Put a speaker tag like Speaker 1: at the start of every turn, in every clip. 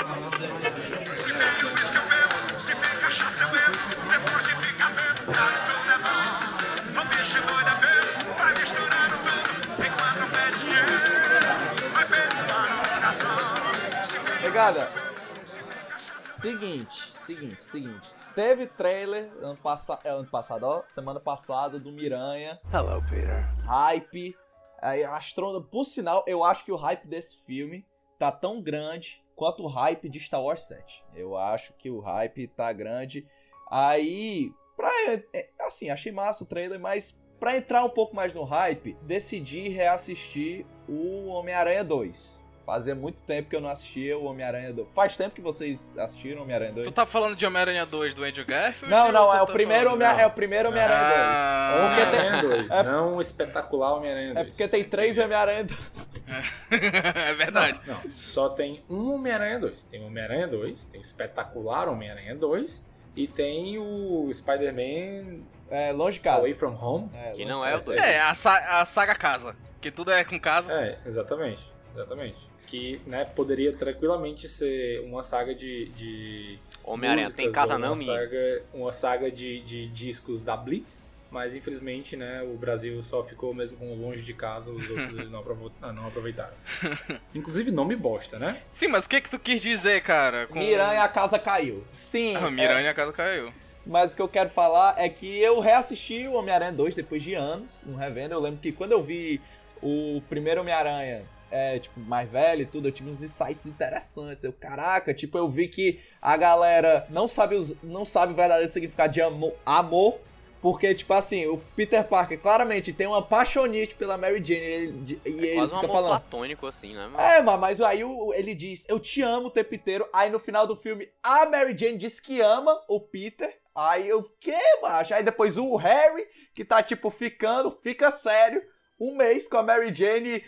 Speaker 1: Se tem uísque eu bebo, se tem cachaça eu bebo, depois de ficar bebo, tá tudo é bom. Não bicho doida bebo, vai misturando tudo, enquanto pede dinheiro, vai perdoar o coração. Se tem
Speaker 2: Pegada. Seguinte, seguinte, seguinte. Teve trailer ano, passa... é, ano passado, ó, semana passada, do Miranha.
Speaker 3: Hello, Peter.
Speaker 2: Hype. Aí, astro... Por sinal, eu acho que o hype desse filme tá tão grande quanto o hype de Star Wars 7. Eu acho que o hype tá grande. Aí, pra... é, assim, achei massa o trailer, mas pra entrar um pouco mais no hype, decidi reassistir o Homem-Aranha 2. Fazia muito tempo que eu não assistia o Homem-Aranha 2. Faz tempo que vocês assistiram o Homem-Aranha 2?
Speaker 4: Tu tá falando de Homem-Aranha 2 do Andrew Garfield?
Speaker 2: Não,
Speaker 4: ou
Speaker 2: não,
Speaker 4: tu
Speaker 2: é o,
Speaker 4: tá
Speaker 2: primeiro
Speaker 4: falando-
Speaker 2: Homem é o primeiro Homem-Aranha 2.
Speaker 4: Ah.
Speaker 2: Ou que tem-
Speaker 5: Homem-Aranha 2,
Speaker 2: é-
Speaker 5: não o espetacular Homem-Aranha 2.
Speaker 2: É porque tem três Homem-Aranha 2.
Speaker 4: é verdade.
Speaker 5: Não, só tem um Homem-Aranha 2. Tem o Homem-Aranha 2, tem o espetacular Homem-Aranha 2 e tem o Spider-Man
Speaker 2: É, longe de casa.
Speaker 5: Away From Home.
Speaker 2: É,
Speaker 6: Que
Speaker 2: longe
Speaker 6: não
Speaker 2: de
Speaker 6: é o
Speaker 2: casa.
Speaker 6: 2.
Speaker 4: É, a, sa- a saga casa. Que tudo é com casa.
Speaker 5: É, exatamente, exatamente. Que, né, poderia tranquilamente ser uma saga de... de
Speaker 6: Homem-Aranha, tem
Speaker 5: músicas,
Speaker 6: casa
Speaker 5: ou
Speaker 6: não,
Speaker 5: uma
Speaker 6: menino?
Speaker 5: saga, uma saga de, de discos da Blitz, mas infelizmente, né, o Brasil só ficou mesmo com longe de casa, os outros eles não, aprove- ah, não aproveitaram. Inclusive nome bosta, né?
Speaker 4: Sim, mas o que que tu quis dizer, cara? Com...
Speaker 2: Miranha, a casa caiu. Sim.
Speaker 4: Ah,
Speaker 2: é,
Speaker 4: Miranha, a casa caiu.
Speaker 2: mas o que eu quero falar é que eu reassisti o Homem-Aranha 2 depois de anos, não revendo. Eu lembro que quando eu vi o primeiro Homem-Aranha, é, tipo, mais velho e tudo, eu tive uns insights interessantes. Eu, caraca, tipo, eu vi que a galera não sabe, os, não sabe o verdadeiro significado de amo- amor. Porque, tipo assim, o Peter Parker claramente tem uma paixonite pela Mary Jane. ele- de- e ele
Speaker 6: Quase um
Speaker 2: fica
Speaker 6: amor
Speaker 2: falando.
Speaker 6: platônico, assim, né, mano?
Speaker 2: É, ma- mas aí o- ele diz, eu te amo o tempo inteiro. Aí no final do filme, a Mary Jane diz que ama o Peter. Aí eu, que, macho? Aí depois o Harry, que tá tipo ficando, fica sério, um mês com a Mary Jane.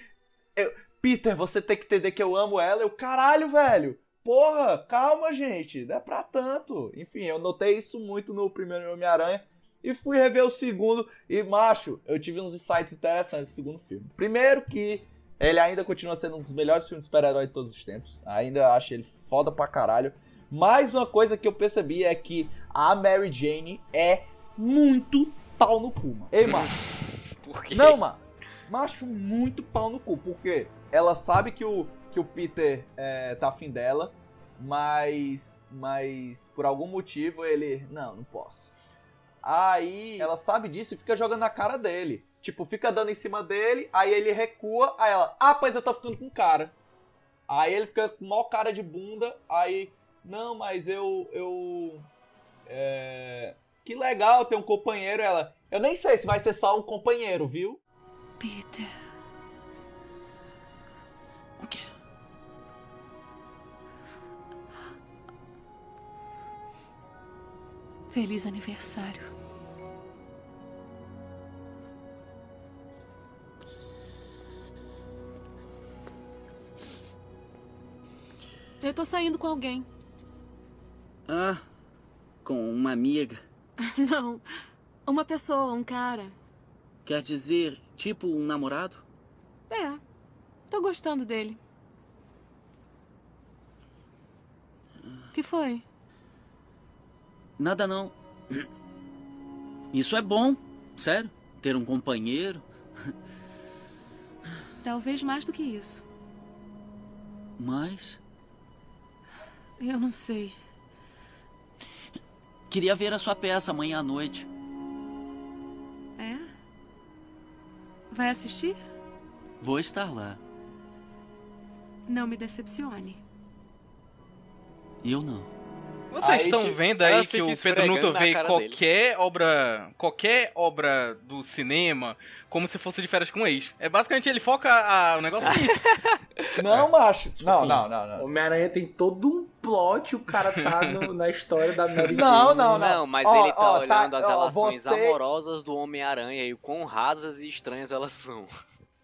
Speaker 2: Eu, Peter, você tem que entender que eu amo ela. Eu, caralho, velho. Porra, calma, gente. Não é pra tanto. Enfim, eu notei isso muito no primeiro Homem-Aranha. E fui rever o segundo. E, macho, eu tive uns insights interessantes no segundo filme. Primeiro que ele ainda continua sendo um dos melhores filmes de super-herói de todos os tempos. Ainda acho ele foda pra caralho. Mas uma coisa que eu percebi é que a Mary Jane é muito pau no cu, mano. Ei, mano.
Speaker 6: Por quê?
Speaker 2: Não, mano. Macho muito pau no cu, porque ela sabe que o, que o Peter é, tá afim dela, mas. Mas por algum motivo ele. Não, não posso. Aí ela sabe disso e fica jogando na cara dele. Tipo, fica dando em cima dele, aí ele recua, aí ela, ah, pois eu tô ficando com o cara. Aí ele fica com maior cara de bunda, aí. Não, mas eu. eu. É. Que legal ter um companheiro, ela. Eu nem sei se vai ser só um companheiro, viu?
Speaker 7: Peter.
Speaker 4: O quê?
Speaker 7: Feliz aniversário. Eu tô saindo com alguém.
Speaker 8: Ah, com uma amiga.
Speaker 7: Não. Uma pessoa, um cara.
Speaker 8: Quer dizer, tipo um namorado?
Speaker 7: É. Tô gostando dele. Que foi?
Speaker 8: Nada não. Isso é bom, sério. Ter um companheiro,
Speaker 7: Talvez mais do que isso.
Speaker 8: mas
Speaker 7: Eu não sei.
Speaker 8: queria ver a sua peça amanhã à noite.
Speaker 7: É? Vai assistir?
Speaker 8: Vou estar lá.
Speaker 7: Não me decepcione.
Speaker 8: Eu não.
Speaker 4: Vocês
Speaker 2: Aí
Speaker 4: estão
Speaker 2: que-
Speaker 4: vendo
Speaker 6: ela
Speaker 4: aí
Speaker 6: fica
Speaker 4: que o Pedro
Speaker 6: esfregando
Speaker 4: Nuto
Speaker 6: na
Speaker 4: vê
Speaker 6: cara
Speaker 4: qualquer obra. qualquer obra do cinema como se fosse de férias com o ex. É basicamente ele foca a- o negócio é nisso.
Speaker 2: Não, macho. não,
Speaker 5: assim,
Speaker 2: não, não, não.
Speaker 5: Homem-Aranha tem todo um plot, o cara tá no- na história da Mary Jane.
Speaker 2: Não, não,
Speaker 6: Não,
Speaker 2: não.
Speaker 6: mas
Speaker 2: Ó,
Speaker 6: ele tá
Speaker 2: ó,
Speaker 6: olhando as
Speaker 2: ó,
Speaker 6: relações
Speaker 2: você-
Speaker 6: amorosas do Homem-Aranha e o quão rasas e estranhas elas são.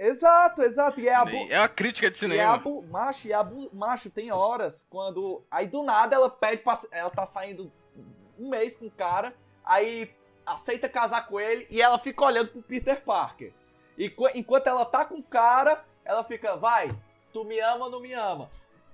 Speaker 2: Exato, exato. E é, abu...
Speaker 4: É uma crítica de
Speaker 2: e é
Speaker 4: cinema.
Speaker 2: abu... macho, e é abu... macho, tem horas quando. Aí do nada ela pede pra. Ela tá saindo um mês com o cara, aí aceita casar com ele e ela fica olhando pro Peter Parker. E qu- enquanto ela tá com o cara, ela fica, vai, tu me ama ou não me ama?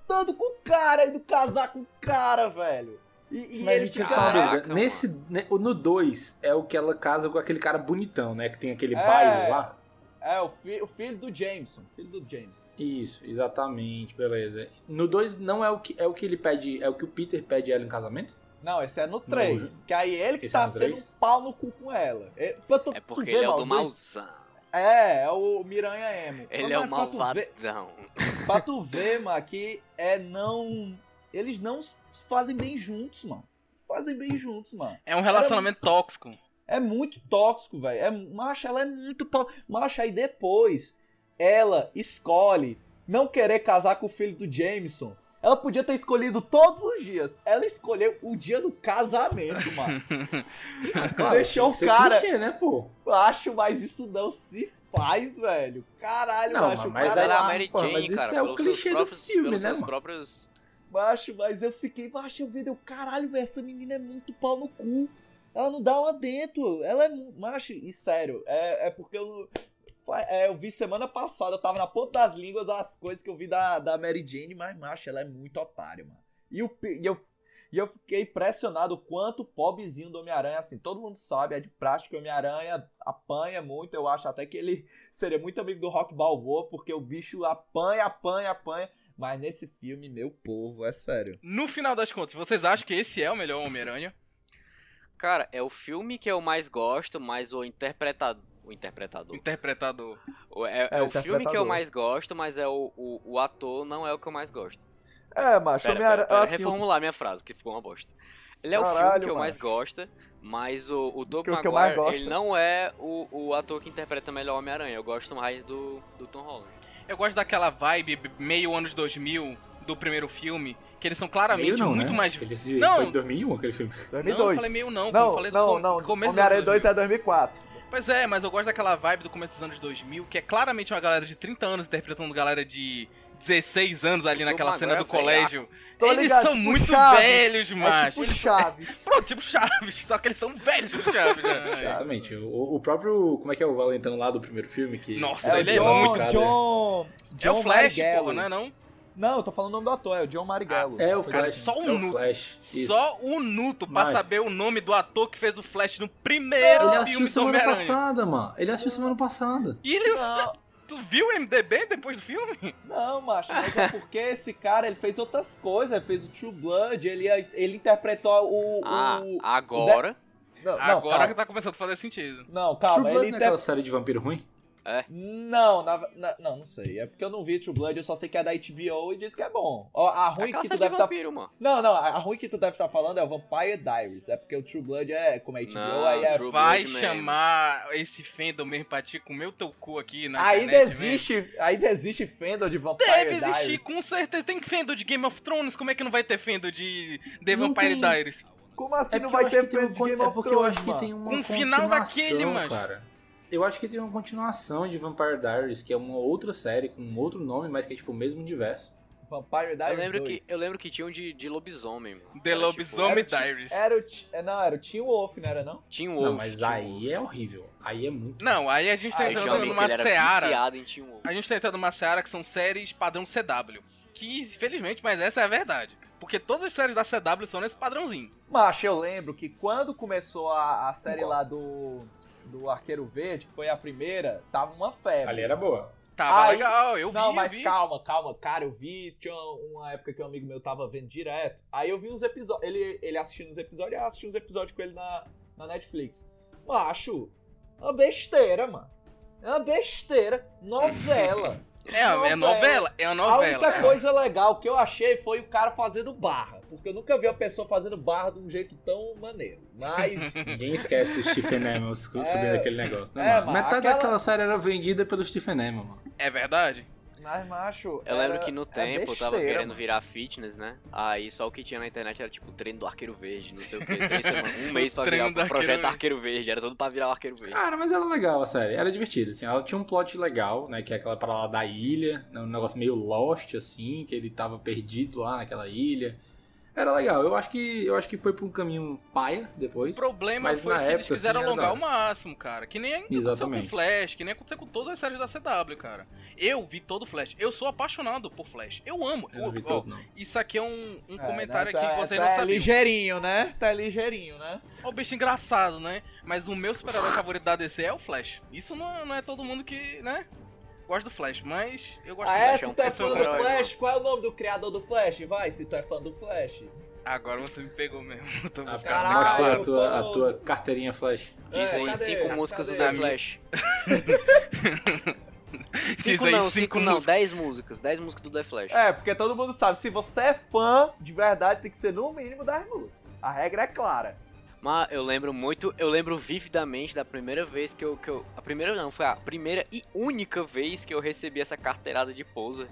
Speaker 2: Tanto com o cara, indo casar com o cara, velho. E, e
Speaker 5: Mas
Speaker 2: ele
Speaker 5: me tira
Speaker 2: fica-
Speaker 5: só uma
Speaker 6: Caraca,
Speaker 5: dúvida.
Speaker 6: mano.
Speaker 5: Nesse, ne- no 2 é o que ela casa com aquele cara bonitão, né? Que tem aquele
Speaker 2: É.
Speaker 5: baile lá.
Speaker 2: É, o, fi- o filho do Jameson. Filho do Jameson.
Speaker 5: Isso, exatamente, beleza. No 2 não é o que é o que ele pede, é o que o Peter pede a ela em casamento?
Speaker 2: Não, esse é no 3. que aí ele que
Speaker 5: Esse é
Speaker 2: tá
Speaker 5: no
Speaker 2: sendo
Speaker 5: três?
Speaker 2: um pau no cu com ela. É, pra tu-
Speaker 6: É
Speaker 2: tu
Speaker 6: porque
Speaker 2: vê,
Speaker 6: ele é o
Speaker 2: mal,
Speaker 6: do
Speaker 2: dois-
Speaker 6: mauzão.
Speaker 2: É, é o Miranha Emo.
Speaker 6: Ele
Speaker 2: Mas
Speaker 6: é o
Speaker 2: pra tu ver-
Speaker 6: malvadão.
Speaker 2: Pra tu ver, mano, que é não. Eles não se fazem bem juntos, mano. Fazem bem juntos, mano.
Speaker 4: É um relacionamento tóxico.
Speaker 2: É muito tóxico, velho. É, macho, ela é muito. to- Macho, aí depois ela escolhe não querer casar com o filho do Jameson. Ela podia ter escolhido todos os dias. Ela escolheu o dia do casamento, mano. Deixou
Speaker 5: tinha que
Speaker 2: o
Speaker 5: ser
Speaker 2: cara.
Speaker 5: clichê, né, pô?
Speaker 2: Acho, mas isso não se faz, velho. Caralho,
Speaker 5: Não,
Speaker 2: macho.
Speaker 5: mas
Speaker 2: o
Speaker 6: Mas
Speaker 2: cara
Speaker 6: ela é
Speaker 5: lá,
Speaker 6: a Mary
Speaker 5: pô,
Speaker 6: Jane,
Speaker 5: mas isso
Speaker 6: cara.
Speaker 5: é o
Speaker 6: pelos
Speaker 5: clichê
Speaker 6: seus
Speaker 5: do
Speaker 6: próprios,
Speaker 5: filme,
Speaker 6: pelos
Speaker 5: né,
Speaker 6: seus
Speaker 5: mano?
Speaker 6: próprios...
Speaker 2: Macho, mas eu fiquei, macho, eu vi, eu, caralho, velho, essa menina é muito pau no cu. Ela não dá uma dentro. Ela é, mu- macho, e sério, é, é porque eu, fa- é, eu vi semana passada, eu tava na ponta das línguas as coisas que eu vi da, da Mary Jane, mas, macho, ela é muito otária, mano. E, o, pi- e eu, e eu fiquei impressionado o quanto o pobrezinho do Homem-Aranha, assim, todo mundo sabe, é de prática que o Homem-Aranha apanha muito, eu acho até que ele seria muito amigo do Rock Balboa, porque o bicho apanha, apanha, apanha. Mas nesse filme, meu povo, é sério.
Speaker 4: No final das contas, vocês acham que esse é o melhor Homem-Aranha?
Speaker 6: Cara, é o filme que eu mais gosto, mas o interpretador... O interpretador.
Speaker 4: Interpretador.
Speaker 6: O- É,
Speaker 2: É,
Speaker 6: é
Speaker 2: o
Speaker 6: o filme que eu
Speaker 2: interpretador.
Speaker 6: mais gosto, mas é o, o, o ator não é o que eu mais gosto.
Speaker 2: É, macho,
Speaker 6: Pera,
Speaker 2: Homem-Aranha.
Speaker 6: pera, pera,
Speaker 2: Assim,
Speaker 4: um-
Speaker 2: o
Speaker 6: reformular minha frase, que ficou uma bosta. Ele é o
Speaker 2: Caralho,
Speaker 6: filme que eu
Speaker 2: mano.
Speaker 6: mais gosto, mas o, o Tobey
Speaker 2: Que- é o que eu mais
Speaker 6: Maguire, ele
Speaker 2: gosto.
Speaker 6: não é o, o ator que interpreta melhor o Homem-Aranha. Eu gosto mais do, do Tom Holland.
Speaker 4: Eu gosto daquela vibe meio anos 2000 do primeiro filme, que eles são claramente
Speaker 5: Meio não,
Speaker 4: muito
Speaker 5: né?
Speaker 4: mais...
Speaker 5: Ele se-
Speaker 4: Não.
Speaker 5: foi em 2001 aquele filme.
Speaker 2: 2002.
Speaker 4: Não, eu falei meio não, como eu
Speaker 2: Não,
Speaker 4: falei do
Speaker 2: não,
Speaker 4: com-
Speaker 2: não.
Speaker 4: começo dos
Speaker 2: Homem-Aranha
Speaker 4: anos
Speaker 2: 2 é 2004.
Speaker 4: Pois é, mas eu gosto daquela vibe do começo dos anos 2000, que é claramente uma galera de 30 anos interpretando galera de 16 anos ali
Speaker 6: Tobey
Speaker 4: naquela cena do
Speaker 6: Maguire é
Speaker 4: colégio.
Speaker 2: Tô
Speaker 4: Eles
Speaker 2: ligado,
Speaker 4: são
Speaker 2: tipo
Speaker 4: muito
Speaker 2: Chaves.
Speaker 4: velhos,
Speaker 2: É
Speaker 4: macho.
Speaker 2: tipo
Speaker 4: Eles
Speaker 2: Chaves.
Speaker 4: Pronto, tipo Chaves, só que eles são velhos tipo Chaves.
Speaker 5: É.
Speaker 4: né?
Speaker 5: Exatamente. O, o próprio. Como é que é o Valentão lá do primeiro filme? Que
Speaker 4: Nossa,
Speaker 2: o
Speaker 4: ele é
Speaker 2: John,
Speaker 4: muito
Speaker 5: cara.
Speaker 2: John,
Speaker 4: É o
Speaker 2: John
Speaker 4: Flash,
Speaker 2: Marighella.
Speaker 4: porra, não é não?
Speaker 2: Não, eu tô falando o nome do ator, é o John Marighella.
Speaker 5: É o Flash.
Speaker 4: Cara, só um
Speaker 5: é o
Speaker 4: minuto.
Speaker 5: Flash. Isso.
Speaker 4: Só o Nuto pra
Speaker 5: Mas-
Speaker 4: saber o nome do ator que fez o Flash no
Speaker 2: É
Speaker 5: Ele
Speaker 4: primeiro
Speaker 5: assistiu
Speaker 4: filme do
Speaker 5: semana
Speaker 4: Homem-Aranha.
Speaker 5: passada, mano. Ele assistiu semana passada.
Speaker 4: E ele.
Speaker 2: Não.
Speaker 4: Tu viu o MDB depois do filme?
Speaker 2: Não, macho, mas é porque esse cara, ele fez outras coisas, ele fez o True Blood, ele, ele interpretou o... o-
Speaker 6: Ah,
Speaker 2: não,
Speaker 6: agora.
Speaker 2: não,
Speaker 4: Agora que
Speaker 2: calma.
Speaker 4: tá começando a fazer sentido.
Speaker 2: Não,
Speaker 5: True
Speaker 2: calma,
Speaker 5: Blood
Speaker 2: Tá, ele
Speaker 5: não é
Speaker 2: inter-
Speaker 5: aquela série de vampiro ruim?
Speaker 2: Não, na- na- não, não sei. É porque eu não vi True Blood, eu só sei que é da HBO e diz que é bom. Ó, a
Speaker 6: É
Speaker 2: ruim
Speaker 6: aquela
Speaker 2: que tu
Speaker 6: série de
Speaker 2: deve tá estar.
Speaker 6: vampiro, mano.
Speaker 2: Não, não, a a ruim que tu deve estar falando é o Vampire Diaries. É porque o True Blood é como é HBO,
Speaker 6: Não,
Speaker 2: aí é.
Speaker 6: True-
Speaker 4: Vai
Speaker 6: Blood mesmo.
Speaker 4: chamar esse fandom mesmo pra te comer o teu cu aqui na
Speaker 2: Ainda
Speaker 4: internet, velho.
Speaker 2: existe. Ainda existe Fendel de Vampire
Speaker 4: Deve
Speaker 2: Diaries.
Speaker 4: existir, com certeza. Tem fendo de Game of Thrones, como é que não vai ter fendo de The
Speaker 5: Não
Speaker 4: Vampire
Speaker 5: tem.
Speaker 4: Diaries?
Speaker 2: Como assim não
Speaker 5: É porque
Speaker 2: vai
Speaker 5: eu acho
Speaker 2: ter
Speaker 5: que tem uma
Speaker 2: Fendel de
Speaker 5: con-
Speaker 2: Game
Speaker 5: é
Speaker 2: of
Speaker 5: porque
Speaker 2: Thrones?
Speaker 5: eu acho que
Speaker 2: mano?
Speaker 5: tem uma
Speaker 4: Um final daquele,
Speaker 5: continuação,
Speaker 4: macho.
Speaker 5: cara. Eu acho que tem uma continuação de Vampire Diaries, que é uma outra série com um outro nome, mas que é tipo o mesmo universo.
Speaker 2: Vampire
Speaker 6: Eu
Speaker 2: Diaries.
Speaker 6: lembro, que,
Speaker 2: 2.
Speaker 6: eu lembro que tinha um de, de lobisomem, mano.
Speaker 4: The
Speaker 6: Era, tipo,
Speaker 4: Lobisomem
Speaker 2: era o ti-
Speaker 4: Diaries.
Speaker 2: Era o. Ti- é, Não, era o Tim Wolf, não era não?
Speaker 6: Teen
Speaker 5: Não,
Speaker 6: Wolf.
Speaker 5: mas
Speaker 6: Teen
Speaker 5: aí é horrível. Aí é muito.
Speaker 4: Não, aí a gente tá
Speaker 6: Wolf. Eu tinha um
Speaker 4: entrando
Speaker 6: amigo que
Speaker 4: numa
Speaker 6: ele era
Speaker 4: seara.
Speaker 6: viciado em Teen Wolf.
Speaker 4: A gente tá entrando numa seara que são séries padrão CW. Que, infelizmente, mas essa é a verdade. Porque todas as séries da CW são nesse padrãozinho.
Speaker 2: Macho, eu lembro que quando começou a, a série lá do. Do Arqueiro Verde, que foi a primeira, tava uma febre.
Speaker 5: Ali era boa.
Speaker 4: Tava
Speaker 2: Aí-
Speaker 4: legal, eu vi,
Speaker 2: não,
Speaker 4: eu
Speaker 2: mas
Speaker 4: vi.
Speaker 2: calma, calma, cara, eu vi, tinha uma época que um amigo meu tava vendo direto, aí eu vi uns episódios, ele, ele assistindo os episódios, eu assisti os episódios com ele na, na Netflix. Macho, é uma besteira, mano. É uma besteira, novela.
Speaker 4: É, é novela, é uma
Speaker 2: A
Speaker 4: novela.
Speaker 2: única coisa legal que eu achei foi o cara fazendo barra, porque eu nunca vi uma pessoa fazendo barra de um jeito tão maneiro, mas...
Speaker 5: Ninguém esquece o Stephen Amell su-
Speaker 2: É.
Speaker 5: subindo aquele negócio, né,
Speaker 2: É,
Speaker 5: mano?
Speaker 2: mano,
Speaker 5: Metade
Speaker 2: aquela-
Speaker 5: daquela série era vendida pelo Stephen Amell, mano.
Speaker 4: É verdade?
Speaker 2: Mas, macho.
Speaker 6: Eu
Speaker 2: era-
Speaker 6: lembro que no
Speaker 2: é
Speaker 6: tempo eu tava
Speaker 2: besteira,
Speaker 6: querendo
Speaker 2: mano.
Speaker 6: virar fitness, né? Aí só o que tinha na internet era tipo treino do arqueiro verde, não sei o que, três semanas, um mês pra
Speaker 4: treino
Speaker 6: virar
Speaker 4: do
Speaker 6: o
Speaker 4: arqueiro
Speaker 6: projeto
Speaker 4: verde.
Speaker 6: arqueiro verde, era todo pra virar o arqueiro verde.
Speaker 5: Cara, mas era legal a série, era divertida, assim, ela tinha um plot legal, né, que é aquela parada da ilha, né, um negócio meio lost, assim, que ele tava perdido lá naquela ilha, era legal, eu acho que, eu acho que foi pra um caminho paia
Speaker 4: O
Speaker 5: depois,
Speaker 4: problema
Speaker 5: Mas
Speaker 4: foi
Speaker 5: na
Speaker 4: que eles
Speaker 5: época,
Speaker 4: quiseram
Speaker 5: assim, era
Speaker 4: alongar
Speaker 5: da
Speaker 4: o máximo, cara. Que nem aconteceu com
Speaker 5: Exatamente.
Speaker 4: Flash, que nem aconteceu com todas as séries da CW, cara. Eu vi todo Flash. Eu sou apaixonado por Flash. Eu amo.
Speaker 5: eu não vi
Speaker 4: Ó,
Speaker 5: tudo não.
Speaker 4: isso aqui é um, um
Speaker 2: É,
Speaker 4: comentário
Speaker 2: tá-
Speaker 4: aqui que vocês
Speaker 2: tá
Speaker 4: não sabiam.
Speaker 2: ligeirinho, né? Tá ligeirinho, né?
Speaker 4: Ó, o bicho engraçado, né? Mas o meu super-herói favorito da DC é o Flash. Isso não, não é todo mundo que, né? Gosta do Flash, mas eu gosto
Speaker 2: Ah,
Speaker 4: do
Speaker 2: é?
Speaker 4: Flash.
Speaker 2: Tu
Speaker 4: um-
Speaker 2: tá
Speaker 4: esse foi o
Speaker 2: fã do
Speaker 4: meu herói.
Speaker 2: Flash? Qual é o nome do criador do Flash? Vai, se tu é fã do Flash.
Speaker 4: Agora você me pegou mesmo. Eu tô-
Speaker 5: Ah,
Speaker 2: Caralho,
Speaker 5: mostra a
Speaker 2: eu
Speaker 5: tua,
Speaker 2: tô-
Speaker 5: a tua carteirinha flash.
Speaker 6: Diz
Speaker 2: É,
Speaker 6: aí
Speaker 2: cadê?
Speaker 6: cinco músicas do
Speaker 2: Cadê?
Speaker 6: The Flash.
Speaker 4: Diz
Speaker 6: Cinco
Speaker 4: aí
Speaker 6: não,
Speaker 4: cinco
Speaker 6: cinco não,
Speaker 4: músicas.
Speaker 6: dez músicas, dez músicas do The Flash.
Speaker 2: É, porque todo mundo sabe, se você é fã, de verdade, tem que ser no mínimo das músicas. A regra é clara.
Speaker 6: Mas eu lembro muito, eu lembro vividamente da primeira vez que eu, que eu. A primeira não, foi a primeira e única vez que eu recebi essa carteirada de pousa.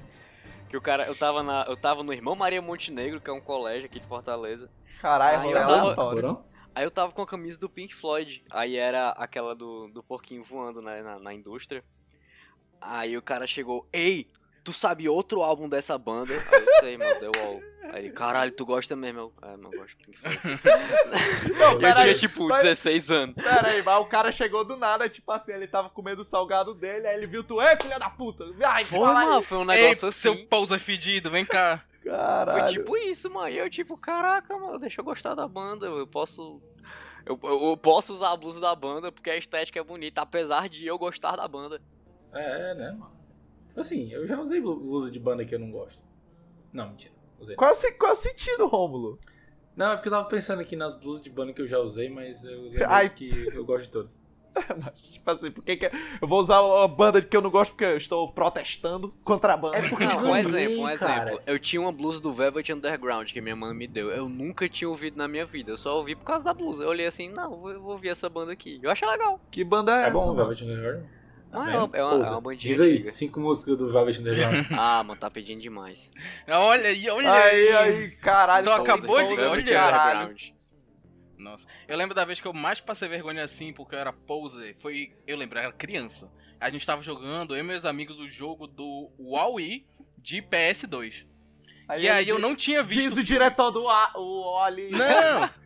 Speaker 6: Que o cara, eu tava na. Eu tava no Irmão Maria Montenegro, que é um colégio aqui de Fortaleza.
Speaker 2: Caralho, é
Speaker 6: Ah,
Speaker 2: rolê
Speaker 6: eu
Speaker 5: Tá
Speaker 6: tava-
Speaker 2: aleatório.
Speaker 5: Porão?
Speaker 6: Aí eu tava com a camisa do Pink Floyd. Aí era aquela do, do porquinho voando né, na, na indústria. Aí o cara chegou, ei, tu sabe outro álbum dessa banda? Aí eu sei, mano, The Wall. Aí ele, caralho, tu gosta mesmo? Eu, ah, não eu gosto de Pink Floyd.
Speaker 2: Não,
Speaker 6: Eu tinha
Speaker 2: peraí,
Speaker 6: tipo
Speaker 2: mas-
Speaker 6: 16 anos.
Speaker 2: Peraí, mas o cara chegou do nada, tipo assim, ele tava comendo o salgado dele, aí ele viu tu, ei, filha da puta! Ai,
Speaker 6: Foi,
Speaker 2: fala aí.
Speaker 6: mano, foi um
Speaker 4: Ei,
Speaker 6: negócio assim.
Speaker 4: seu pausa fedido, vem cá.
Speaker 2: Caralho.
Speaker 6: Foi tipo isso, mano. E eu tipo, caraca, mano, deixa eu gostar da banda, eu posso. Eu, eu- eu posso usar a blusa da banda porque a estética é bonita, apesar de eu gostar da banda.
Speaker 5: É, né, mano. Assim, eu já usei blu- blusa de banda que eu não gosto. Não, mentira. Usei.
Speaker 2: Qual, é o se- qual é o sentido, Rômulo?
Speaker 5: Não, é porque eu tava pensando aqui nas blusas de banda que eu já usei, mas eu lembrei
Speaker 2: Ai.
Speaker 5: que eu gosto de todas.
Speaker 2: Tipo assim, por que que eu vou usar uma banda que eu não gosto porque eu estou protestando contra a banda?
Speaker 5: porque
Speaker 6: Não, um
Speaker 5: ganhei,
Speaker 6: exemplo, um
Speaker 5: cara.
Speaker 6: exemplo. Eu tinha uma blusa do Velvet Underground que minha mãe me deu. Eu nunca tinha ouvido na minha vida, eu só ouvi por causa da blusa. Eu olhei assim, não, eu vou- eu vou ouvir essa banda aqui. Eu achei legal.
Speaker 2: Que banda é,
Speaker 5: É
Speaker 2: essa?
Speaker 5: bom o
Speaker 2: mano?
Speaker 5: Velvet Underground?
Speaker 6: Ah,
Speaker 5: Tá vendo?
Speaker 6: é uma- é uma- é uma
Speaker 5: Ousa.
Speaker 6: bandinha
Speaker 5: Diz aí,
Speaker 6: antiga.
Speaker 5: cinco músicas do Velvet Underground.
Speaker 6: Ah, mano, tá pedindo demais.
Speaker 4: Ah, Olha aí, olha
Speaker 2: Aí, aí, caralho.
Speaker 4: Tu
Speaker 2: tô-
Speaker 4: Então, acabou
Speaker 2: tô-
Speaker 4: de-
Speaker 2: tô-
Speaker 4: olha.
Speaker 2: Caralho.
Speaker 4: Nossa, eu lembro da vez que eu mais passei vergonha assim, porque eu era poser, foi, eu lembro, eu era criança. A gente tava jogando, eu e meus amigos, o jogo do Huawei de PS2. e aí
Speaker 2: ele
Speaker 4: eu não tinha
Speaker 2: Diz
Speaker 4: visto...
Speaker 2: o diretor do A, o Oli.
Speaker 4: Não!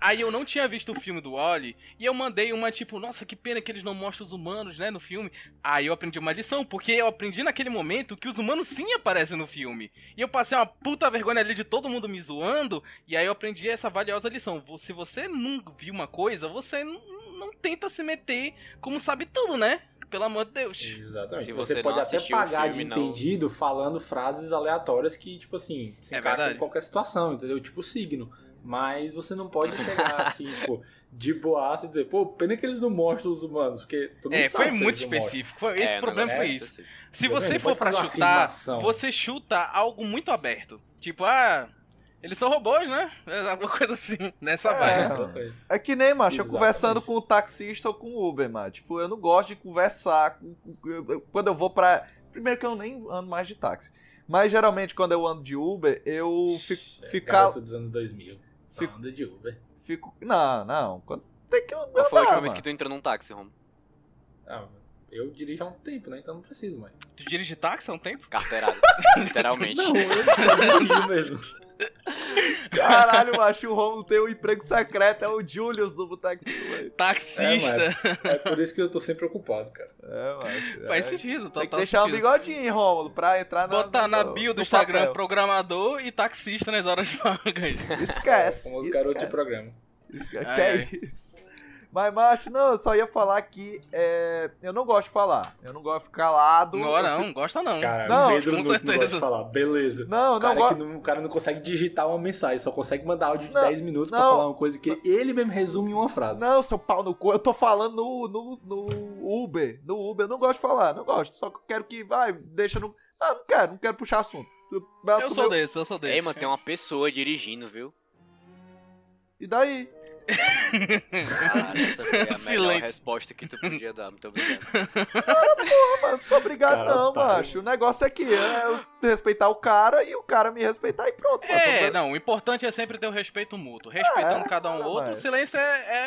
Speaker 4: Aí eu não tinha visto o filme do Wally e eu mandei uma tipo, nossa, que pena que eles não mostram os humanos, né, no filme. Aí eu aprendi uma lição, porque eu aprendi naquele momento que os humanos sim aparecem no filme. E eu passei uma puta vergonha ali de todo mundo me zoando, e aí eu aprendi essa valiosa lição. Vo- Se você não viu uma coisa, você n- não tenta se meter como sabe tudo, né? Pelo amor de Deus.
Speaker 5: Exatamente.
Speaker 6: Se
Speaker 5: você
Speaker 6: você
Speaker 5: pode
Speaker 6: não
Speaker 5: até
Speaker 6: assistiu o
Speaker 5: pagar de
Speaker 6: filme, não-
Speaker 5: entendido falando frases aleatórias que, tipo assim, se
Speaker 4: É
Speaker 5: encaixam em
Speaker 4: verdade.
Speaker 5: qualquer situação, entendeu? Tipo signo. Mas você não pode chegar assim, tipo, de boaça e dizer, pô, pena que eles não mostram os humanos, porque tu não
Speaker 4: É,
Speaker 5: sabe
Speaker 4: foi
Speaker 5: se eles
Speaker 4: muito
Speaker 5: não mostram.
Speaker 4: específico. Foi- esse
Speaker 6: É,
Speaker 4: problema
Speaker 6: não,
Speaker 4: foi
Speaker 6: é
Speaker 4: isso.
Speaker 6: específico.
Speaker 4: Se
Speaker 5: Tá
Speaker 4: você
Speaker 5: vendo?
Speaker 4: for
Speaker 5: Pode
Speaker 4: pra
Speaker 5: fazer uma
Speaker 4: chutar,
Speaker 5: afirmação.
Speaker 4: você chuta algo muito aberto. Tipo, ah, eles são robôs, né? É Alguma coisa assim, nessa vibe.
Speaker 5: Exatamente.
Speaker 2: É que nem, macho, eu
Speaker 5: Exatamente.
Speaker 2: conversando com o taxista ou com o Uber, mano. Tipo, eu não gosto de conversar. com- com- eu- eu- Quando eu vou pra. Primeiro que eu nem ando mais de táxi. Mas geralmente quando eu ando de Uber, eu fico.
Speaker 5: É,
Speaker 2: ficar-
Speaker 5: Garoto dos anos 2000. Só
Speaker 2: Fica-
Speaker 5: anda de Uber.
Speaker 2: fico- Não, não. Quando tem que andar,
Speaker 6: Qual foi a última vez
Speaker 2: mano.
Speaker 6: que tu entrou num táxi, Rom?
Speaker 5: Ah, eu dirijo há um tempo, né? Então não preciso mais.
Speaker 4: Tu dirige táxi há um tempo?
Speaker 6: Carteirada, literalmente.
Speaker 5: Não, eu só dirijo mesmo.
Speaker 2: Caralho, macho, o Romulo tem um emprego secreto, é o Julius do Boteco. Silêncio.
Speaker 4: Taxista!
Speaker 5: É por isso que eu tô sempre ocupado, cara.
Speaker 2: É, macho.
Speaker 4: Faz
Speaker 2: é.
Speaker 4: sentido,
Speaker 2: Tem
Speaker 4: total
Speaker 2: que deixar um
Speaker 4: sentido.
Speaker 2: bigodinho, Romulo, pra entrar na.
Speaker 4: Botar na
Speaker 2: no-
Speaker 4: bio do
Speaker 2: no
Speaker 4: Instagram
Speaker 2: papel.
Speaker 4: programador e taxista nas horas vagas.
Speaker 2: Esquece.
Speaker 5: Como os
Speaker 2: esquece.
Speaker 5: garotos de programa.
Speaker 2: Isso, que
Speaker 4: Ai, ai.
Speaker 2: é isso. Mas, macho, não, eu só ia falar que é, eu não gosto de falar. Eu não gosto de ficar calado.
Speaker 4: Não, não, gosta não.
Speaker 5: Cara,
Speaker 2: Não,
Speaker 5: o Pedro
Speaker 4: com
Speaker 5: não, não gosta
Speaker 4: certeza.
Speaker 5: de falar. Beleza.
Speaker 2: Não,
Speaker 5: O cara,
Speaker 2: não gosto.
Speaker 5: que não, o cara não consegue digitar uma mensagem, só consegue mandar áudio de
Speaker 2: Não,
Speaker 5: 10 minutos pra
Speaker 2: não.
Speaker 5: falar uma coisa que ele mesmo resume em uma frase.
Speaker 2: Não, seu pau no cu. Eu tô falando no, no, no Uber. No Uber, eu não gosto de falar, não gosto. Só que eu quero que, vai, deixa no. Ah, não quero, não quero puxar assunto.
Speaker 4: Eu sou desse, eu sou desse.
Speaker 6: Ei, mano, tem uma pessoa dirigindo, viu?
Speaker 2: E daí?
Speaker 6: Caralho, Ah, essa foi a melhor
Speaker 4: Silêncio.
Speaker 6: resposta que tu podia dar, muito obrigado.
Speaker 2: Pô, mano, não sou obrigado
Speaker 5: Cara,
Speaker 2: não,
Speaker 5: otário.
Speaker 2: macho. O negócio é que é eu respeitar o cara e o cara me respeitar e pronto.
Speaker 4: É,
Speaker 2: mano.
Speaker 4: não, o importante é sempre ter o respeito mútuo. Respeitando
Speaker 2: É,
Speaker 4: cada um
Speaker 2: cara,
Speaker 4: o outro, o
Speaker 2: mas-
Speaker 4: silêncio é,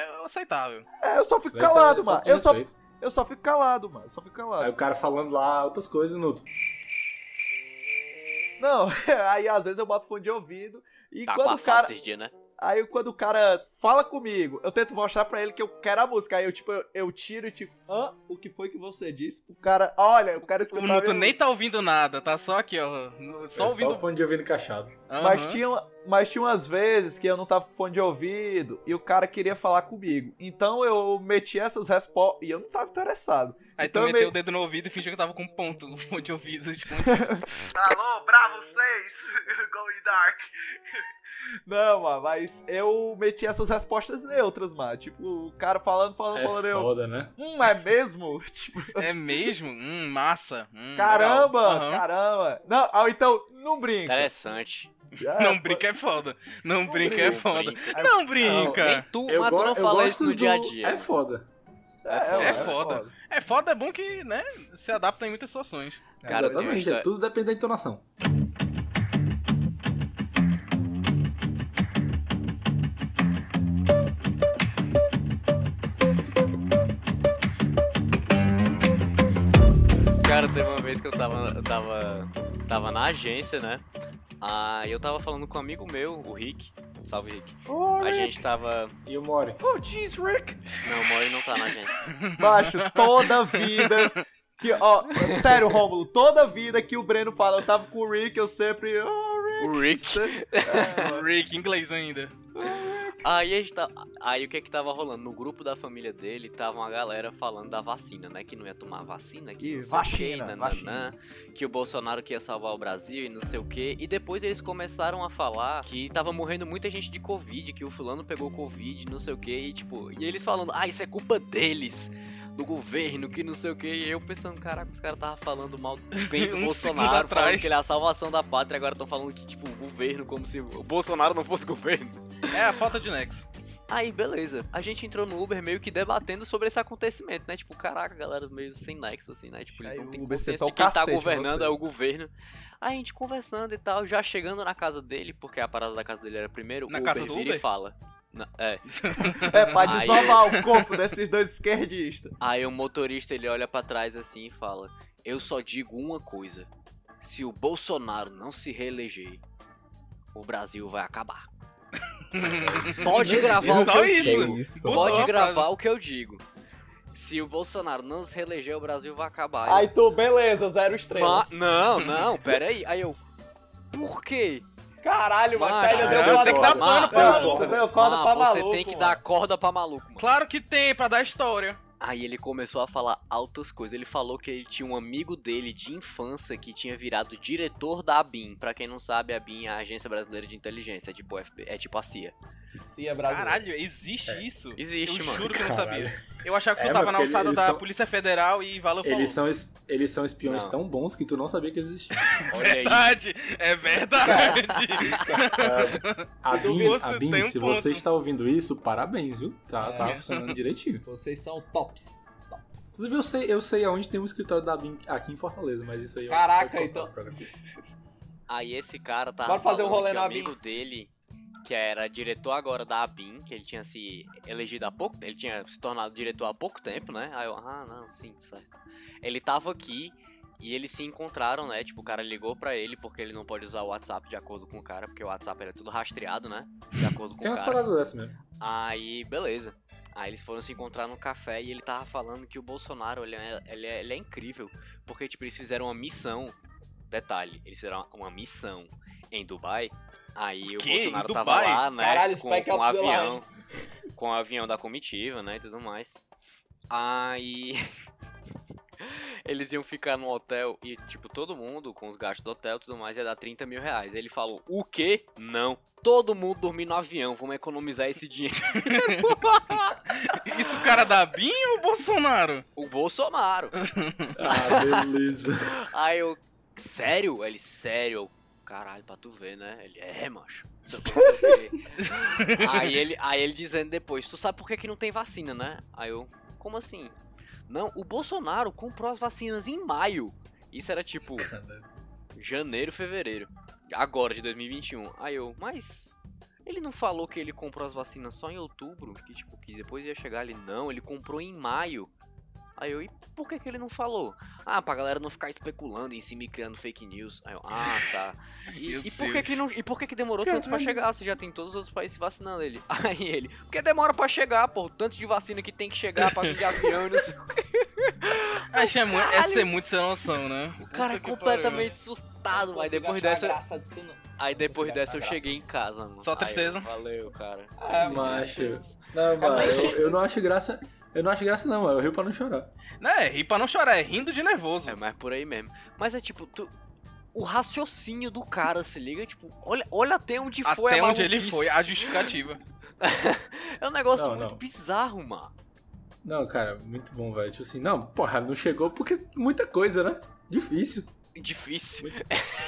Speaker 4: é aceitável.
Speaker 2: É, eu só fico
Speaker 5: Silêncio é
Speaker 2: calado,
Speaker 5: falta
Speaker 2: mano.
Speaker 5: de
Speaker 2: Eu só,
Speaker 5: respeito.
Speaker 2: eu só fico calado, mano. Eu só fico calado.
Speaker 5: Aí o cara falando lá outras coisas, Nuto.
Speaker 2: Não, aí às vezes eu boto fone de ouvido e
Speaker 6: Tá
Speaker 2: quando o
Speaker 6: abafado
Speaker 2: cara,
Speaker 6: esses dias, né?
Speaker 2: aí quando o cara fala comigo, eu tento mostrar pra ele que eu quero a música, aí eu tipo eu, eu tiro e tipo, hã? O que foi que você disse? O cara, olha, o cara
Speaker 4: O
Speaker 2: escutar
Speaker 4: Nuto
Speaker 2: minha
Speaker 4: nem tá ouvindo nada, tá só aqui, ó. no- Só
Speaker 5: é
Speaker 4: ouvindo.
Speaker 5: Só fone de ouvido encaixado.
Speaker 4: Aham.
Speaker 2: Mas, tinha, mas tinha umas vezes que eu não tava com fone de ouvido e o cara queria falar comigo. Então eu meti essas respostas. E eu não tava interessado.
Speaker 4: Aí tu
Speaker 2: então
Speaker 4: meteu
Speaker 2: meio-
Speaker 4: o dedo no ouvido e fingiu que tava com um ponto de ouvido. Tipo,
Speaker 1: Alô, Bravo 6, Going Dark.
Speaker 2: Não, mano, mas eu meti essas respostas neutras, mano. Tipo, o cara falando, falando,
Speaker 5: É
Speaker 2: falando. Eu,
Speaker 5: foda, né?
Speaker 2: hum, é mesmo? tipo,
Speaker 4: é mesmo? Hum, massa. Hum,
Speaker 2: caramba,
Speaker 4: legal. Aham.
Speaker 2: caramba. Não, ah, então, não brinca.
Speaker 6: Interessante.
Speaker 2: É,
Speaker 4: Não brinca é foda. Não brinca é
Speaker 6: Não
Speaker 4: foda.
Speaker 6: brinca.
Speaker 4: Não
Speaker 6: Nem
Speaker 4: brinca.
Speaker 6: tu,
Speaker 5: Eu,
Speaker 6: mas tu
Speaker 5: go-
Speaker 6: não
Speaker 5: eu
Speaker 6: fala
Speaker 5: gosto
Speaker 6: isso no
Speaker 5: do...
Speaker 6: dia a dia.
Speaker 5: É foda.
Speaker 2: mano,
Speaker 4: é foda. É foda, é bom que, né, se adapta em muitas situações.
Speaker 6: Cara, eu tenho uma
Speaker 5: Exatamente, é
Speaker 6: história-
Speaker 5: tudo depende da entonação.
Speaker 6: Cara, teve uma vez que eu tava, eu tava, tava na agência, né? Aí eu tava falando com um amigo meu, o Rick. Salve, Rick. A gente tava...
Speaker 5: E o Mori?
Speaker 6: Não, o Mori não tá na agência.
Speaker 2: Baixo, toda vida. Que, ó, sério, Rômulo, toda vida que o Breno fala, eu tava com o Rick, eu sempre. "Ah,
Speaker 6: O Rick.
Speaker 2: Rick,
Speaker 4: É Rick, inglês ainda.
Speaker 6: Aí a gente tá... Aí o que que tava rolando? No grupo da família dele, tava uma galera falando da vacina, né? Que não ia tomar vacina, que
Speaker 2: Ih,
Speaker 6: não sei o quê,
Speaker 2: vacina,
Speaker 6: nananã,
Speaker 2: vacina.
Speaker 6: que o Bolsonaro que ia salvar o Brasil e não sei o quê. E depois eles começaram a falar que tava morrendo muita gente de Covid, que o fulano pegou Covid, não sei o quê. E tipo, e eles falando, ah, isso é culpa deles. Do governo, que não sei o que, e eu pensando, caraca, os caras estavam falando mal bem do
Speaker 4: Um segundo
Speaker 6: Bolsonaro, falando
Speaker 4: atrás.
Speaker 6: que ele é a salvação da pátria, agora estão falando que, tipo, o governo, como se o Bolsonaro não fosse governo.
Speaker 4: É a falta de nexo.
Speaker 6: Aí, beleza. A gente entrou no Uber meio que debatendo sobre esse acontecimento, né? Tipo, caraca, galera, meio sem nexo, assim, né? Tipo, eles
Speaker 2: Aí
Speaker 6: não
Speaker 2: o
Speaker 6: têm
Speaker 2: Uber
Speaker 6: consciência
Speaker 2: senta o
Speaker 6: de quem tá
Speaker 2: cacete né? em
Speaker 6: governando,
Speaker 2: você.
Speaker 6: é o governo. Aí a gente conversando e tal, já chegando na casa dele, porque a parada da casa dele era primeiro,
Speaker 4: Na
Speaker 6: o
Speaker 4: casa
Speaker 6: Uber
Speaker 4: do
Speaker 6: vira e
Speaker 4: Uber?
Speaker 6: fala. Na- é.
Speaker 2: É, pra
Speaker 6: Aí-
Speaker 2: desovar o corpo desses dois esquerdistas.
Speaker 6: Aí o motorista, ele olha pra trás assim e fala, eu só digo uma coisa. Se o Bolsonaro não se reeleger, o Brasil vai acabar. Pode gravar o que
Speaker 4: Só
Speaker 6: eu digo.
Speaker 4: isso. Botou
Speaker 6: Tá Pode
Speaker 4: a
Speaker 6: gravar
Speaker 4: frase.
Speaker 6: o que eu digo. Se o Bolsonaro não se reeleger, o Brasil vai acabar.
Speaker 2: Aí
Speaker 6: Eu,
Speaker 2: tu, beleza, zero estrelas.
Speaker 6: "Ma- não, não, peraí. Aí eu. Por quê?
Speaker 2: Caralho, mas tá ainda
Speaker 6: Mano,
Speaker 2: deu
Speaker 4: eu
Speaker 2: uma
Speaker 4: tenho Ah, que dar
Speaker 2: corda.
Speaker 4: pano pra
Speaker 2: Deu-
Speaker 4: maluco.
Speaker 2: Deu corda
Speaker 6: Ma,
Speaker 2: pra
Speaker 6: "Ah, você
Speaker 2: maluco.
Speaker 6: tem que
Speaker 2: mano.
Speaker 6: dar corda pra maluco, mano.
Speaker 4: Claro que tem, pra dar história.
Speaker 6: Aí ele começou a falar altas coisas. Ele falou que ele tinha um amigo dele de infância que tinha virado diretor da ABIN. Pra quem não sabe, a ABIN é a Agência Brasileira de Inteligência. É tipo, FB, é tipo a CIA.
Speaker 2: Sim, é brasileiro.
Speaker 4: Caralho, existe isso?
Speaker 6: Existe,
Speaker 4: eu
Speaker 6: É. mano.
Speaker 4: juro que eu não
Speaker 5: Caralho.
Speaker 6: tá
Speaker 4: sabia. Eu achava que
Speaker 5: É,
Speaker 4: você tava
Speaker 5: mas
Speaker 4: na
Speaker 5: porque
Speaker 4: alçada
Speaker 5: eles
Speaker 4: da
Speaker 5: são-
Speaker 4: Polícia Federal e valeu falou.
Speaker 5: Eles são, es- eles são espiões
Speaker 6: Não.
Speaker 5: tão bons que tu não sabia que existiam.
Speaker 6: Olha aí.
Speaker 4: Verdade, é verdade.
Speaker 5: A
Speaker 4: Se tu
Speaker 5: Bin,
Speaker 4: fosse,
Speaker 5: a Bin,
Speaker 4: tem um
Speaker 5: É. se
Speaker 4: ponto.
Speaker 5: você está ouvindo isso, parabéns, viu? Tá, tá
Speaker 4: É.
Speaker 5: funcionando direitinho.
Speaker 2: Vocês são tops. tops.
Speaker 5: Inclusive, eu sei, eu sei aonde tem um escritório da Bin aqui em Fortaleza, mas isso aí eu
Speaker 2: Caraca,
Speaker 5: acho que pode
Speaker 2: então.
Speaker 5: cortar o programa.
Speaker 6: Aí esse cara tava
Speaker 2: Bora fazer um
Speaker 6: falando
Speaker 2: rolê
Speaker 6: que
Speaker 2: na
Speaker 6: o amigo dele, que era diretor agora da ABIN, que ele tinha se elegido há pouco, ele tinha se tornado diretor há pouco tempo, né? Aí eu, ah, não, sim, certo. Ele tava aqui e eles se encontraram, né? Tipo, o cara ligou pra ele porque ele não pode usar o WhatsApp de acordo com o cara, porque o WhatsApp era tudo rastreado, né? De acordo com
Speaker 5: Tem
Speaker 6: o
Speaker 5: umas
Speaker 6: cara.
Speaker 5: paradas dessas mesmo.
Speaker 6: Aí, beleza. Aí eles foram se encontrar no café e ele tava falando que o Bolsonaro, ele é, ele é- ele é incrível. Porque, tipo, eles fizeram uma missão. Detalhe, eles fizeram uma missão em Dubai. Aí o
Speaker 4: Que?
Speaker 6: Bolsonaro
Speaker 4: Em
Speaker 6: tava
Speaker 4: Dubai?
Speaker 6: lá, né?
Speaker 2: Caralho,
Speaker 6: com
Speaker 2: Spike é
Speaker 6: com o
Speaker 2: Ops The
Speaker 6: avião. Com o avião da comitiva, né? E tudo mais. Aí. Eles iam ficar no hotel e, tipo, todo mundo com os gastos do hotel e tudo mais ia dar 30 mil reais. Aí ele falou: O quê? Não. Todo mundo dormir no avião, vamos economizar esse dinheiro.
Speaker 4: Isso o cara da BIM ou o Bolsonaro?
Speaker 6: o Bolsonaro.
Speaker 5: Ah, beleza.
Speaker 6: Aí eu, sério? Ele, sério? Eu, Caralho, pra tu ver, né? Ele, é, macho. Só que eu não peguei. aí, ele, aí ele dizendo depois, tu sabe por que, que não tem vacina, né? Aí eu, como assim? Não, o Bolsonaro comprou as vacinas em maio. Isso era tipo janeiro, fevereiro. Agora, de 2021. Aí eu, mas. Ele não falou que ele comprou as vacinas só em outubro? Que tipo, que depois ia chegar ali. Não, ele comprou em maio. Aí eu, e por que, que ele não falou? Ah, pra galera não ficar especulando em cima e criando fake news. Aí eu, ah, tá. E,
Speaker 4: Meu
Speaker 6: e por que
Speaker 4: Deus.
Speaker 6: que não, e por que que demorou tanto pra chegar? Se já tem todos os outros países vacinando ele. Aí ele, porque demora pra chegar, pô. o Tanto de vacina que tem que chegar pra vir de avião e não sei o quê."
Speaker 4: Acho é, mu- é ser muito sem noção, né?
Speaker 6: O cara é
Speaker 4: Puta que
Speaker 6: completamente surtado. Aí depois dessa.
Speaker 3: Graça disso, não.
Speaker 6: Aí depois
Speaker 3: Não consigo
Speaker 6: dessa eu
Speaker 3: achar
Speaker 6: cheguei em casa, mano.
Speaker 4: Só
Speaker 6: Aí eu,
Speaker 4: tristeza.
Speaker 6: valeu, cara.
Speaker 2: Ah,
Speaker 5: É, macho. Não, mano, eu, eu não acho graça. Eu não acho graça, não, mano. Eu rio pra não chorar.
Speaker 4: pariu. Né, rir pra não chorar, é rindo de nervoso.
Speaker 6: É mais por aí mesmo. Mas é tipo, tu- o raciocínio do cara, se liga, tipo, olha, olha até onde foi
Speaker 4: Até
Speaker 6: a
Speaker 4: onde ele
Speaker 6: maluquice.
Speaker 4: foi, a justificativa.
Speaker 6: É um negócio
Speaker 5: Não,
Speaker 6: muito
Speaker 5: não.
Speaker 6: bizarro, mano.
Speaker 5: Não, cara, muito bom, velho. Tipo assim, não, porra, não chegou porque muita coisa, né? Difícil,
Speaker 6: Difícil.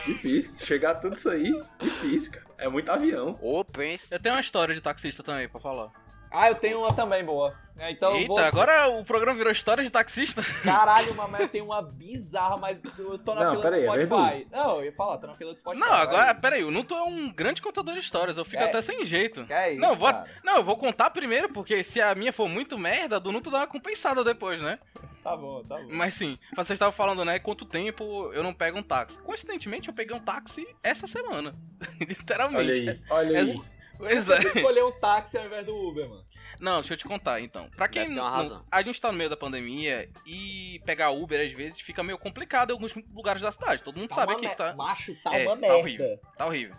Speaker 5: difícil. Chegar a tudo isso aí, difícil, cara. É muito avião.
Speaker 6: Ô, pensa.
Speaker 4: Eu tenho uma história de taxista também pra falar.
Speaker 2: Ah, eu tenho uma também boa. É, Então eu
Speaker 4: Eita,
Speaker 2: vou...
Speaker 4: agora o programa virou história de taxista.
Speaker 2: Caralho, mamãe, eu tenho uma bizarra, mas eu tô na
Speaker 5: Não,
Speaker 2: fila
Speaker 5: pera aí, é
Speaker 2: do Spotify.
Speaker 5: verdade.
Speaker 2: não, eu ia falar, tô na fila do Spotify.
Speaker 4: Não, agora,
Speaker 2: vai.
Speaker 4: peraí, eu não tô um grande contador de histórias, eu fico
Speaker 2: É.
Speaker 4: até sem jeito.
Speaker 2: Que é isso,
Speaker 4: Não, vou-
Speaker 2: cara.
Speaker 4: Não, eu vou contar primeiro, porque se a minha for muito merda, a do Nuto dá uma compensada depois, né?
Speaker 2: Tá bom, tá bom.
Speaker 4: Mas sim, vocês estavam falando, né? Quanto tempo eu não pego um táxi? Coincidentemente, eu peguei um táxi essa semana.
Speaker 5: Olha
Speaker 4: Literalmente.
Speaker 5: aí, olha aí.
Speaker 4: É- Pois é.
Speaker 2: Você escolheu um táxi ao invés do Uber, mano.
Speaker 4: Não, deixa eu te contar então. Pra quem.
Speaker 6: Deve ter uma
Speaker 4: não-
Speaker 6: razão.
Speaker 4: a gente tá no meio da pandemia e pegar Uber às vezes fica meio complicado em alguns lugares da cidade. Todo mundo
Speaker 2: Tá
Speaker 4: sabe
Speaker 2: uma
Speaker 4: aqui que
Speaker 2: me-
Speaker 4: tá,
Speaker 2: Macho, tá
Speaker 4: É,
Speaker 2: uma
Speaker 4: tá
Speaker 2: merda.
Speaker 4: horrível. tá horrível.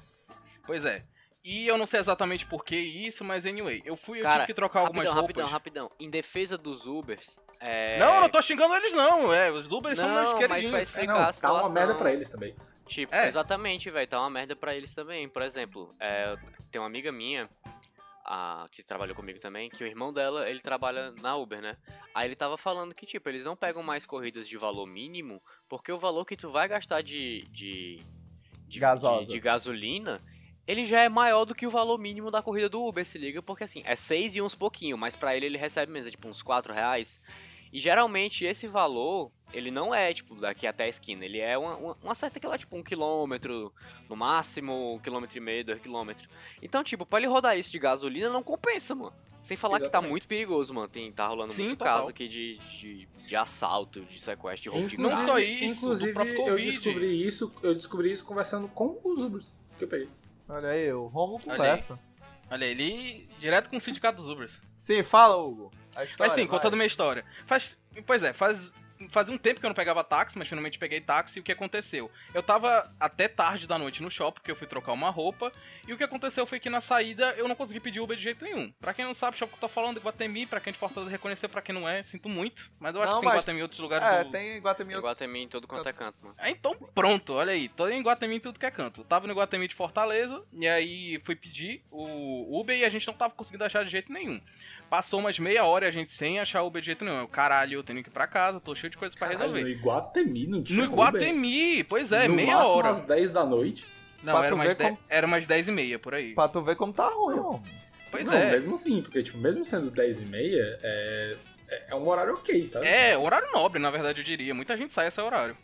Speaker 4: Pois é. E eu não sei exatamente por que isso, mas anyway, eu fui, eu
Speaker 6: Cara,
Speaker 4: tive que trocar algumas
Speaker 6: Rapidão, rapidão,
Speaker 4: roupas.
Speaker 6: rapidão. Em defesa dos Ubers, é...
Speaker 4: Não, eu não tô xingando eles, não. É, os Ubers são
Speaker 6: Não,
Speaker 4: meus
Speaker 6: mas
Speaker 4: queridinhos.
Speaker 6: faz-
Speaker 5: É,
Speaker 6: Explicar
Speaker 5: não,
Speaker 6: a
Speaker 5: tá uma
Speaker 6: situação.
Speaker 5: merda pra eles também.
Speaker 6: Tipo,
Speaker 4: É.
Speaker 6: exatamente, velho. Tá uma merda pra eles também. Por exemplo, é, tem uma amiga minha, a, que trabalhou comigo também, que o irmão dela, ele trabalha na Uber, né? Aí ele tava falando que, tipo, eles não pegam mais corridas de valor mínimo, porque o valor que tu vai gastar de. de. de,
Speaker 2: Gasosa.
Speaker 6: de- de gasolina. Ele já é maior do que o valor mínimo da corrida do Uber, se liga, porque assim, é 6 e uns pouquinho, mas pra ele ele recebe menos, é tipo uns 4 reais. E geralmente esse valor, ele não é, tipo, daqui até a esquina. Ele é uma, uma, uma certa que lá, tipo, um quilômetro, no máximo, um quilômetro e meio, dois quilômetros. Então, tipo, pra ele rodar isso de gasolina não compensa, mano. Sem falar que tá
Speaker 5: Exatamente.
Speaker 6: muito perigoso, mano. Tem, tá rolando
Speaker 4: Sim,
Speaker 6: muito
Speaker 4: total.
Speaker 6: caso aqui de, de, de assalto, de sequestro, de roubo de
Speaker 4: Não
Speaker 6: carro.
Speaker 4: só isso,
Speaker 5: inclusive,
Speaker 4: do próprio
Speaker 5: eu
Speaker 4: Covid.
Speaker 5: descobri isso, eu descobri isso conversando com os Ubers que eu peguei.
Speaker 2: Olha aí, o Romo
Speaker 4: aí.
Speaker 2: conversa.
Speaker 4: Olha, ele direto com o sindicato dos Ubers.
Speaker 2: Sim, fala, Hugo. A
Speaker 4: Mas
Speaker 2: história,
Speaker 4: sim,
Speaker 2: vai.
Speaker 4: contando minha história. Faz, pois é, faz, faz um tempo que eu não pegava táxi, mas finalmente peguei táxi. E o que aconteceu? Eu tava até tarde da noite no shopping, porque eu fui trocar uma roupa. E o que aconteceu foi que na saída eu não consegui pedir Uber de jeito nenhum. Pra quem não sabe, o shopping que eu tô falando é Guatemi. Pra quem é de Fortaleza reconheceu, pra quem não é, sinto muito. Mas eu acho
Speaker 2: Não,
Speaker 4: que tem
Speaker 2: mas-
Speaker 4: Guatemi em outros lugares
Speaker 2: É,
Speaker 4: do...
Speaker 2: tem Guatemi.
Speaker 6: Eu gosto também em todo quanto é canto, mano.
Speaker 4: Ah, Então pronto, olha aí. Tô em Guatemi em tudo que é canto. Eu Tava no Guatemi de Fortaleza, e aí fui pedir o Uber e a gente não tava conseguindo achar de jeito nenhum. Passou umas meia hora e a gente sem achar Uber de jeito nenhum. Eu, caralho, eu tenho que ir pra casa, tô cheio de coisa pra
Speaker 5: Caralho,
Speaker 4: resolver.
Speaker 5: No Iguatemi, não tinha
Speaker 4: No Guatemi, pois é,
Speaker 5: no
Speaker 4: meia
Speaker 5: máximo
Speaker 4: hora.
Speaker 5: às 10 da noite.
Speaker 4: Não,
Speaker 2: Pra
Speaker 4: era
Speaker 2: tu
Speaker 4: umas,
Speaker 2: ver
Speaker 4: dez,
Speaker 2: como-
Speaker 4: era umas 10 e meia por aí.
Speaker 2: Pra tu ver como tá ruim, mano.
Speaker 4: Pois
Speaker 5: não,
Speaker 4: é.
Speaker 5: mesmo assim, porque, tipo, mesmo sendo 10 e meia, é, é- é um horário ok, sabe?
Speaker 4: É, horário nobre, na verdade, eu diria. Muita gente sai a esse horário.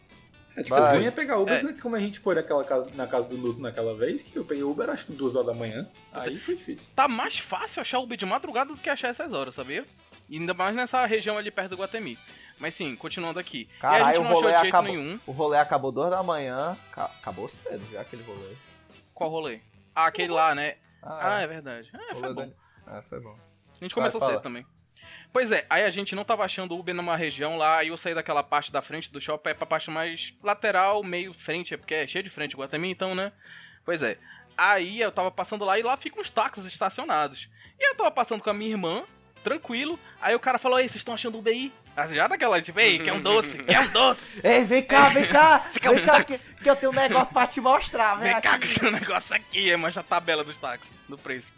Speaker 5: É, tipo,
Speaker 2: Vai.
Speaker 5: eu ia pegar Uber, né, como a gente foi naquela casa, na casa do Nuto naquela vez, que eu peguei Uber acho que 2 horas da manhã. Aí foi difícil.
Speaker 4: Tá mais fácil achar Uber de madrugada do que achar essas horas, sabia? E ainda mais nessa região ali perto do Guatemi. Mas sim, continuando aqui. e a
Speaker 2: Caralho,
Speaker 4: gente
Speaker 2: o
Speaker 4: não achou
Speaker 2: rolê
Speaker 4: de jeito
Speaker 2: acabou.
Speaker 4: nenhum.
Speaker 2: O rolê acabou duas da manhã. Ca- acabou cedo já aquele rolê.
Speaker 4: Qual rolê? Ah, aquele lá, né? Ah, é verdade. Ah,
Speaker 2: rolê
Speaker 4: foi bom.
Speaker 2: da- Ah, foi bom.
Speaker 4: A gente começou
Speaker 2: fala.
Speaker 4: cedo também. Pois é, aí a gente não tava achando Uber numa região lá, aí eu saí daquela parte da frente do shopping aí pra parte mais lateral, meio frente, é porque é cheio de frente Guatemi, então, né? Pois é. Aí eu tava passando lá e lá ficam os táxis estacionados. E eu tava passando com a minha irmã, tranquilo, aí o cara falou, ei, vocês estão achando Uber aí? Aí Já daquela, tipo, ei, quer um doce, quer um doce,
Speaker 2: Ei, vem cá, vem cá! vem cá que, que eu tenho um negócio pra te mostrar,
Speaker 4: vem cá
Speaker 2: aqui.
Speaker 4: que tem um negócio aqui, aí mostra a tabela dos táxis, do preço.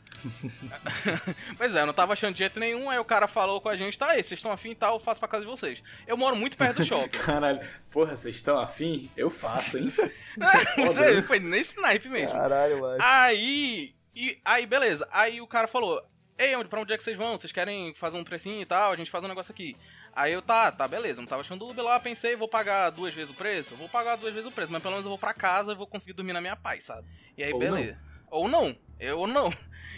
Speaker 4: Pois é, eu não tava achando de jeito nenhum, aí o cara falou com a gente, tá aí, vocês estão afim e tal, eu faço pra casa de vocês. Eu moro muito perto do shopping.
Speaker 5: Caralho, porra, vocês estão afim? Eu faço, hein?
Speaker 4: Não, Foi nesse naipe mesmo.
Speaker 2: Caralho, mano.
Speaker 4: Aí E aí, beleza. Aí o cara falou: Ei, onde, pra onde é que vocês vão? Vocês querem fazer um precinho e tal? A gente faz um negócio aqui. Aí eu, tá, tá, beleza. Não tava achando o Uber lá, pensei, vou pagar duas vezes o preço? Vou pagar duas vezes o preço, mas pelo menos eu vou pra casa e vou conseguir dormir na minha paz, sabe? E aí,
Speaker 5: Ou
Speaker 4: beleza. Ou não. Eu ou não.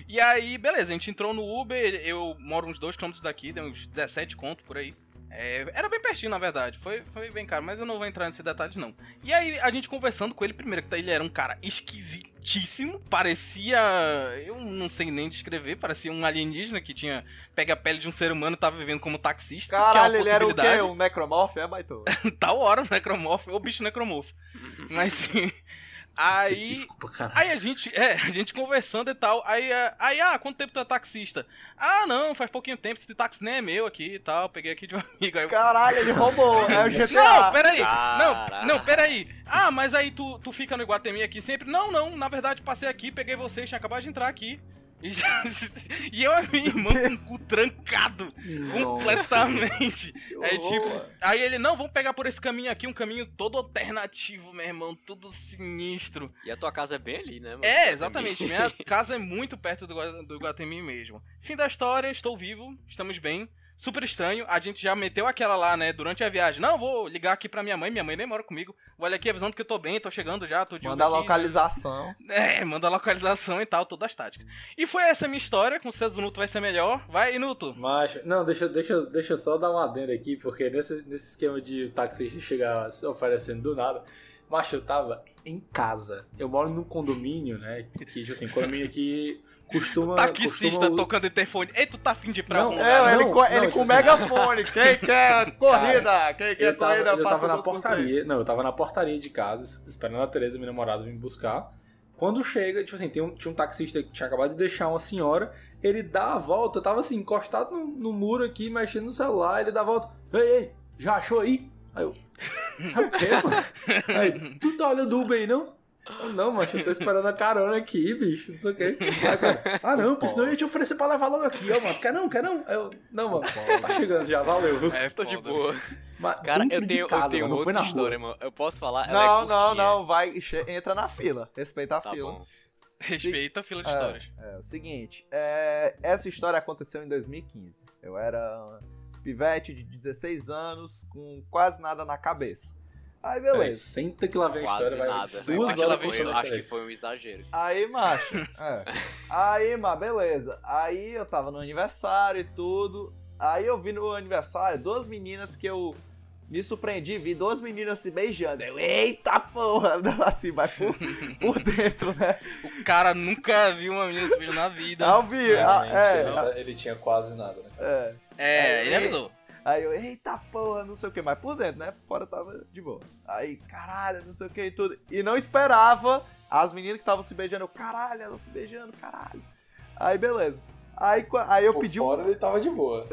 Speaker 4: E aí, beleza, a gente entrou no Uber, eu moro uns 2km daqui, deu uns 17 conto por aí. É, era bem pertinho, na verdade. Foi, foi bem caro, mas eu não vou entrar nesses detalhes, não. E aí, a gente conversando com ele primeiro, que ele era um cara esquisitíssimo, parecia. Eu não sei nem descrever, parecia um alienígena que tinha. pega a pele de um ser humano e tava vivendo como taxista,
Speaker 2: Caralho,
Speaker 4: que é
Speaker 2: ele
Speaker 4: uma
Speaker 2: era o quê?
Speaker 4: possibilidade.
Speaker 2: Um necromorfo? É, Baitu?
Speaker 4: Tal hora, um necromorfo, ou bicho necromorfo. mas sim. Aí.
Speaker 5: Uhum. Específico pra caralho.
Speaker 4: Aí a gente, é, a gente conversando e tal. Aí, é, aí, ah, quanto tempo tu é taxista? Ah, não, faz pouquinho tempo, esse táxi nem é meu aqui e tal. Peguei aqui de um amigo. Aí eu,
Speaker 2: Caralho, ele roubou. É o
Speaker 4: não,
Speaker 2: GTA.
Speaker 4: peraí.
Speaker 6: Caraca.
Speaker 4: Não, não, peraí. Ah, mas aí tu, tu fica no Iguatemi aqui sempre? Não, não. Na verdade, passei aqui, peguei vocês, tinha acabado de entrar aqui. E, já- e eu e a minha irmã com o cu trancado completamente. Aí, tipo, aí ele, não, vamos pegar por esse caminho aqui, um caminho todo alternativo, meu irmão, tudo sinistro.
Speaker 6: E a tua casa é bem ali, né? mano?
Speaker 4: É, exatamente. Minha casa é muito perto do, Gua- do Guatemi mesmo. Fim da história, estou vivo, estamos bem. Super estranho, a gente já meteu aquela lá, né, durante a viagem. Não, vou ligar aqui pra minha mãe, minha mãe nem mora comigo. Olha aqui avisando que eu tô bem, tô chegando já, tô de
Speaker 2: Manda a
Speaker 4: Uber aqui.
Speaker 2: localização.
Speaker 4: É, manda a localização e tal, todas as táticas. E foi essa minha história, com certeza o Nuto vai ser melhor. Vai, Nuto.
Speaker 5: Mas, não, deixa, deixa, deixa eu só dar uma adenda aqui, porque nesse, nesse esquema de o taxista chegar se oferecendo do nada, macho, eu tava em casa. Eu moro num condomínio, né? Que, tipo assim, condomínio que costuma.
Speaker 4: Taxista
Speaker 5: costuma...
Speaker 4: tocando interfone. Ei, tu tá afim de ir pra
Speaker 5: Não,
Speaker 4: algum lugar?
Speaker 5: Não,
Speaker 2: É, ele, co-
Speaker 5: não,
Speaker 2: ele
Speaker 5: tipo
Speaker 2: com
Speaker 5: assim-
Speaker 2: megafone. Quem quer corrida? Quem é quer
Speaker 5: Eu tava,
Speaker 2: corrida?
Speaker 5: eu
Speaker 2: passa
Speaker 5: tava na
Speaker 2: do custo.
Speaker 5: portaria. Não, eu tava na portaria de casa, es- esperando a Tereza, minha namorada, vir me buscar. Quando chega, tipo assim, tem um- tinha um taxista que tinha acabado de deixar uma senhora, ele dá a volta, eu tava assim, encostado no, no muro aqui, mexendo no celular, ele dá a volta. Ei, ei, já achou aí? Aí eu. "É o quê, mano? Aí, tu tá olhando o Uber aí, não? Eu, Não, macho, eu tô esperando a carona aqui, bicho, não sei o quê. Aí, o cara, ah, não, porque senão eu ia te oferecer pra levar logo aqui, ó, mano. Quer não, quer não? Aí eu, não, mano, tá chegando já, valeu, viu?
Speaker 4: É,
Speaker 6: Tô de
Speaker 4: foda.
Speaker 6: boa.
Speaker 5: Mas
Speaker 6: Cara,
Speaker 5: dentro
Speaker 6: eu
Speaker 5: de
Speaker 6: tenho,
Speaker 5: casa,
Speaker 6: eu tenho
Speaker 5: mano, não foi
Speaker 6: outra
Speaker 5: na rua.
Speaker 6: história, mano. Eu posso falar? Ela
Speaker 2: Não,
Speaker 6: é
Speaker 2: não,
Speaker 6: curtinha.
Speaker 2: não. Vai, che- entra na fila. Respeita a
Speaker 6: Tá
Speaker 2: fila.
Speaker 6: bom.
Speaker 4: Respeita a fila de
Speaker 2: É.
Speaker 4: histórias.
Speaker 2: É o seguinte, é, essa história aconteceu em 2015. Eu era pivete de 16 anos, com quase nada na cabeça. Aí,
Speaker 5: Peraí,
Speaker 2: beleza.
Speaker 5: senta que lá vem a história,
Speaker 6: Quase
Speaker 5: vai
Speaker 6: nada.
Speaker 5: duas
Speaker 4: Aqui lá
Speaker 5: horas
Speaker 4: vem a
Speaker 5: contando
Speaker 4: história.
Speaker 6: eu
Speaker 5: a
Speaker 6: acho que
Speaker 5: história. Ah,
Speaker 6: foi um exagero.
Speaker 2: Aí, macho. é. Aí, mas beleza. Aí eu tava no aniversário e tudo. Aí eu vi no aniversário duas meninas que eu me surpreendi, vi duas meninas se beijando. Eu, eita porra! Assim, mas por, por dentro, né?
Speaker 4: O cara nunca viu uma menina se beijar na vida.
Speaker 2: Eu vi. ah,
Speaker 5: Realmente,
Speaker 2: é,
Speaker 5: ele- tá, ele tinha quase nada, né?
Speaker 2: é.
Speaker 4: É, ele
Speaker 2: É.
Speaker 4: avisou.
Speaker 2: Aí eu, eita porra, não sei o que, mas por dentro, né? Por Fora eu tava de boa. Aí, caralho, não sei o que e tudo. E não esperava as meninas que estavam se beijando, eu, caralho, elas se beijando, caralho. Aí, beleza. Aí, qua- aí eu
Speaker 5: Por
Speaker 2: pedi um,
Speaker 5: fora ele tava de boa.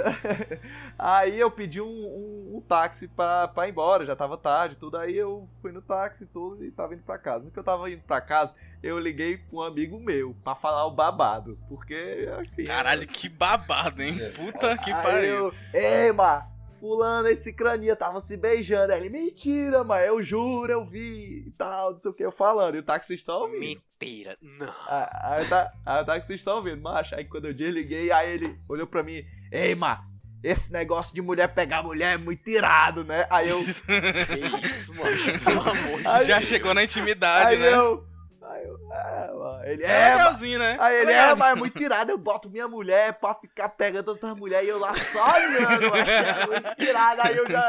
Speaker 2: aí eu pedi um, um- um táxi pra, pra ir embora, já tava tarde, e tudo. Aí eu fui no táxi e tudo e tava indo pra casa. No que eu tava indo pra casa, eu liguei com um amigo meu pra falar o babado. Porque, enfim.
Speaker 4: Caralho, que babado, hein?
Speaker 5: É.
Speaker 4: Puta que
Speaker 2: Aí
Speaker 4: pariu.
Speaker 2: eu, Ei, ma, fulano, esse craninha tava se beijando. Aí ele, mentira, ma, eu juro, eu vi e tal, não sei o que, eu falando. E o taxista tá ouvindo.
Speaker 6: Mentira. Não.
Speaker 2: Aí, aí, o ta- aí o taxista tá ouvindo, macho. Aí quando eu desliguei, aí ele olhou pra mim, ei, ma, esse negócio de mulher pegar mulher é muito irado, né? Aí eu.
Speaker 6: Que isso, mano. Pelo amor
Speaker 5: Ah,
Speaker 6: de
Speaker 2: Aí-
Speaker 4: Já
Speaker 6: Deus.
Speaker 4: chegou na intimidade,
Speaker 2: aí
Speaker 4: né?
Speaker 2: eu. Aí eu. É, ma. Ele
Speaker 4: É
Speaker 2: é, ma.
Speaker 4: legalzinho, né?
Speaker 2: Aí ele é,
Speaker 4: legalzinho.
Speaker 2: mas é muito irado, eu boto minha mulher pra ficar pegando outras mulheres e eu lá só olhando, macho. É muito irado, aí eu já.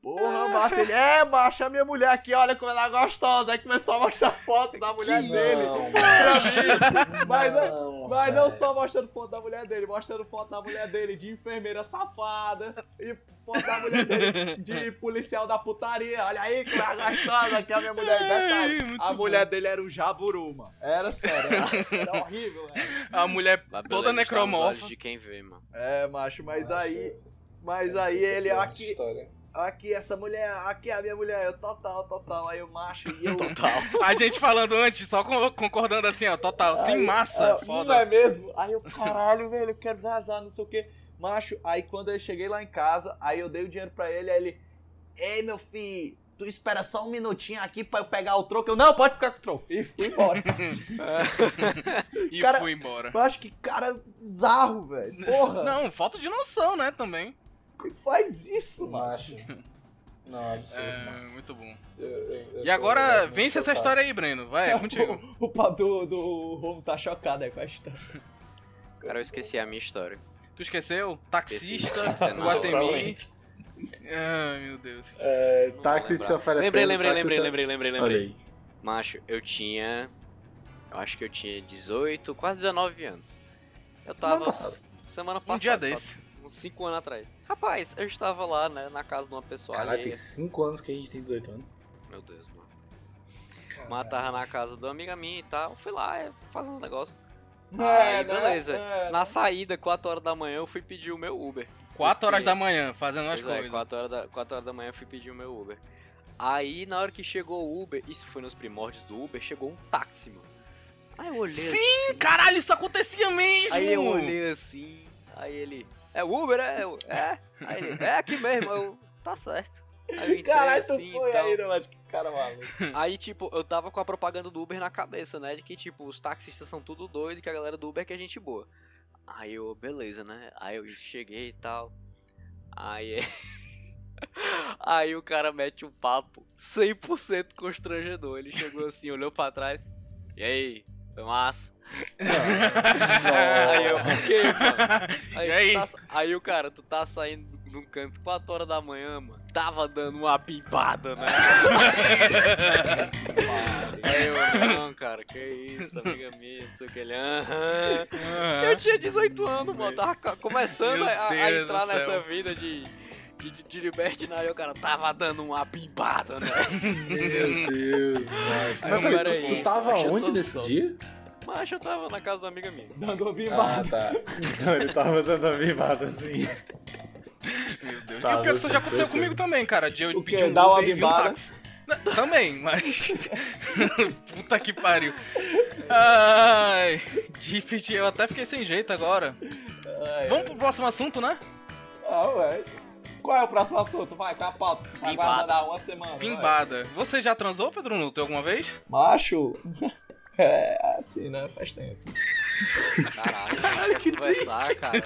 Speaker 2: Porra, macho, ele é, macho, a minha mulher aqui, olha como ela é gostosa. Aí começou a mostrar foto da mulher dele. pra mim. Mas,
Speaker 5: é, não,
Speaker 2: mas não
Speaker 5: velho.
Speaker 2: só mostrando foto da mulher dele, mostrando foto da mulher dele de enfermeira safada e foto da mulher dele de policial da putaria. Olha aí que ela é gostosa, que a minha mulher.
Speaker 4: Ai,
Speaker 2: Detalhe,
Speaker 4: muito
Speaker 2: a mulher dele era um jaburuma. Era sério, era, era horrível, velho.
Speaker 4: A mulher
Speaker 6: Mas
Speaker 4: toda
Speaker 6: beleza, está nos olhos
Speaker 4: necromorfa.
Speaker 6: de quem vê, mano.
Speaker 2: É, macho, mas
Speaker 5: Macho,
Speaker 2: aí. Mas
Speaker 5: eu não
Speaker 2: aí
Speaker 5: sei
Speaker 2: ele,
Speaker 5: qual é a
Speaker 2: aqui,
Speaker 5: história.
Speaker 2: aqui, essa mulher, aqui é a minha mulher, eu, total, total. Aí o macho e eu.
Speaker 6: Total.
Speaker 4: A gente falando antes, só con- concordando assim, ó, total, sem massa,
Speaker 2: Ah, Não é
Speaker 4: foda.
Speaker 2: mesmo? Aí eu, caralho, velho, eu quero vazar, não sei o que. Macho, aí quando eu cheguei lá em casa, aí eu dei o dinheiro pra ele, aí ele. Ei, meu filho, tu espera só um minutinho aqui pra eu pegar o troco. Eu, não, pode ficar com o troco. E fui embora.
Speaker 4: E
Speaker 2: Cara-
Speaker 4: fui embora.
Speaker 2: eu acho que cara bizarro, velho. Porra,
Speaker 4: Não, falta de noção, né, também.
Speaker 2: quem faz isso, mano?
Speaker 5: Macho. Não, é absurdo,
Speaker 4: É,
Speaker 5: mano.
Speaker 4: muito bom.
Speaker 5: Eu- eu- eu
Speaker 4: E
Speaker 5: tô-
Speaker 4: agora,
Speaker 5: eu tô
Speaker 4: vence essa
Speaker 2: tá.
Speaker 5: chocado.
Speaker 4: história aí, Breno. Vai, é contigo.
Speaker 2: O, o pau do, do Romo tá chocado aí com a história.
Speaker 6: Cara, eu esqueci a minha história.
Speaker 4: Tu esqueceu? Taxista,
Speaker 6: Esqueci.
Speaker 4: Guatemi. Ai, meu Deus. Um
Speaker 5: É, táxi
Speaker 6: lembrar.
Speaker 5: se oferecendo.
Speaker 6: Lembrei, lembrei,
Speaker 5: táxi
Speaker 6: lembrei,
Speaker 5: se-
Speaker 6: lembrei, lembrei,
Speaker 5: Olha
Speaker 6: lembrei.
Speaker 5: aí.
Speaker 6: Macho, eu tinha. Eu acho que eu tinha 18, quase 19 anos. Eu
Speaker 5: Semana
Speaker 6: tava.
Speaker 5: passada.
Speaker 6: Semana passada.
Speaker 4: Um dia
Speaker 6: sabe?
Speaker 4: desse.
Speaker 6: Uns 5 anos atrás. Rapaz, eu estava lá, né, na casa de uma pessoa
Speaker 5: Caralho, tem
Speaker 6: alheia.
Speaker 5: 5 anos que a gente tem 18 anos.
Speaker 6: Meu Deus, mano. Mas tava na casa de uma amiga minha e tal. Fui lá, é, fazer uns negócios. Ai, beleza.
Speaker 2: É,
Speaker 6: Na saída, 4 horas da manhã, eu fui pedir o meu Uber.
Speaker 4: 4 horas
Speaker 6: Porque-
Speaker 4: da manhã, fazendo umas
Speaker 6: Pois
Speaker 2: né?
Speaker 6: é,
Speaker 4: coisas.
Speaker 6: 4 horas, da, 4 horas da manhã eu fui pedir o meu Uber. Aí, na hora que chegou o Uber, isso foi nos primórdios do Uber, chegou um táxi, mano. Aí eu olhei. assim,
Speaker 4: Sim, caralho, isso acontecia mesmo!
Speaker 6: Aí eu olhei assim, aí ele. É o Uber, é? Eu, é? Aí ele, é aqui mesmo, eu. Tá certo. Aí eu entrei
Speaker 2: Caralho, tu
Speaker 6: assim
Speaker 2: foi
Speaker 6: e tal.
Speaker 2: aí, né, mano? Que cara maluco.
Speaker 6: Aí, tipo, eu tava com a propaganda do Uber na cabeça, né? De que, tipo, os taxistas são tudo doido, que a galera do Uber é que é gente boa. Aí eu, beleza, né? Aí eu cheguei e tal. Aí. é Aí o cara mete um papo 100% constrangedor. Ele chegou assim, olhou pra trás. E aí, foi massa? aí eu, ok, mano. Aí,
Speaker 4: E
Speaker 6: tu
Speaker 4: aí?
Speaker 6: tá sa- aí o cara, tu tá saindo de um canto 4 horas da manhã, mano. Tava dando uma pimpada, né? Aí eu, não, cara, que isso, amiga minha, não sei o que ele. Aham. Eu tinha 18 anos, mano, tava ca- começando
Speaker 4: Meu
Speaker 6: a, a
Speaker 4: Deus
Speaker 6: entrar
Speaker 4: do
Speaker 6: nessa
Speaker 4: céu.
Speaker 6: vida de. De, de libertinagem, o cara tava dando uma pimbada, né?
Speaker 5: Meu Deus, é mano.
Speaker 6: Aí eu,
Speaker 5: Mas
Speaker 6: pera
Speaker 5: peraí, tu,
Speaker 6: aí,
Speaker 5: tu tava
Speaker 6: acho que eu
Speaker 5: onde
Speaker 6: tô
Speaker 5: nesse
Speaker 6: solto.
Speaker 5: dia?
Speaker 6: Mas eu tava na casa de uma amiga minha.
Speaker 2: Dando
Speaker 5: Ah,
Speaker 2: bimbada.
Speaker 5: tá. Então ele tava dando avivado assim.
Speaker 4: Meu Deus.
Speaker 5: Tá,
Speaker 4: e o pior é que isso
Speaker 5: você
Speaker 4: já aconteceu
Speaker 5: foi-
Speaker 4: comigo também, cara. De eu
Speaker 2: O quê?
Speaker 4: pedir um
Speaker 2: Dar uma
Speaker 4: Uber e vir um
Speaker 2: bimbada?
Speaker 4: táxi. Não, Também, mas. Puta que pariu. Ai. De pedir, eu até fiquei sem jeito agora.
Speaker 2: Ai,
Speaker 4: Vamos pro próximo assunto, né?
Speaker 2: Ah, ué. Qual é o próximo assunto? Vai, com a pauta. Vai
Speaker 6: Bimbada.
Speaker 2: guardar uma semana. vai.
Speaker 4: Bimbada. Você já transou, Pedro Nuto, alguma vez?
Speaker 2: Macho. É, assim, né? Faz tempo.
Speaker 6: Caralho, eu não quero conversar, cara.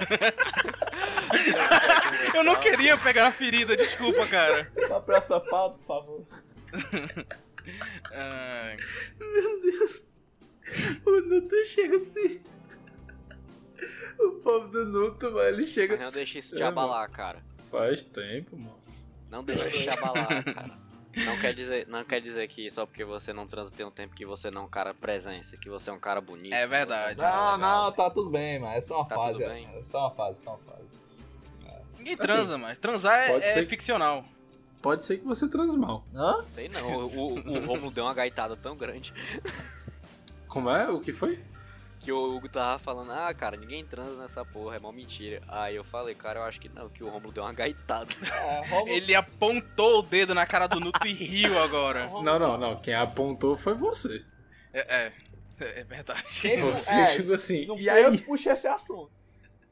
Speaker 4: Eu não queria pegar a ferida, desculpa, cara.
Speaker 2: Só pra essa pauta, por favor.
Speaker 4: Ai.
Speaker 5: O Nuto chega assim. O povo do Nuto, mano, ele
Speaker 6: Mas
Speaker 5: chega.
Speaker 6: Não deixa isso te
Speaker 5: É, mano.
Speaker 6: abalar, cara.
Speaker 5: Faz tempo, mano.
Speaker 6: Não deixa isso te abalar, cara. Não quer, dizer, não quer dizer que só porque você não transa tem um tempo que você não é um cara presença, que você é um cara bonito.
Speaker 4: É
Speaker 6: que você um
Speaker 4: verdade.
Speaker 6: cara
Speaker 2: Não,
Speaker 6: legal.
Speaker 2: não, tá tudo bem, mas é só uma
Speaker 6: Tá
Speaker 2: fase.
Speaker 6: tudo bem.
Speaker 2: É só uma fase, só uma fase.
Speaker 4: Ninguém
Speaker 2: Assim,
Speaker 4: transa, mas transar é-
Speaker 5: pode
Speaker 4: é,
Speaker 5: ser-
Speaker 4: ficcional.
Speaker 5: Pode ser que você transe mal.
Speaker 2: Hã?
Speaker 6: Sei não, o, o- o Romulo deu uma gaitada tão grande
Speaker 5: Como é? O que foi?
Speaker 6: que o Hugo tava falando, ah, cara, ninguém transa nessa porra, é mó mentira. Aí eu falei, cara, eu acho que não, que o Romulo deu uma gaitada.
Speaker 2: É, Romulo-
Speaker 4: Ele apontou o dedo na cara do Nuto e riu agora.
Speaker 5: Não, não, não. Quem apontou foi você.
Speaker 4: É, é, é verdade.
Speaker 2: Quem-
Speaker 5: Você
Speaker 2: É,
Speaker 5: chegou assim.
Speaker 2: Não
Speaker 5: E
Speaker 2: foi
Speaker 5: aí?
Speaker 2: eu que puxei esse assunto.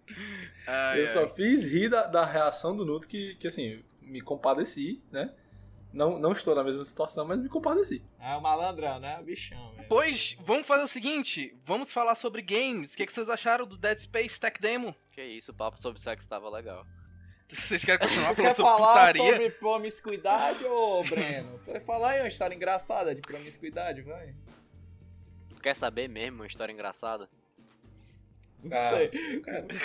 Speaker 4: Ai,
Speaker 5: Eu
Speaker 4: ai.
Speaker 5: só fiz rir da, da reação do Nuto, que, que assim, me compadeci, né? Não, não estou na mesma situação, mas me compadeci.
Speaker 2: É o malandrão, né? O bichão, velho.
Speaker 4: Pois, vamos fazer o seguinte, vamos falar sobre games. O que, que vocês acharam do Dead Space Tech Demo?
Speaker 6: Que isso, o papo sobre sexo tava legal.
Speaker 4: Vocês querem continuar
Speaker 2: Quer
Speaker 4: falando sobre
Speaker 2: falar
Speaker 4: putaria?
Speaker 2: sobre promiscuidade, ô Breno? Quer falar aí uma história engraçada de promiscuidade, vai?
Speaker 6: Tu quer saber mesmo uma história engraçada?
Speaker 2: Não
Speaker 5: Ah,
Speaker 2: sei.
Speaker 5: cara.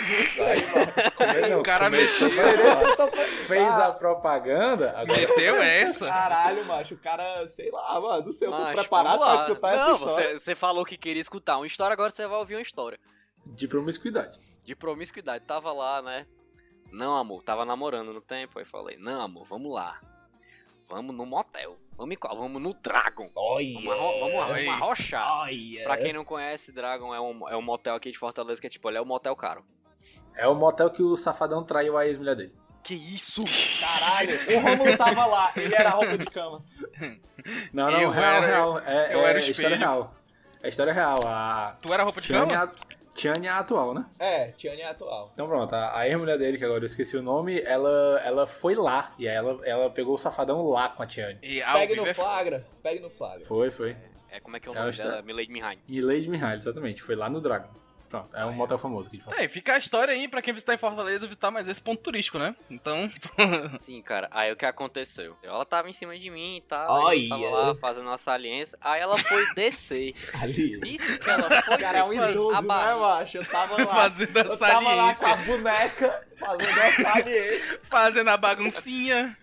Speaker 4: O cara
Speaker 5: é
Speaker 4: mexeu.
Speaker 5: começou a falar.
Speaker 2: Eu tô pensando-
Speaker 5: Fez a propaganda, agora
Speaker 4: Meteu
Speaker 6: tá.
Speaker 4: essa?
Speaker 2: Caralho, macho, o cara, sei lá, mano, não sei, eu tô
Speaker 6: Mas,
Speaker 2: preparado
Speaker 6: vamos
Speaker 2: pra
Speaker 6: lá.
Speaker 2: escutar essa
Speaker 6: Não,
Speaker 2: história.
Speaker 6: você, você falou que queria escutar uma história, agora você vai ouvir uma história.
Speaker 5: de promiscuidade.
Speaker 6: De promiscuidade, tava lá, né? Não, amor, tava namorando no tempo, aí falei, não, amor, vamos lá. Vamos no motel. Vamos, em qual? vamos no Dragon. Vamos, arro vamos, arro- vamos
Speaker 4: Oi.
Speaker 6: arrochar. Pra quem não conhece, Dragon é um, é um motel aqui de Fortaleza que é tipo, ele é um motel caro.
Speaker 5: É o motel que o safadão traiu a ex-mulher dele.
Speaker 6: Que isso?
Speaker 2: Caralho, o Romulo tava lá, ele era roupa de cama.
Speaker 5: Não, não,
Speaker 4: Eu
Speaker 5: real,
Speaker 4: era-
Speaker 5: real. É,
Speaker 4: eu
Speaker 5: é
Speaker 4: era o
Speaker 5: história
Speaker 4: espelho.
Speaker 5: real. É história real. A
Speaker 4: Tu era roupa de
Speaker 5: Tiane,
Speaker 4: cama?
Speaker 5: a, Tiane é a atual, né?
Speaker 2: É, Tiane é atual.
Speaker 5: Então pronto, a, a ex-mulher dele, que agora eu esqueci o nome, ela, ela foi lá. E aí ela, ela pegou o safadão lá com a Tiane.
Speaker 4: E ao
Speaker 2: Pegue
Speaker 4: vivo
Speaker 2: no
Speaker 4: é foda.
Speaker 2: flagra, pegue no flagra.
Speaker 5: Foi, foi.
Speaker 6: É, como é que é o
Speaker 5: É,
Speaker 6: nome
Speaker 5: está-
Speaker 6: dela? Milady Mihai.
Speaker 5: E Lady Mihaly, exatamente. Foi lá no Dragon. Pronto, é um motel famoso que a gente fala.
Speaker 4: Tá, e fica a história aí pra quem visitar em Fortaleza, visitar mais esse ponto turístico, né? Então,
Speaker 6: Sim, cara. Aí o que aconteceu? Ela tava em cima de mim e tal. a gente
Speaker 2: Olha.
Speaker 6: tava lá fazendo nossa aliança. Aí ela foi descer.
Speaker 2: Ali.
Speaker 6: Isso que ela foi
Speaker 2: Cara, é um
Speaker 6: descer
Speaker 2: idoso,
Speaker 6: a
Speaker 2: né,
Speaker 6: barriga.
Speaker 2: macho? Eu tava lá.
Speaker 4: Fazendo
Speaker 2: eu
Speaker 4: essa
Speaker 2: tava lá com
Speaker 4: aliência.
Speaker 2: a boneca, fazendo essa aliência.
Speaker 4: fazendo a baguncinha.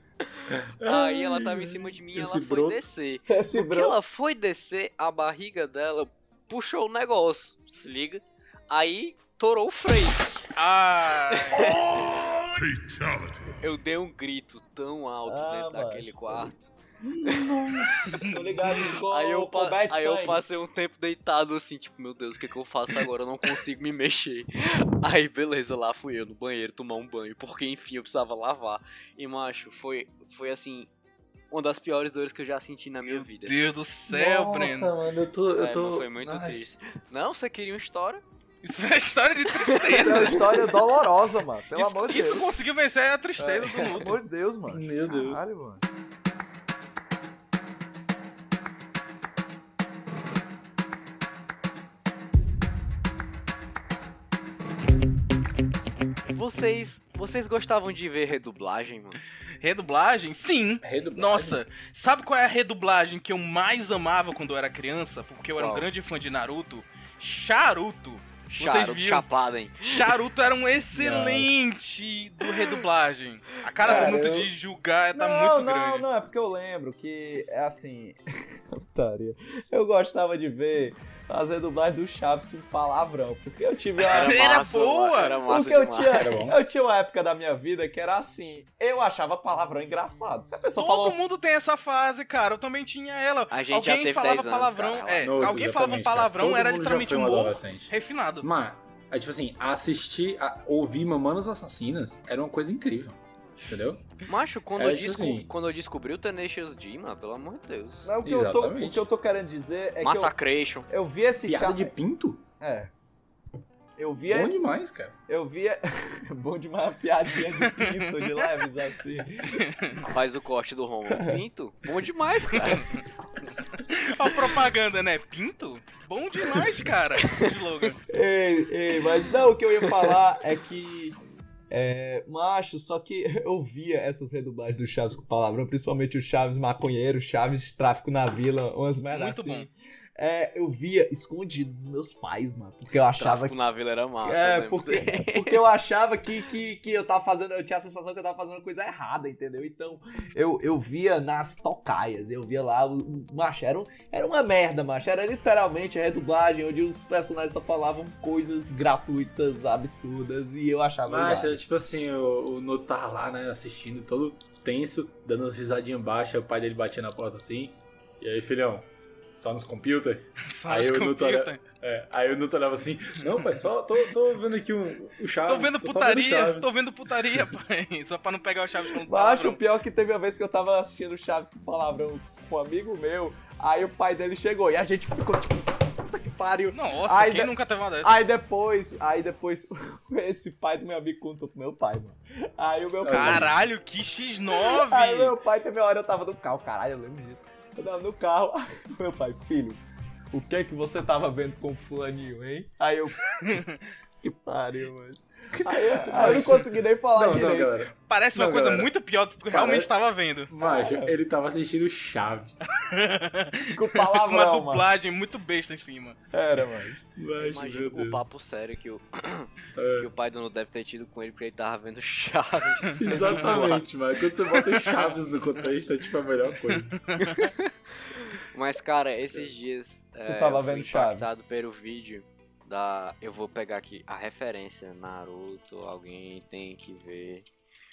Speaker 6: Aí ela tava em cima de mim e ela
Speaker 5: Esse
Speaker 6: foi
Speaker 5: broto.
Speaker 6: descer.
Speaker 2: Esse
Speaker 6: Que
Speaker 2: bro.
Speaker 6: ela foi descer, a barriga dela puxou o negócio. Se liga. Aí torou o freio.
Speaker 4: Ah,
Speaker 6: Eu dei um grito tão alto
Speaker 2: Ah,
Speaker 6: dentro
Speaker 2: mano.
Speaker 6: daquele quarto.
Speaker 2: Tô ligado com
Speaker 6: aí eu,
Speaker 2: com o
Speaker 6: pa-
Speaker 2: Bad
Speaker 6: aí eu
Speaker 2: Sangue.
Speaker 6: passei um tempo deitado assim, tipo, meu Deus, o que, que eu faço agora? Eu não consigo me mexer. Aí beleza, lá fui eu no banheiro tomar um banho, porque enfim eu precisava lavar. E macho, foi, foi assim, uma das piores dores que eu já senti na minha vida.
Speaker 4: Deus do céu, Tá Breno.
Speaker 5: mano, eu tô.
Speaker 6: É, mas foi muito triste. Não, você queria uma história?
Speaker 4: Isso é uma história de tristeza.
Speaker 2: É uma história dolorosa, mano. Pelo
Speaker 4: isso,
Speaker 2: amor de
Speaker 4: isso
Speaker 2: Deus.
Speaker 4: conseguiu vencer a tristeza do
Speaker 2: Pelo
Speaker 4: luto.
Speaker 2: amor de Deus, mano.
Speaker 5: Meu Deus.
Speaker 4: Ah,
Speaker 2: Caralho, mano.
Speaker 6: Vocês, vocês gostavam de ver redublagem, mano?
Speaker 4: Redublagem? Sim.
Speaker 5: Redublagem.
Speaker 4: Nossa, sabe qual é a redublagem que eu mais amava quando eu era criança? Porque eu era um
Speaker 6: Qual?
Speaker 4: grande fã de Naruto. Charuto. Vocês
Speaker 6: Charuto
Speaker 4: viram?
Speaker 6: chapado, hein?
Speaker 4: Charuto era um excelente do redublagem. A cara,
Speaker 5: Cara,
Speaker 4: do muito
Speaker 5: eu-
Speaker 4: de julgar tá
Speaker 2: não,
Speaker 4: muito
Speaker 2: não,
Speaker 4: grande.
Speaker 2: não, é porque eu lembro que, é assim. putaria. eu gostava de ver as redublagens do Chaves com palavrão. Porque eu tive uma.
Speaker 4: Era
Speaker 6: massa,
Speaker 4: boa!
Speaker 6: mano, Era massa
Speaker 2: Porque eu
Speaker 6: demais.
Speaker 2: tinha,
Speaker 5: Era bom.
Speaker 2: eu tinha uma época da minha vida que era assim, eu achava palavrão engraçado. Se a pessoa
Speaker 4: Todo
Speaker 2: falou
Speaker 4: mundo tem essa fase, cara. Eu também tinha ela.
Speaker 6: A gente já
Speaker 4: alguém
Speaker 6: teve
Speaker 4: falava
Speaker 6: 10 anos,
Speaker 4: palavrão.
Speaker 6: cara.
Speaker 4: é,
Speaker 5: Nojo,
Speaker 4: alguém falava um
Speaker 5: exatamente, cara.
Speaker 4: palavrão,
Speaker 5: Todo
Speaker 4: era
Speaker 5: mundo já
Speaker 4: literalmente
Speaker 5: foi
Speaker 4: um
Speaker 5: um
Speaker 4: morro
Speaker 5: adolescente.
Speaker 4: refinado.
Speaker 5: Mas, é tipo assim, assistir, a- ouvir Mamanos Assassinas era uma coisa incrível. Entendeu?
Speaker 6: Macho, quando,
Speaker 4: É
Speaker 5: Era
Speaker 6: eu
Speaker 5: tipo
Speaker 6: desco-
Speaker 5: assim.
Speaker 6: quando eu descobri o Tenacious D, mano, pelo amor de Deus.
Speaker 2: Não, né, o, que eu tô,
Speaker 5: Exatamente.
Speaker 2: o que eu tô querendo dizer é
Speaker 6: Massacration.
Speaker 2: que eu, eu via esse
Speaker 5: Piada
Speaker 2: Chaves.
Speaker 5: de pinto?
Speaker 2: É. Eu via
Speaker 5: Bom
Speaker 2: esse,
Speaker 5: demais, cara.
Speaker 2: eu via bom de uma piadinha de pinto de leves assim.
Speaker 6: Faz o corte do Romulo Pinto. Bom demais, cara.
Speaker 4: A propaganda, né? Pinto? Bom demais, cara. O slogan.
Speaker 2: Ei, ei, mas não, o que eu ia falar é que é, macho, só que eu via essas redublagens do Chaves com palavrão, principalmente o Chaves maconheiro, Chaves tráfico na vila, umas merda
Speaker 4: Muito
Speaker 2: assim.
Speaker 4: bom.
Speaker 2: É, eu via escondido dos meus pais, mano. Porque eu achava
Speaker 6: Tráfico na vila era massa.
Speaker 2: É,
Speaker 6: né?
Speaker 2: porque, porque eu achava que, que, que eu tava fazendo, eu tinha a sensação que eu tava fazendo coisa errada, entendeu? Então, eu, eu via nas tocaias, eu via lá, o, o- macho, era, um- era uma merda, macho, era literalmente a redublagem, onde os personagens só falavam coisas gratuitas, absurdas, e eu achava...
Speaker 5: Mas,
Speaker 2: hilário.
Speaker 5: é tipo assim, o, o Noto tava lá, né, assistindo, todo tenso, dando umas risadinhas baixas, o pai dele batia na porta assim. E aí, filhão, só nos computer?
Speaker 4: Só
Speaker 5: Aí
Speaker 4: os
Speaker 5: eu não tô olhando.
Speaker 4: computer.
Speaker 5: É, aí o Nuto olhava assim, não, pai, só tô, tô vendo aqui um, o Chaves.
Speaker 4: Tô vendo
Speaker 5: só
Speaker 4: putaria,
Speaker 5: Chaves."
Speaker 4: tô vendo putaria, pai. Só pra não pegar o Chaves falando
Speaker 2: Macho, o
Speaker 4: palavrão.
Speaker 2: pior é que teve uma vez que eu tava assistindo Chaves com palavrão com um amigo meu, aí o pai dele chegou, e a gente ficou... tipo, Puta que pariu!
Speaker 4: Nossa,
Speaker 2: Ai,
Speaker 4: quem
Speaker 2: da-
Speaker 4: nunca teve uma dessa?
Speaker 2: Aí depois, aí depois, esse pai do meu amigo contou pro meu pai, mano. Aí o meu pai.
Speaker 4: Caralho, que X9!
Speaker 2: Aí meu pai teve uma hora eu tava no carro, caralho, eu lembro disso. Eu tava no carro, aí meu pai, filho, o que é que você tava vendo com o fulaninho, hein? Aí eu. que pariu, mano. Aí, eu- aí eu não consegui nem falar
Speaker 5: Não, não,
Speaker 2: direito.
Speaker 5: galera.
Speaker 4: Parece uma
Speaker 5: Não,
Speaker 4: coisa
Speaker 5: galera.
Speaker 4: muito pior do que eu realmente
Speaker 5: Parece-
Speaker 4: estava vendo.
Speaker 5: Macho, ele tava assistindo Chaves.
Speaker 2: com
Speaker 4: Com uma
Speaker 2: palavrão, mano.
Speaker 4: dublagem muito besta em cima.
Speaker 2: Era, mano.
Speaker 5: Macho,
Speaker 6: Imagina
Speaker 5: meu Deus.
Speaker 6: o papo sério que o,
Speaker 5: É.
Speaker 6: que o pai do Nuno deve ter tido com ele, porque ele tava vendo Chaves.
Speaker 5: Exatamente, mano. Quando você bota Chaves no contexto, é tipo a melhor coisa.
Speaker 6: Mas, cara, esses dias é,
Speaker 2: tava
Speaker 6: eu fui
Speaker 2: vendo Chaves.
Speaker 6: impactado pelo vídeo da... Eu vou pegar aqui a referência, Naruto, alguém tem que ver.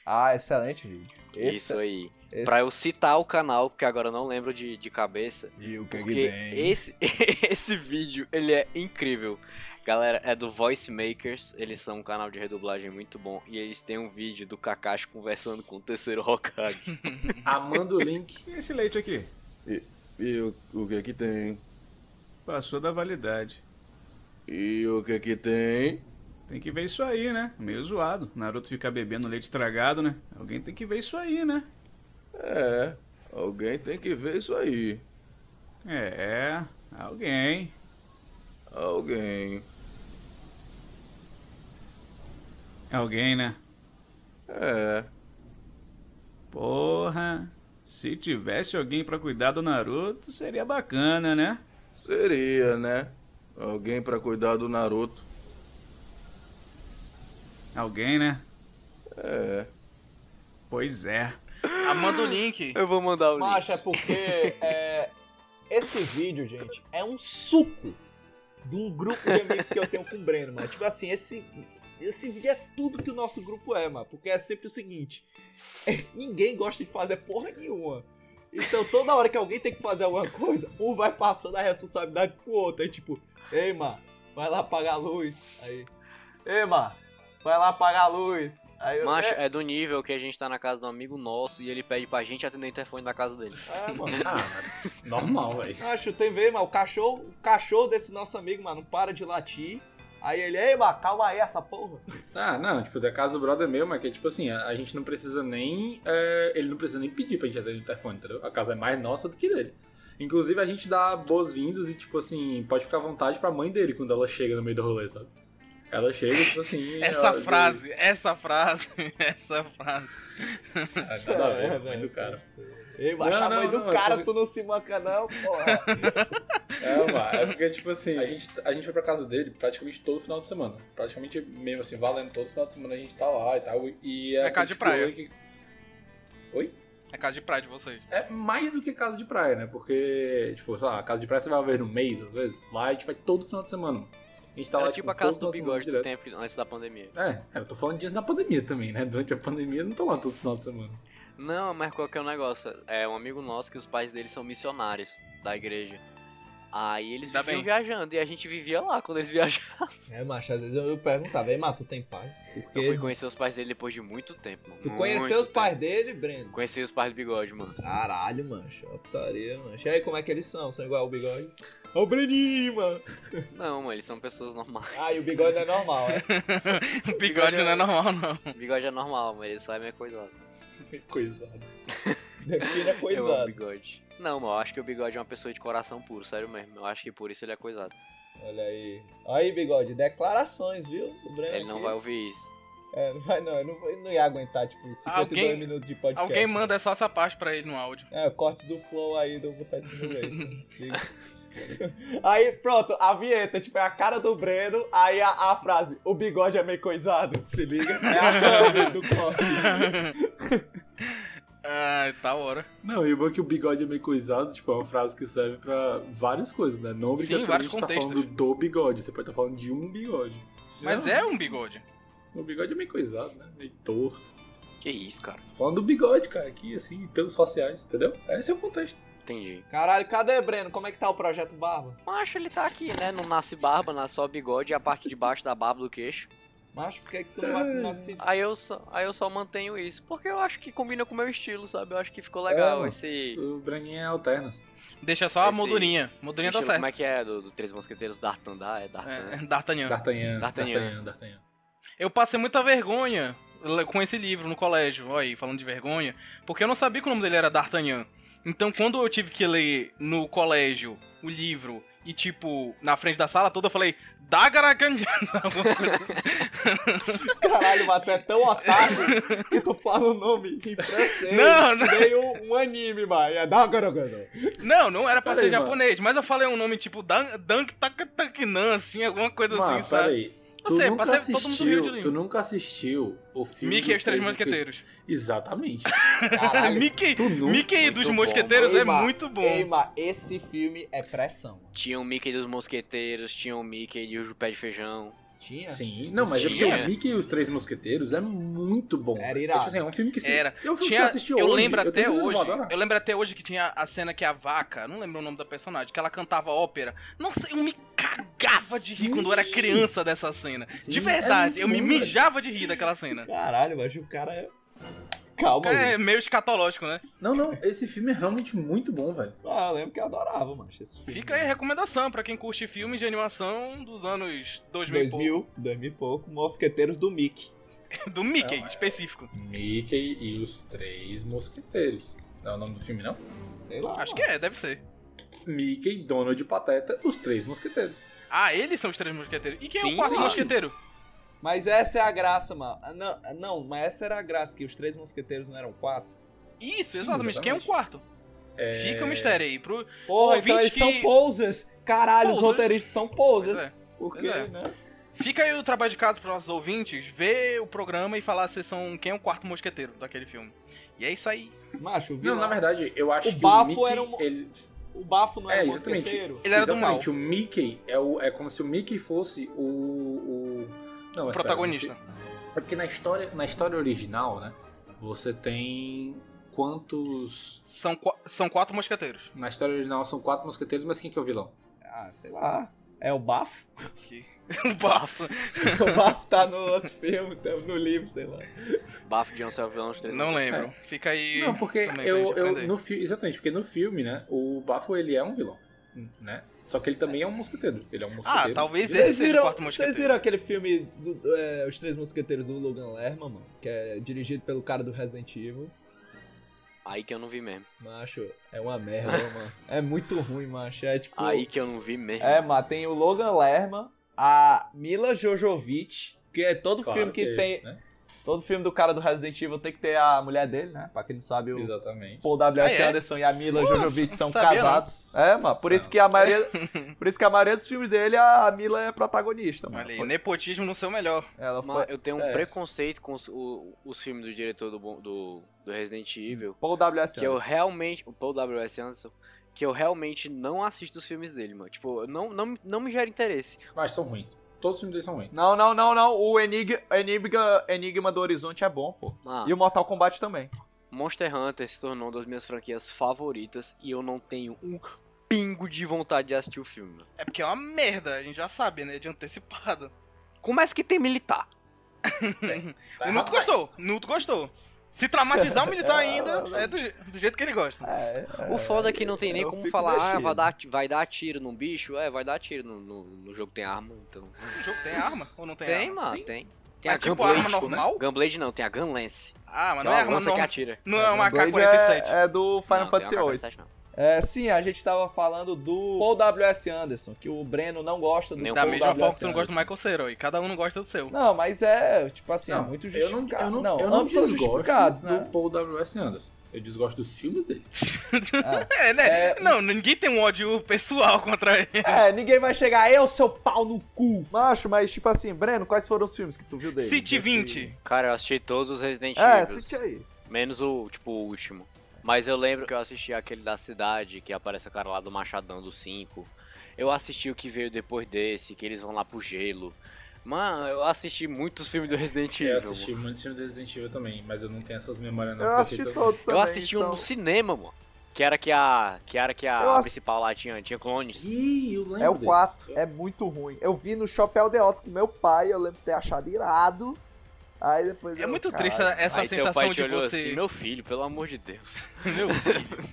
Speaker 2: Ah, excelente vídeo. Esse- é-
Speaker 6: Isso aí.
Speaker 2: esse-
Speaker 6: Pra eu citar o canal, porque agora eu não lembro de, de cabeça.
Speaker 2: E o que que
Speaker 6: Porque
Speaker 2: vem?
Speaker 6: esse, esse vídeo, ele é incrível. Galera, é do Voice Makers, eles são um canal de redublagem muito bom. E eles têm um vídeo do Kakashi conversando com o terceiro Hokage.
Speaker 5: Amando o Link.
Speaker 3: E esse leite aqui?
Speaker 9: E o, o que é que tem?
Speaker 3: Passou da validade.
Speaker 6: E o que que tem?
Speaker 3: Tem que ver isso aí, né? Meio zoado. Naruto ficar bebendo leite estragado, né? Alguém tem que ver isso aí, né?
Speaker 6: É, alguém tem que ver isso aí.
Speaker 3: É, alguém.
Speaker 6: Alguém.
Speaker 3: Alguém, né?
Speaker 6: É.
Speaker 3: Porra. Se tivesse alguém pra cuidar do Naruto, seria bacana, né?
Speaker 6: Seria, né? Alguém pra cuidar do Naruto.
Speaker 3: Alguém, né?
Speaker 6: É.
Speaker 3: Pois é.
Speaker 4: Ah, manda o link.
Speaker 6: Eu vou mandar o link.
Speaker 2: Macho, é porque é, esse vídeo, gente, é um suco de um grupo de amigos que eu tenho com o Breno, mano. Tipo assim, esse, esse vídeo é tudo que o nosso grupo é, mano. Porque é sempre o seguinte: ninguém gosta de fazer porra nenhuma. Então toda hora que alguém tem que fazer alguma coisa, um vai passando a responsabilidade pro outro. Aí tipo, ei, mano, vai lá apagar a luz. Aí, ei, mano, vai lá apagar a luz. Aí eu,
Speaker 6: Macho,
Speaker 2: "É,
Speaker 6: é do nível que a gente tá na casa de um amigo nosso e ele pede pra gente atender o interfone da casa dele.
Speaker 2: é, mano.
Speaker 5: Ah, mano, normal, velho.
Speaker 2: Acho, tem ver, mano. O cachorro, o cachorro desse nosso amigo, mano, não para de latir. Aí ele, ei, mano, calma aí essa porra.
Speaker 5: Ah, não, tipo, da casa do brother meu, mas que é tipo assim, a, a gente não precisa nem. é, ele não precisa nem pedir pra gente atender o telefone, entendeu? A casa é mais nossa do que dele. Inclusive, a gente dá boas-vindas e, tipo assim, pode ficar à vontade pra mãe dele quando ela chega no meio do rolê, sabe? Ela chega, tipo assim.
Speaker 4: Essa
Speaker 5: ela-
Speaker 4: frase, essa frase, essa frase.
Speaker 5: Ah, nada a ver, mãe do cara.
Speaker 2: Ei, mano,
Speaker 5: Não,
Speaker 2: a mãe
Speaker 5: não,
Speaker 2: do
Speaker 5: não,
Speaker 2: cara,
Speaker 5: eu
Speaker 2: tu não se manca não, porra.
Speaker 5: É, mano, é porque, tipo assim, a gente, a gente foi pra casa dele praticamente todo final de semana. Praticamente mesmo assim, valendo todo final de semana a gente tá lá e tal. E
Speaker 4: É casa de
Speaker 5: tipo,
Speaker 4: praia.
Speaker 5: que- Oi?
Speaker 4: É casa de praia de vocês.
Speaker 5: É mais do que casa de praia, né? Porque, tipo, sei lá, casa de praia você vai ver no mês, às vezes. Lá a gente vai todo final de semana. A gente tá
Speaker 6: Era
Speaker 5: lá,
Speaker 6: tipo a casa do
Speaker 5: todo final de
Speaker 6: bigode do
Speaker 5: semana
Speaker 6: tempo que- antes da pandemia.
Speaker 5: direto. É, é, eu tô falando dias da pandemia também, né? Durante a pandemia eu não tô lá todo final de semana.
Speaker 6: Não, mas qual que é o negócio? É um amigo nosso que os pais dele são missionários da igreja. Aí eles
Speaker 4: Ainda
Speaker 6: viviam
Speaker 4: bem.
Speaker 6: viajando e a gente vivia lá quando eles viajavam.
Speaker 2: É, macho, às vezes eu perguntava, ei, mano, tu tem pai?
Speaker 6: Eu fui conhecer os pais dele depois de muito tempo, mano.
Speaker 2: Tu
Speaker 6: Muito
Speaker 2: conheceu os
Speaker 6: tempo.
Speaker 2: pais dele, Breno?
Speaker 6: Conheci os pais do bigode, mano.
Speaker 2: Caralho, mancho, otaria, mancho. E aí, como é que eles são? São igual ao bigode? Ó o Breninho, mano.
Speaker 6: Não, mano, eles são pessoas normais.
Speaker 2: Ah, e o bigode não é normal, é?
Speaker 4: O bigode não é normal, não.
Speaker 6: O bigode é normal, mas ele só é meio coisado.
Speaker 5: Coisado.
Speaker 2: Defina é
Speaker 6: Eu amo
Speaker 2: coisado.
Speaker 6: bigode. Não, mano, eu acho que o bigode é uma pessoa de coração puro, sério mesmo. Eu acho que por isso ele é coisado.
Speaker 2: Olha aí. Aí, bigode, declarações, viu? do Breno
Speaker 6: Ele não
Speaker 2: aqui.
Speaker 6: vai ouvir isso.
Speaker 2: É, não vai não, eu não, eu não ia aguentar, tipo, 52
Speaker 4: Alguém-
Speaker 2: minutos de podcast.
Speaker 4: Alguém manda só essa parte pra ele no áudio.
Speaker 2: É, cortes do flow aí do Boteco do Leite. Aí, pronto, a vinheta, tipo, é a cara do Breno, aí a, a frase, o bigode é meio coisado, se liga. É a cara do corte.
Speaker 4: Ah, tá hora.
Speaker 5: Não, e o bom é que o bigode é meio coisado, tipo, é uma frase que serve pra várias coisas, né? Não
Speaker 4: Sim,
Speaker 5: obrigatoriamente
Speaker 4: vários
Speaker 5: você tá
Speaker 4: contextos.
Speaker 5: falando do bigode, você pode estar falando de um bigode.
Speaker 4: Mas é um bigode.
Speaker 5: O bigode é meio coisado, né? Meio torto.
Speaker 6: Que isso, cara.
Speaker 5: Tô falando do bigode, cara, aqui, assim, pelos faciais, entendeu? Esse é o contexto.
Speaker 6: Entendi.
Speaker 2: Caralho, cadê Breno? Como é que tá o Projeto Barba?
Speaker 6: Macho, ele tá aqui, né? Não nasce barba, nasce só bigode e a parte de baixo da barba do queixo.
Speaker 2: Macho, por que que tu não assim? vai combinar com esse...
Speaker 6: Aí eu, só, aí eu só mantenho isso. Porque eu acho que combina com o meu estilo, sabe? Eu acho que ficou legal
Speaker 5: mano.
Speaker 6: esse.
Speaker 5: O Braninho é alternas.
Speaker 4: Deixa só a
Speaker 6: Esse-
Speaker 4: moldurinha. Moldurinha tá
Speaker 6: estilo- Como é
Speaker 4: certo.
Speaker 6: que é? Do, do Três Mosqueteiros, D'Artandá? É D'Artandã.
Speaker 4: É, D'Artagnan.
Speaker 5: D'Artagnan.
Speaker 6: D'Artagnan.
Speaker 5: D'Artagnan, D'Artagnan.
Speaker 4: Eu passei muita vergonha l- com esse livro no colégio, olha aí, falando de vergonha, porque eu não sabia que o nome dele era D'Artagnan. Então, quando eu tive que ler no colégio o livro e, tipo, na frente da sala toda, eu falei, Dagaraganjan.
Speaker 2: Caralho, mas tu é tão otário que tu fala o nome em francês.
Speaker 4: Não, não.
Speaker 2: que Nem um, um anime, mano. É da garagana.
Speaker 4: não, não era pra
Speaker 5: Peraí,
Speaker 4: ser
Speaker 5: mano.
Speaker 4: japonês, mas eu falei um nome tipo Dan- Dank Takatakinan, assim, alguma coisa
Speaker 5: Mano,
Speaker 4: assim, sabe?
Speaker 5: peraí. Tu
Speaker 4: sei,
Speaker 5: nunca
Speaker 4: passei- todo mundo riu de
Speaker 5: assistiu,
Speaker 4: mim.
Speaker 5: tu nunca assistiu o filme
Speaker 4: Mickey e os Três
Speaker 5: Mosqueteiros.
Speaker 4: Mosqueteiros.
Speaker 5: Exatamente.
Speaker 2: Caralho.
Speaker 4: Mickey,
Speaker 5: Tu nunca-
Speaker 4: Mickey dos
Speaker 6: muito bom,
Speaker 4: Mosqueteiros é
Speaker 2: Ei, mano,
Speaker 4: muito bom.
Speaker 2: Ei, mano, esse filme é pressão.
Speaker 6: Tinha o Mickey dos Mosqueteiros, tinha o Mickey de o Pé de Feijão.
Speaker 2: Tinha?
Speaker 5: Sim, não, mas é porque
Speaker 4: Tinha.
Speaker 5: o Mickey e os Três Mosqueteiros é muito bom.
Speaker 2: Era
Speaker 5: velho.
Speaker 2: irado.
Speaker 5: É, tipo assim, é um filme que se...
Speaker 4: Era.
Speaker 5: É um filme que
Speaker 4: Tinha,
Speaker 5: você assistiu
Speaker 4: eu
Speaker 5: hoje,
Speaker 4: lembro
Speaker 5: tenho
Speaker 4: até
Speaker 5: certeza que
Speaker 4: hoje.
Speaker 5: você vai adorar.
Speaker 4: Eu lembro até hoje que tinha a cena que a vaca, não lembro o nome da personagem, que ela cantava ópera. Nossa, eu me cagava de rir
Speaker 5: Sim.
Speaker 4: quando eu era criança dessa cena.
Speaker 5: Sim,
Speaker 4: de
Speaker 5: é
Speaker 4: verdade,
Speaker 5: muito
Speaker 4: eu me
Speaker 5: bom, velho.
Speaker 4: mijava de rir daquela cena.
Speaker 2: Caralho, mas o cara é. Calma,
Speaker 4: É
Speaker 2: Luiz.
Speaker 4: meio escatológico, né?
Speaker 5: Não, não, esse filme é realmente muito bom, velho.
Speaker 2: Ah, eu lembro que eu adorava, mano. Esse filme.
Speaker 4: Fica aí a recomendação pra quem curte filmes de animação dos anos 2000 e
Speaker 2: 2000, 2000 e pouco, Mosqueteiros do Mickey.
Speaker 4: pouco. Do Mickey,
Speaker 5: É.
Speaker 4: específico.
Speaker 5: Mickey e os Três Mosqueteiros. Não é o nome do filme, não?
Speaker 2: Sei lá.
Speaker 4: Acho que é, deve ser.
Speaker 5: Mickey, Donald e Pateta, os Três Mosqueteiros.
Speaker 4: Ah, eles são os três mosqueteiros. E quem é o
Speaker 6: Sim,
Speaker 4: quarto
Speaker 6: sim.
Speaker 4: mosqueteiro?
Speaker 2: Mas essa é a graça, mano. Ah, Não, ah, não, mas essa era a graça, que os três mosqueteiros não eram quatro.
Speaker 4: Isso,
Speaker 5: Sim,
Speaker 4: exatamente. Quem é o
Speaker 5: exatamente.
Speaker 4: quarto?
Speaker 5: É...
Speaker 4: Fica um o mistério aí. Pro...
Speaker 2: Porra,
Speaker 4: Ouvinte
Speaker 2: então eles
Speaker 4: que-
Speaker 2: são posers. Caralho, os
Speaker 4: Posers.
Speaker 2: roteiristas são posers.
Speaker 4: Pois
Speaker 2: Porque,
Speaker 4: Pois é.
Speaker 2: né?
Speaker 4: Fica aí o trabalho de casa pros nossos ouvintes, ver o programa e falar se são quem é o quarto mosqueteiro daquele filme. E é isso aí.
Speaker 2: Macho, o
Speaker 5: Não,
Speaker 2: vilão,
Speaker 5: na verdade, eu acho
Speaker 2: O
Speaker 5: que o
Speaker 2: bafo
Speaker 5: Mickey...
Speaker 2: era um-
Speaker 5: ele-
Speaker 2: o bafo não era
Speaker 5: É, exatamente.
Speaker 2: mosqueteiro.
Speaker 4: Ele era do mal.
Speaker 5: Exatamente, o Mickey é, o, é como se o Mickey fosse o. o- não,
Speaker 4: O
Speaker 5: espera,
Speaker 4: protagonista.
Speaker 5: porque- É porque na história, na história original, né? Você tem quantos.
Speaker 4: São, qua- são quatro mosqueteiros.
Speaker 5: Na história original são quatro mosqueteiros, mas quem que é o vilão?
Speaker 2: Ah, sei lá. É o bafo?
Speaker 4: Que... um bafo.
Speaker 2: o bafo tá no outro filme, tá no livro, sei lá.
Speaker 6: Bafo de Ansel Vilão dos Três.
Speaker 4: Não lembro. Fica aí. Ah,
Speaker 5: Não, porque
Speaker 4: também pra
Speaker 5: eu,
Speaker 4: gente
Speaker 5: eu
Speaker 4: aprender.
Speaker 5: no fi, exatamente, porque no filme, né, o Bafo ele é um vilão, né? Só que ele também é um mosqueteiro. Ele é um
Speaker 4: Ah,
Speaker 5: mosqueteiro.
Speaker 4: talvez ele
Speaker 2: Vocês
Speaker 4: seja o
Speaker 2: viram,
Speaker 4: quarto
Speaker 2: vocês
Speaker 4: mosqueteiro.
Speaker 2: viram aquele filme do- do, é, Os Três Mosqueteiros do Logan Lerman, mano? Que é dirigido pelo cara do Resident Evil.
Speaker 6: Aí que eu não vi mesmo.
Speaker 2: Macho, é uma merda, mano. É muito ruim, macho. É tipo.
Speaker 6: Aí que eu não vi mesmo.
Speaker 2: É, mano, tem o Logan Lerman, a Mila Jojovic, que é todo
Speaker 5: Claro
Speaker 2: filme que, tem.
Speaker 5: né?
Speaker 2: Todo filme do cara do Resident Evil tem que ter a mulher dele, né? Pra quem não sabe, o
Speaker 5: Exatamente.
Speaker 2: Paul W.
Speaker 4: Ah, é?
Speaker 2: Anderson e a Mila
Speaker 4: Nossa,
Speaker 2: Jojovic são
Speaker 4: não sabia, não.
Speaker 2: casados. É, mano, por isso que a maioria. Por isso que a maioria dos filmes dele, a Mila é protagonista, mano.
Speaker 4: Olha aí, né? nepotismo no seu melhor.
Speaker 2: Ela foi.
Speaker 6: Mas eu tenho um
Speaker 5: É.
Speaker 6: preconceito com os, o- os filmes do diretor do, bom- do, do Resident Evil.
Speaker 2: Paul W.
Speaker 6: Que eu
Speaker 2: Anderson.
Speaker 6: realmente. O Paul W.S. Anderson. Que eu realmente não assisto os filmes dele, mano. Tipo, eu não, não, não me gera interesse.
Speaker 5: Mas são ruins. Todos os filmes dele são ruins.
Speaker 2: Não, não, não, não. O Enigma, Enigma, Enigma do Horizonte é bom, pô.
Speaker 6: Ah,
Speaker 2: E o Mortal Kombat também.
Speaker 6: Monster Hunter se tornou uma das minhas franquias favoritas. E eu não tenho um pingo de vontade de assistir o filme, mano.
Speaker 4: É porque é uma merda, a gente já sabe, né? De antecipado.
Speaker 6: Começa que tem militar.
Speaker 4: o
Speaker 5: Tá errado,
Speaker 4: Nuto
Speaker 5: vai.
Speaker 4: gostou, o Nuto gostou. Se traumatizar o militar ainda, é do, je- do jeito que ele gosta.
Speaker 6: O foda é que não tem nem
Speaker 2: eu
Speaker 6: como
Speaker 2: fico
Speaker 6: falar, ah,
Speaker 2: mexido.
Speaker 6: vai dar, vai dar tiro num bicho. É, vai dar tiro no, no, no jogo tem arma, então.
Speaker 4: O jogo tem arma ou não tem,
Speaker 6: Tem,
Speaker 4: arma?
Speaker 6: mano, tem. Tem né?
Speaker 4: Mas tipo arma normal?
Speaker 6: Gunblade não, tem a Gunlance.
Speaker 4: Ah,
Speaker 6: Mas
Speaker 4: mas não é arma
Speaker 6: que
Speaker 4: normal.
Speaker 6: atira.
Speaker 4: Não é uma
Speaker 2: Blade
Speaker 4: AK-47.
Speaker 2: É, é do Final
Speaker 6: Não, tem
Speaker 2: Fantasy
Speaker 6: uma
Speaker 2: VIII.
Speaker 6: AK-47 não.
Speaker 2: É, sim, a gente tava falando do Paul W.S. Anderson, que o Breno não gosta do
Speaker 6: Nem um o
Speaker 4: Da
Speaker 2: Paul
Speaker 6: Ou
Speaker 4: mesma
Speaker 2: W.S.
Speaker 4: forma que tu não gosta do
Speaker 2: Anderson.
Speaker 4: Michael Cero, e cada um não gosta do seu.
Speaker 2: Não, mas é, tipo assim, é
Speaker 5: Não,
Speaker 2: muito
Speaker 5: eu não,
Speaker 2: justificado.
Speaker 5: eu não, eu não
Speaker 2: ambos são justificados,
Speaker 5: desgosto
Speaker 2: né?
Speaker 5: do Paul W.S. Anderson. Eu desgosto dos filmes dele.
Speaker 4: É, né?
Speaker 2: É.
Speaker 4: Não, ninguém tem um ódio pessoal contra ele.
Speaker 2: É, ninguém vai chegar, eu, seu pau no cu. Macho, mas tipo assim, Breno, quais foram os filmes que tu viu dele?
Speaker 4: City
Speaker 2: Desse-
Speaker 4: 20.
Speaker 6: Cara, eu assisti todos os Resident
Speaker 2: É,
Speaker 6: Evil.
Speaker 2: City aí.
Speaker 6: Menos o, tipo, o último. Mas eu lembro que eu assisti aquele da cidade, que aparece o cara lá do Machadão do 5. Eu assisti o que veio depois desse, que eles vão lá pro gelo. Mano, eu assisti muitos filmes do Resident Evil.
Speaker 5: Eu
Speaker 6: mano.
Speaker 5: assisti muitos filmes do Resident Evil também, mas eu não tenho essas memórias não.
Speaker 2: Eu
Speaker 5: porque assim,
Speaker 2: assisti
Speaker 5: tô-
Speaker 2: todos
Speaker 6: Eu
Speaker 2: também. então
Speaker 6: assisti um
Speaker 2: são-
Speaker 6: no cinema, mano. Que era que a. Que era que
Speaker 2: Eu
Speaker 6: a
Speaker 2: ass-
Speaker 6: principal lá tinha, tinha clones.
Speaker 5: Ih, eu lembro
Speaker 2: É o
Speaker 5: desse.
Speaker 2: 4, é muito ruim. Eu vi no Shopping Aldeota com meu pai, eu lembro de ter achado irado. Aí depois
Speaker 4: É
Speaker 2: eu,
Speaker 4: muito
Speaker 2: caralho.
Speaker 4: triste essa
Speaker 6: Aí teu pai
Speaker 4: sensação
Speaker 6: te
Speaker 4: de
Speaker 6: olhou
Speaker 4: você.
Speaker 6: assim, meu filho, pelo amor de Deus.
Speaker 4: Meu filho.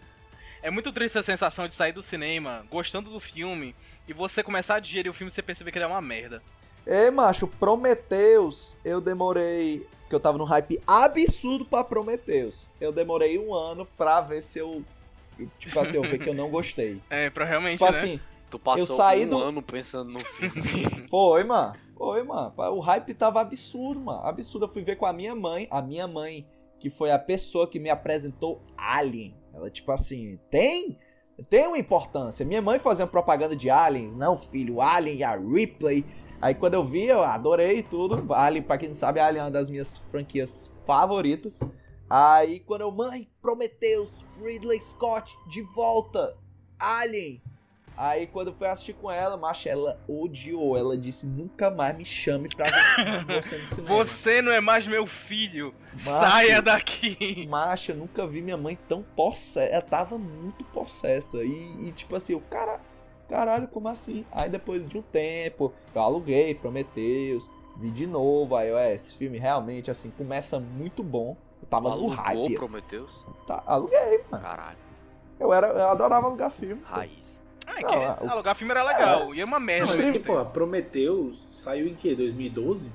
Speaker 4: É muito triste a sensação de sair do cinema, gostando do filme, e você começar a digerir o filme e você perceber que ele é uma merda.
Speaker 2: Ei, macho, Prometheus, eu demorei. Que eu tava num hype absurdo pra Prometheus. Eu demorei um ano pra ver se eu. Tipo assim, eu ver que eu não gostei.
Speaker 4: É, pra realmente,
Speaker 2: Tipo
Speaker 4: né?
Speaker 2: assim,
Speaker 6: Tu passou
Speaker 2: saí
Speaker 6: um
Speaker 2: do-
Speaker 6: ano pensando no filme.
Speaker 2: foi, mano. Foi, mano. O hype tava absurdo, mano. Absurdo. Eu fui ver com a minha mãe. A minha mãe, que foi a pessoa que me apresentou Alien. Ela, tipo assim, tem. Tem uma importância. Minha mãe fazendo propaganda de Alien. Não, filho, Alien e a Ripley. Aí quando eu vi, eu adorei tudo. Alien, pra quem não sabe, Alien é uma das minhas franquias favoritas. Aí quando eu, mãe, Prometheus, Ridley Scott, de volta, Alien. Aí quando eu fui assistir com ela, macho, ela odiou. Ela disse, nunca mais me chame pra ver você no cinema.
Speaker 4: Você não é mais meu filho.
Speaker 2: Macho.
Speaker 4: Saia daqui.
Speaker 2: Macho, eu nunca vi minha mãe tão possessa. Ela tava muito possessa. E, e, tipo assim, o cara. Caralho, como assim? Aí depois de um tempo, eu aluguei, Prometheus, vi de novo. Aí, eu, é, esse filme realmente, assim, começa muito bom. Eu tava no
Speaker 6: Alugou
Speaker 2: hype.
Speaker 6: Prometheus?
Speaker 2: Tá, aluguei, mano.
Speaker 6: Caralho,
Speaker 2: Eu, era, eu adorava alugar filme.
Speaker 6: raiz.
Speaker 4: Ah, é
Speaker 2: Não,
Speaker 4: que
Speaker 2: é, o-
Speaker 4: alugar filme era legal. E é uma merda.
Speaker 5: Não,
Speaker 4: ao
Speaker 5: mas que,
Speaker 4: mesmo tempo.
Speaker 5: pô, Prometheus saiu em que? 2012?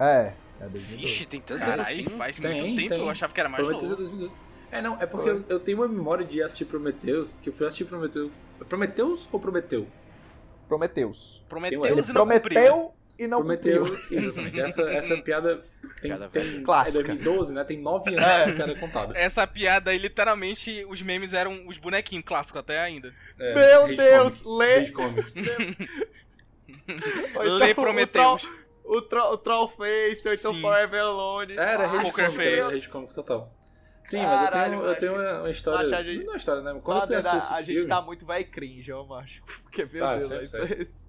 Speaker 2: É. é 2012.
Speaker 6: Vixe, tem tanto
Speaker 4: Caralho,
Speaker 6: assim.
Speaker 4: faz
Speaker 5: Tem,
Speaker 4: muito tempo.
Speaker 5: tem.
Speaker 4: Eu achava que era mais
Speaker 5: Prometheus é
Speaker 4: novo.
Speaker 5: 2012. É, não, é porque eu, eu tenho uma memória de assistir Prometheus, que eu fui assistir Prometheus. Prometheus ou Prometeu?
Speaker 2: Prometeus.
Speaker 4: Prometeus
Speaker 2: Ele
Speaker 4: e
Speaker 2: um-
Speaker 4: não cumpriu.
Speaker 2: prometeu e não
Speaker 5: Prometeu,
Speaker 2: cumpriu.
Speaker 5: exatamente. Essa, essa piada tem,
Speaker 6: Piada
Speaker 5: tem é
Speaker 2: Clássica.
Speaker 5: 2012, né? Tem 9 anos que essa piada é contada.
Speaker 4: Essa piada aí, literalmente, os memes eram os bonequinhos clássicos até ainda.
Speaker 5: É,
Speaker 2: Meu
Speaker 5: Rage
Speaker 2: Deus,
Speaker 5: Comic.
Speaker 2: lê.
Speaker 5: Rage Comic.
Speaker 2: Ou
Speaker 4: Lê
Speaker 2: então o
Speaker 4: Prometeus.
Speaker 2: Troll- O, tro, o Trollface, ou então
Speaker 4: Sim.
Speaker 2: Forever Alone.
Speaker 5: É, Era
Speaker 2: Ah,
Speaker 5: Rage
Speaker 4: Poker
Speaker 5: Comic, era
Speaker 4: Face.
Speaker 5: Rage Comic total. Sim, mas eu
Speaker 2: Caralho,
Speaker 5: tenho, eu tenho uma, uma história.
Speaker 2: Macho, a gente-
Speaker 5: Não é uma história, né? Quando
Speaker 2: Só
Speaker 5: eu fui
Speaker 2: a-
Speaker 5: assistir esse
Speaker 2: a
Speaker 5: filme.
Speaker 2: gente tá muito vai cringe, eu acho. Porque, meu
Speaker 5: Tá,
Speaker 2: Deus,
Speaker 5: sério,
Speaker 2: isso-
Speaker 5: sério.
Speaker 2: isso-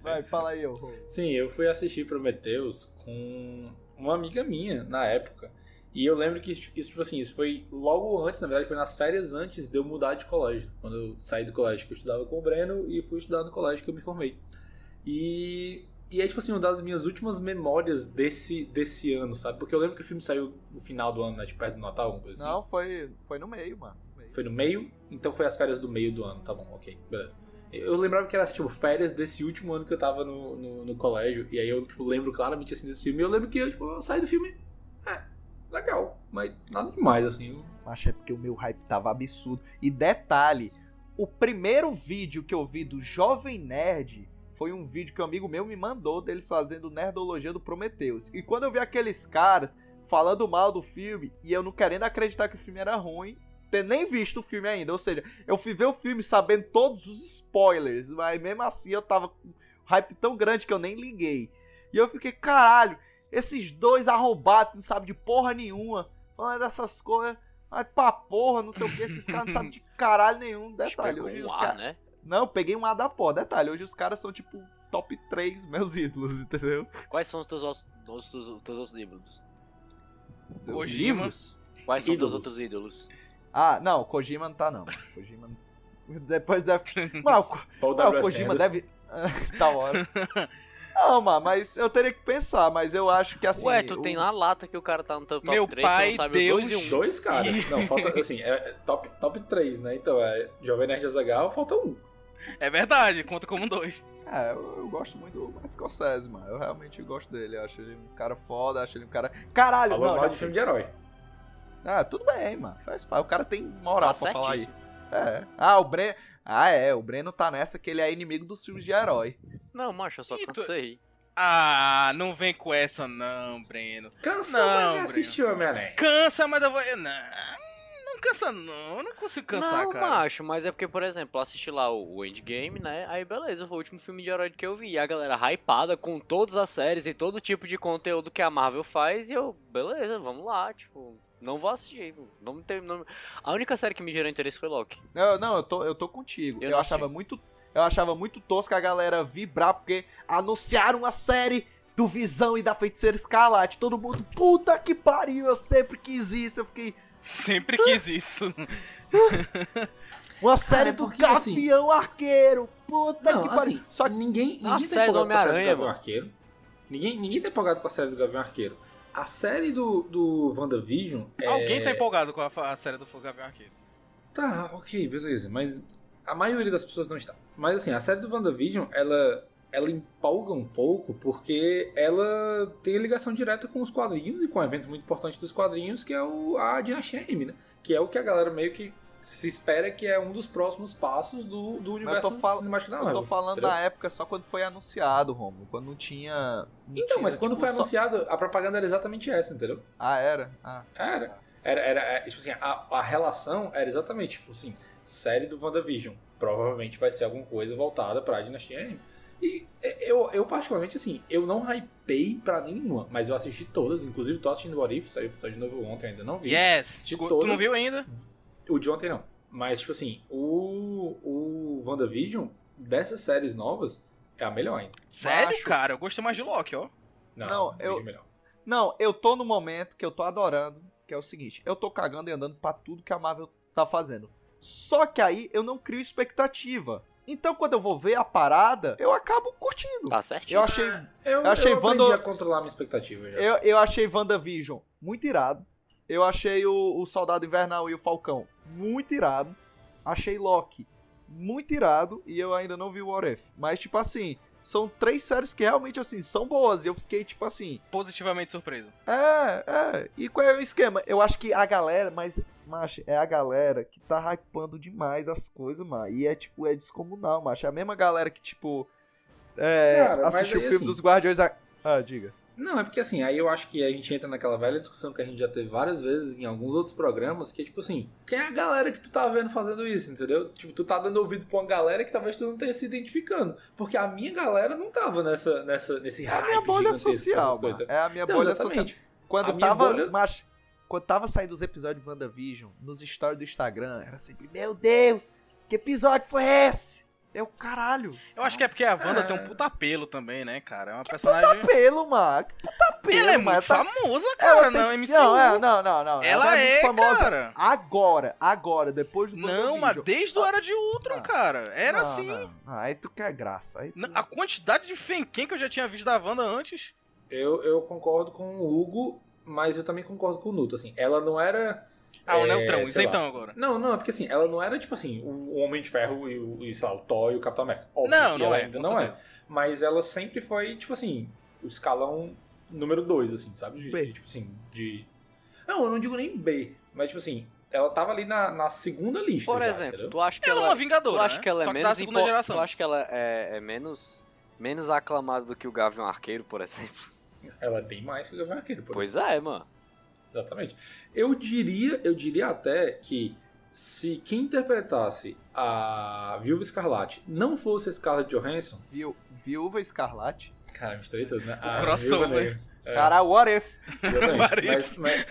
Speaker 2: Vai,
Speaker 5: Sim,
Speaker 2: fala aí, ô. ô.
Speaker 5: Sim, eu fui assistir Prometheus com uma amiga minha na época. E eu lembro que isso, isso, tipo assim, isso foi logo antes, na verdade, foi nas férias antes de eu mudar de colégio. Quando eu saí do colégio que eu estudava com o Breno e fui estudar no colégio que eu me formei. E, e é, tipo assim, uma das minhas últimas memórias desse, desse ano, sabe? Porque eu lembro que o filme saiu no final do ano, né? Tipo, perto do Natal, alguma coisa assim.
Speaker 2: Não, foi, foi no meio, mano. No meio.
Speaker 5: Foi no meio, então foi as férias do meio do ano, tá bom, ok, beleza. Eu lembrava que era, tipo, férias desse último ano que eu tava no, no, no colégio, e aí eu, tipo, lembro claramente, assim, desse filme, e eu lembro que eu, tipo, eu saí do filme, é, legal, mas nada demais, assim.
Speaker 2: Acho é porque o meu hype tava absurdo. E detalhe, o primeiro vídeo que eu vi do Jovem Nerd foi um vídeo que um amigo meu me mandou deles fazendo nerdologia do Prometheus. E quando eu vi aqueles caras falando mal do filme e eu não querendo acreditar que o filme era ruim, ter nem visto o filme ainda, ou seja, eu fui ver o filme sabendo todos os spoilers, mas mesmo assim eu tava com um hype tão grande que eu nem liguei. E eu fiquei, caralho, esses dois arrombados não sabem de porra nenhuma, falando dessas coisas. Ai, pra porra, não sei o que, esses caras não sabem de caralho nenhum.
Speaker 6: Mas
Speaker 2: Detalhe, é
Speaker 6: pegou
Speaker 2: hoje
Speaker 6: um
Speaker 2: os
Speaker 6: ar,
Speaker 2: caras-
Speaker 6: né?
Speaker 2: não, eu peguei um A da pó. Detalhe, hoje os caras são tipo top 3 meus ídolos, entendeu?
Speaker 6: Quais são os teus outros, os teus, os teus outros ídolos?
Speaker 4: Kojima.
Speaker 6: Quais são os teus
Speaker 5: Ídolos.
Speaker 6: outros ídolos?
Speaker 2: Ah, não, Kojima não tá não. Kojima não- Depois deve. Mano, o Ko-
Speaker 5: Paul
Speaker 2: ah, o
Speaker 5: W.S.
Speaker 2: Kojima
Speaker 5: Anderson.
Speaker 2: deve. da hora. Não, mano, mas eu teria que pensar, mas eu acho que assim.
Speaker 6: Ué, tu
Speaker 2: o-
Speaker 6: tem lá a lata que o cara tá no teu top
Speaker 4: Meu
Speaker 6: 3, tu
Speaker 4: pai,
Speaker 6: não sabe o 2 e
Speaker 4: Deus.
Speaker 6: 1.
Speaker 5: Dois caras, não, falta, assim, é é top, top três, né, então é Jovem Nerd Azaghal, falta um.
Speaker 4: É verdade, conta como dois.
Speaker 2: É, eu, eu gosto muito do Martin Scorsese, mano. Eu realmente gosto dele. Eu acho ele um cara foda, acho ele um cara. Caralho,
Speaker 5: Falou
Speaker 2: não,
Speaker 5: mal
Speaker 2: já
Speaker 5: de
Speaker 2: sei.
Speaker 5: filme de herói.
Speaker 2: Ah, tudo bem, mano. Faz parte. O cara tem moral
Speaker 6: Tá
Speaker 2: pra falar aí.
Speaker 6: certíssimo.
Speaker 2: É. Ah, o Breno. Ah, é. O Breno tá nessa que ele é inimigo dos filmes de herói.
Speaker 6: Não, macho, eu só
Speaker 4: Ih, tu-
Speaker 6: cansei.
Speaker 4: Ah, não vem com essa não, Breno.
Speaker 5: Cansou,
Speaker 4: Não,
Speaker 5: mas
Speaker 4: Breno.
Speaker 5: assistiu Homem-Aranha.
Speaker 4: Cansa, mas eu vou... eu- Não, não cansa não. Eu não consigo cansar,
Speaker 6: não,
Speaker 4: cara.
Speaker 6: macho, mas é porque, por exemplo, eu assisti lá o o Endgame, né? Aí beleza, foi o último filme de herói que eu vi. E a galera hypada com todas as séries e todo tipo de conteúdo que a Marvel faz. E eu, beleza, vamos lá, tipo, não vou assistir. tipo, Não me tem, não... A única série que me gerou interesse foi Loki.
Speaker 2: Não, não, eu tô, eu tô contigo.
Speaker 6: Eu
Speaker 2: Eu,
Speaker 6: não
Speaker 2: achava
Speaker 6: achei.
Speaker 2: muito. Eu achava muito tosco a galera vibrar, porque anunciaram a série do Visão e da Feiticeira Escarlate. Todo mundo, puta que pariu, eu sempre quis isso. Eu fiquei.
Speaker 4: Sempre quis isso.
Speaker 2: Uma série
Speaker 5: é
Speaker 2: do
Speaker 5: porque, assim-
Speaker 2: Gavião Arqueiro. Puta
Speaker 5: Não,
Speaker 2: que
Speaker 5: assim,
Speaker 2: pariu. Só que.
Speaker 5: ninguém,
Speaker 6: A
Speaker 5: ninguém tá
Speaker 6: série
Speaker 5: empolgado com a série
Speaker 6: do
Speaker 5: do
Speaker 6: Homem-Aranha,
Speaker 5: Gavião
Speaker 6: mano.
Speaker 5: Arqueiro. Ninguém, ninguém tá empolgado com a série do Gavião Arqueiro. A série do, do WandaVision é...
Speaker 4: Alguém tá empolgado com a, fa- a série do Gavião Arqueiro.
Speaker 5: Tá, ok, beleza, mas a maioria das pessoas não está. Mas assim, a série do WandaVision, ela, ela empolga um pouco porque ela tem ligação direta com os quadrinhos e com um evento muito importante dos quadrinhos, que é o, a Dinastia M, né? Que é o que a galera meio que se espera que é um dos próximos passos do, do universo
Speaker 2: fal-
Speaker 5: cinemático da
Speaker 2: eu
Speaker 5: Marvel.
Speaker 2: tô falando
Speaker 5: entendeu?
Speaker 2: na época só quando foi anunciado, Romulo. Quando não tinha. não
Speaker 5: Então,
Speaker 2: tinha,
Speaker 5: mas quando
Speaker 2: tipo,
Speaker 5: foi
Speaker 2: só-
Speaker 5: anunciado, a propaganda era exatamente essa, entendeu?
Speaker 2: Ah, era? Ah.
Speaker 5: Era. Era, era, é, tipo assim, a, a relação era exatamente, tipo assim, série do WandaVision. Provavelmente vai ser alguma coisa voltada pra Dinastia M. E é, eu, eu, particularmente, assim, eu não hypei pra nenhuma, mas eu assisti todas, inclusive tô assistindo o Arif, saiu o episódio novo ontem, ainda não vi.
Speaker 4: Yes.
Speaker 5: De
Speaker 4: Tu tu não
Speaker 5: todas-
Speaker 4: viu ainda?
Speaker 5: O de ontem não. Mas, tipo assim, o, o WandaVision, dessas séries novas, é a melhor ainda.
Speaker 4: Sério,
Speaker 2: Macho.
Speaker 4: cara? Eu gostei mais de Loki, ó.
Speaker 5: Não,
Speaker 2: Não,
Speaker 5: WandaVision
Speaker 2: eu-
Speaker 5: é melhor.
Speaker 2: Não, eu tô no momento que eu tô adorando, que é o seguinte, eu tô cagando e andando pra tudo que a Marvel tá fazendo. Só que aí eu não crio expectativa. Então quando eu vou ver a parada, eu acabo curtindo.
Speaker 6: Tá certinho.
Speaker 2: Eu achei,
Speaker 5: Eu,
Speaker 2: achei
Speaker 5: eu aprendi
Speaker 2: Wanda-
Speaker 5: a controlar minha expectativa já.
Speaker 2: eu, eu achei WandaVision muito irado. Eu achei o, o Soldado Invernal e o Falcão muito irado. Achei Loki muito irado. E eu ainda não vi o What If. Mas, tipo assim, são três séries que realmente, assim, são boas. E eu fiquei, tipo assim,
Speaker 4: Positivamente surpreso.
Speaker 2: é, é. E qual é o esquema? Eu acho que a galera, mas, macho, é a galera que tá hypando demais as coisas, mano. E é, tipo, é descomunal, macho. É a mesma galera que, tipo, é,
Speaker 5: Cara, mas
Speaker 2: assistiu o
Speaker 5: aí,
Speaker 2: filme
Speaker 5: assim-
Speaker 2: dos Guardiões da... Ah, diga.
Speaker 5: Não, é porque assim, aí eu acho que a gente entra naquela velha discussão que a gente já teve várias vezes em alguns outros programas, que é tipo assim, quem é a galera que tu tá vendo fazendo isso, entendeu? Tipo, tu tá dando ouvido pra uma galera que talvez tu não tenha se identificando. Porque a minha galera não tava nessa, nessa, nesse
Speaker 2: É a
Speaker 5: hype
Speaker 2: minha bolha
Speaker 5: gigantesco,
Speaker 2: social,
Speaker 5: essas coisas.
Speaker 2: mano. É a minha
Speaker 5: Não,
Speaker 2: bolha social.
Speaker 5: exatamente.
Speaker 2: Quando
Speaker 5: A minha
Speaker 2: tava.
Speaker 5: bolha-
Speaker 2: Mas, quando tava saindo os episódios de WandaVision, nos stories do Instagram, era sempre, meu Deus, que episódio foi esse? Eu, caralho.
Speaker 4: Eu acho que é porque a Wanda
Speaker 5: É.
Speaker 4: tem um puta apelo também, né, cara? É uma personagem.
Speaker 2: Pelo, mano. Que puta pelo,
Speaker 4: Ela é
Speaker 2: mano.
Speaker 4: muito
Speaker 2: Tá-
Speaker 4: famosa,
Speaker 2: Ela
Speaker 4: cara,
Speaker 2: tem-
Speaker 4: na MCU.
Speaker 2: Não, é, não, não, não.
Speaker 4: Ela
Speaker 2: tá muito
Speaker 4: é,
Speaker 2: famosa.
Speaker 4: cara.
Speaker 2: Agora, agora, depois do
Speaker 4: Não,
Speaker 2: WandaVision.
Speaker 4: mas desde o Era de Ultron,
Speaker 2: Ah.
Speaker 4: cara. Era
Speaker 2: Não,
Speaker 4: assim.
Speaker 2: não. Ah, aí tu quer graça. Aí tu...
Speaker 4: Não, A quantidade de Fenken que eu já tinha visto da Wanda antes.
Speaker 5: Eu, eu concordo com o Hugo, mas eu também concordo com o Nuto, assim, ela não era...
Speaker 4: Ah, o
Speaker 5: é,
Speaker 4: Neutrão,
Speaker 5: sei
Speaker 4: isso
Speaker 5: lá.
Speaker 4: então agora.
Speaker 5: Não, não, é porque assim, ela não era tipo assim, o Homem de Ferro e, o, e sei lá, o Thor e o Capitão América. Óbvio
Speaker 4: Não,
Speaker 5: que
Speaker 4: não
Speaker 5: ela
Speaker 4: é.
Speaker 5: ainda
Speaker 4: com
Speaker 5: não é.
Speaker 4: certeza.
Speaker 5: Mas ela sempre foi, tipo assim, o escalão número 2, assim, sabe? De,
Speaker 2: B.
Speaker 5: de, tipo assim, de. Não, eu não digo nem B, mas tipo assim, ela tava ali na, na segunda lista.
Speaker 6: Por
Speaker 5: já,
Speaker 6: exemplo,
Speaker 5: entendeu?
Speaker 6: tu acha que
Speaker 4: Ela é uma
Speaker 6: ela, tu
Speaker 4: Vingadora,
Speaker 6: acha
Speaker 4: né?
Speaker 6: que ela é
Speaker 4: Só que da
Speaker 6: menos
Speaker 4: segunda
Speaker 6: impo-
Speaker 4: geração.
Speaker 6: Tu acha que ela é, é menos menos aclamada do que o Gavião Arqueiro, por exemplo?
Speaker 5: Ela é bem mais que o Gavião Arqueiro, por
Speaker 6: Pois
Speaker 5: exemplo.
Speaker 6: é, mano.
Speaker 5: Exatamente. Eu diria, eu diria até que se quem interpretasse a Viúva Escarlate não fosse a Scarlett Johansson,
Speaker 2: Viu, viúva Escarlate.
Speaker 5: cara, misturei tudo, né? A
Speaker 4: crossover.
Speaker 5: Viúva Negra. É.
Speaker 2: Caralho, what if?
Speaker 5: Exatamente.
Speaker 4: Marido.
Speaker 5: mas, mas...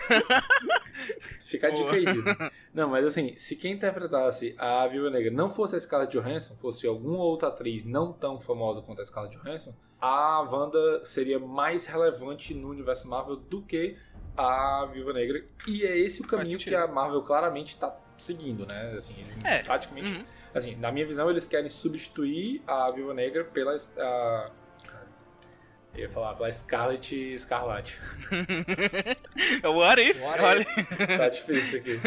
Speaker 5: Fica a dica
Speaker 4: Boa.
Speaker 5: aí, Disney. Não, mas assim, se quem interpretasse a Viúva Negra não fosse a Scarlett Johansson, fosse alguma outra atriz não tão famosa quanto a Scarlett Johansson, a Wanda seria mais relevante no universo Marvel do que a Viúva Negra. E é esse o caminho
Speaker 4: sentido.
Speaker 5: que a Marvel claramente tá seguindo, né? Assim, eles
Speaker 4: É.
Speaker 5: praticamente...
Speaker 4: Uhum.
Speaker 5: Assim, na minha visão, eles querem substituir a Viúva Negra pela... A... Eu ia falar pela Scarlet Scarlet.
Speaker 4: É o What If.
Speaker 5: What
Speaker 4: olha.
Speaker 5: Tá difícil isso aqui.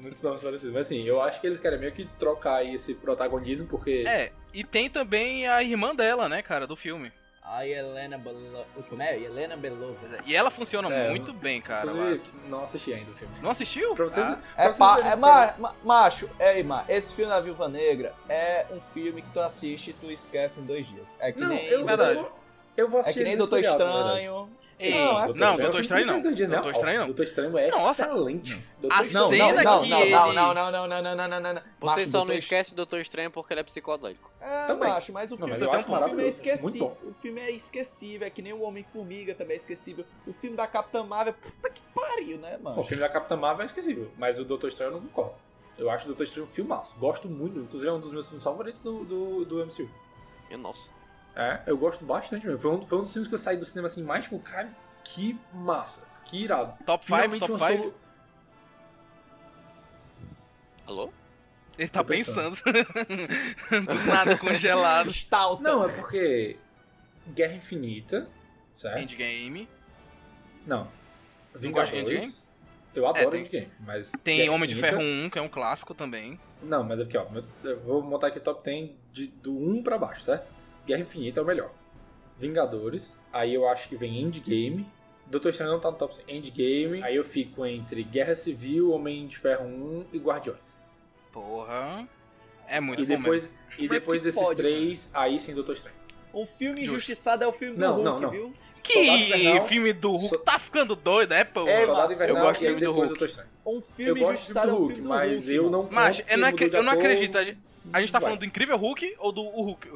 Speaker 5: Muitos nomes parecidos. Mas assim, eu acho que eles querem meio que trocar aí esse protagonismo, porque.
Speaker 4: É, e tem também a irmã dela, né, cara, do filme.
Speaker 9: A Helena Belo... Como é? Helena Belova.
Speaker 4: E ela funciona
Speaker 5: É,
Speaker 4: muito bem, cara.
Speaker 5: Inclusive, não assisti ainda o filme.
Speaker 4: Não assistiu?
Speaker 5: Pra vocês.
Speaker 4: Ah,
Speaker 5: pra
Speaker 2: É,
Speaker 5: vocês
Speaker 2: pa...
Speaker 5: verem
Speaker 2: é
Speaker 5: como-
Speaker 2: ma... ma-
Speaker 9: Macho, ei, ma, esse filme da Viúva Negra é um filme que tu assiste e tu esquece em dois dias. É que
Speaker 5: Não,
Speaker 9: nem,
Speaker 5: eu,
Speaker 4: Verdade.
Speaker 5: eu vou. Eu vou
Speaker 9: é
Speaker 5: assistir
Speaker 9: que nem
Speaker 5: ele nesse
Speaker 9: Doutor
Speaker 5: feriado, na verdade.
Speaker 9: Estranho.
Speaker 4: Ei,
Speaker 5: Não,
Speaker 4: não,
Speaker 5: assim,
Speaker 4: não,
Speaker 5: é um
Speaker 4: Doutor
Speaker 5: filme
Speaker 4: Estranho
Speaker 5: que
Speaker 4: não.
Speaker 5: vocês dizem,
Speaker 4: Doutor Estranho
Speaker 5: ó,
Speaker 4: não.
Speaker 5: Doutor Estranho é
Speaker 4: Nossa.
Speaker 5: excelente.
Speaker 4: A
Speaker 5: Doutor é
Speaker 2: Não,
Speaker 4: cena
Speaker 2: não,
Speaker 4: que
Speaker 2: não,
Speaker 4: ele...
Speaker 2: não, não, não, não, não, não, não, não, não.
Speaker 6: Vocês
Speaker 2: Macho,
Speaker 6: só
Speaker 2: Doutor
Speaker 6: não esquecem o Doutor Estranho porque ele é psicodélico.
Speaker 2: É,
Speaker 5: Também.
Speaker 2: macho, mas o
Speaker 5: Não,
Speaker 2: filme,
Speaker 5: mas
Speaker 4: eu
Speaker 2: o
Speaker 4: acho
Speaker 2: filme é
Speaker 5: maravilhoso,
Speaker 2: esquecível.
Speaker 5: muito bom.
Speaker 2: O filme é esquecível, é que nem o Homem-Formiga também é esquecível. O filme da Capitã Marvel, puta que pariu, né, mano?
Speaker 5: O filme da Capitã Marvel é esquecível, mas o Doutor Estranho eu não concordo. Eu acho o Doutor Estranho um filmaço. Gosto muito, inclusive é um dos meus filmes favoritos do, do, do MCU.
Speaker 6: Minha nossa.
Speaker 5: É, eu gosto bastante mesmo. Foi um, foi um dos filmes que eu saí do cinema assim, mais tipo, cara, que massa, que irado.
Speaker 4: Top 5,
Speaker 5: Finalmente
Speaker 4: top
Speaker 5: uma
Speaker 4: 5.
Speaker 5: solu-
Speaker 6: Alô?
Speaker 4: Ele tá
Speaker 5: Tô pensando.
Speaker 4: pensando. Do nada congelado.
Speaker 2: Stalta.
Speaker 5: Não, é porque Guerra Infinita, certo?
Speaker 4: Endgame.
Speaker 5: Não.
Speaker 4: gosta de Endgame?
Speaker 5: Vingadores. Eu adoro
Speaker 4: É, tem-
Speaker 5: Endgame, mas...
Speaker 4: Tem
Speaker 5: Guerra
Speaker 4: Homem de
Speaker 5: Infinita-
Speaker 4: Ferro 1, que é um clássico também.
Speaker 5: Não, mas aqui, ó. Eu vou montar aqui o top 10 de, do 1 pra baixo, certo? Guerra Infinita é o melhor. Vingadores. Aí eu acho que vem Endgame. Doutor Estranho não tá no top 100. Endgame. Aí eu fico entre Guerra Civil, Homem de Ferro 1 e Guardiões.
Speaker 4: Porra. É muito
Speaker 5: E
Speaker 4: bom mesmo.
Speaker 5: depois, e depois
Speaker 2: que
Speaker 5: desses
Speaker 2: pode,
Speaker 5: três, aí sim, Doutor Estranho.
Speaker 2: Um filme
Speaker 4: Justo.
Speaker 2: injustiçado é o filme do
Speaker 5: Não,
Speaker 2: Hulk,
Speaker 5: não, não.
Speaker 2: viu?
Speaker 5: Soldado
Speaker 4: Que
Speaker 5: Invernal-
Speaker 4: filme do Hulk
Speaker 5: So-
Speaker 4: tá ficando doido, é, pô?
Speaker 2: É,
Speaker 5: Soldado
Speaker 2: mano,
Speaker 5: Invernal
Speaker 6: eu gosto do
Speaker 5: e aí
Speaker 6: filme do
Speaker 5: depois
Speaker 6: Hulk.
Speaker 5: Doutor Estranho.
Speaker 2: Um
Speaker 5: Eu
Speaker 2: filme
Speaker 5: gosto do
Speaker 2: injustiçado é o
Speaker 5: Hulk,
Speaker 2: filme do
Speaker 5: mas
Speaker 2: Hulk,
Speaker 5: eu
Speaker 2: mano.
Speaker 5: não conto
Speaker 4: Mas
Speaker 5: que
Speaker 4: eu não,
Speaker 5: mudou
Speaker 4: acre-
Speaker 5: de
Speaker 4: eu não
Speaker 5: ator.
Speaker 4: acredito. A gente, a gente tá
Speaker 5: Vai.
Speaker 4: falando do Incrível Hulk ou do o Hulk?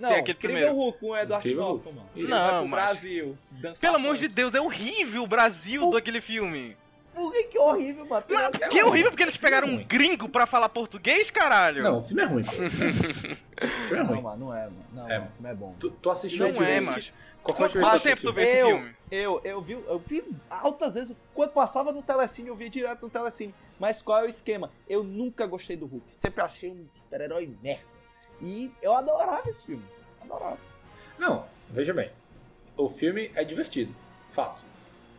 Speaker 2: Não,
Speaker 4: Tem aquele
Speaker 2: Incrível
Speaker 4: primeiro.
Speaker 2: Hulk, um é do Art
Speaker 5: Incrível
Speaker 2: Norton,
Speaker 5: Hulk.
Speaker 2: mano.
Speaker 5: Isso.
Speaker 4: Não,
Speaker 2: Vai pro
Speaker 4: macho.
Speaker 2: Brasil. dançar
Speaker 4: Pelo amor de
Speaker 2: funk.
Speaker 4: Deus, é horrível o Brasil daquele filme.
Speaker 2: Por que que horrível, mano? Tem
Speaker 5: É
Speaker 4: Que é
Speaker 5: ruim.
Speaker 4: horrível porque eles pegaram
Speaker 5: É ruim.
Speaker 4: um gringo pra falar português, caralho.
Speaker 5: Não, o filme é ruim. pô. o filme é
Speaker 9: Não,
Speaker 5: ruim.
Speaker 9: mano, não é, mano. Não,
Speaker 5: É.
Speaker 9: mano, não é bom.
Speaker 5: Tu, tu assistiu
Speaker 4: Não
Speaker 5: o filme?
Speaker 4: é, macho.
Speaker 5: Qual foi o
Speaker 4: Quanto,
Speaker 5: filme
Speaker 4: quanto
Speaker 5: que tu
Speaker 4: tempo tu
Speaker 5: assistiu?
Speaker 4: vê esse
Speaker 2: Eu-
Speaker 4: filme?
Speaker 2: Eu, eu vi, eu vi altas vezes, quando passava no Telecine, eu via direto no Telecine. Mas qual é o esquema? Eu nunca gostei do Hulk, sempre achei um super-herói merda. E eu adorava esse filme, adorava.
Speaker 5: Não, veja bem. O filme é divertido, fato.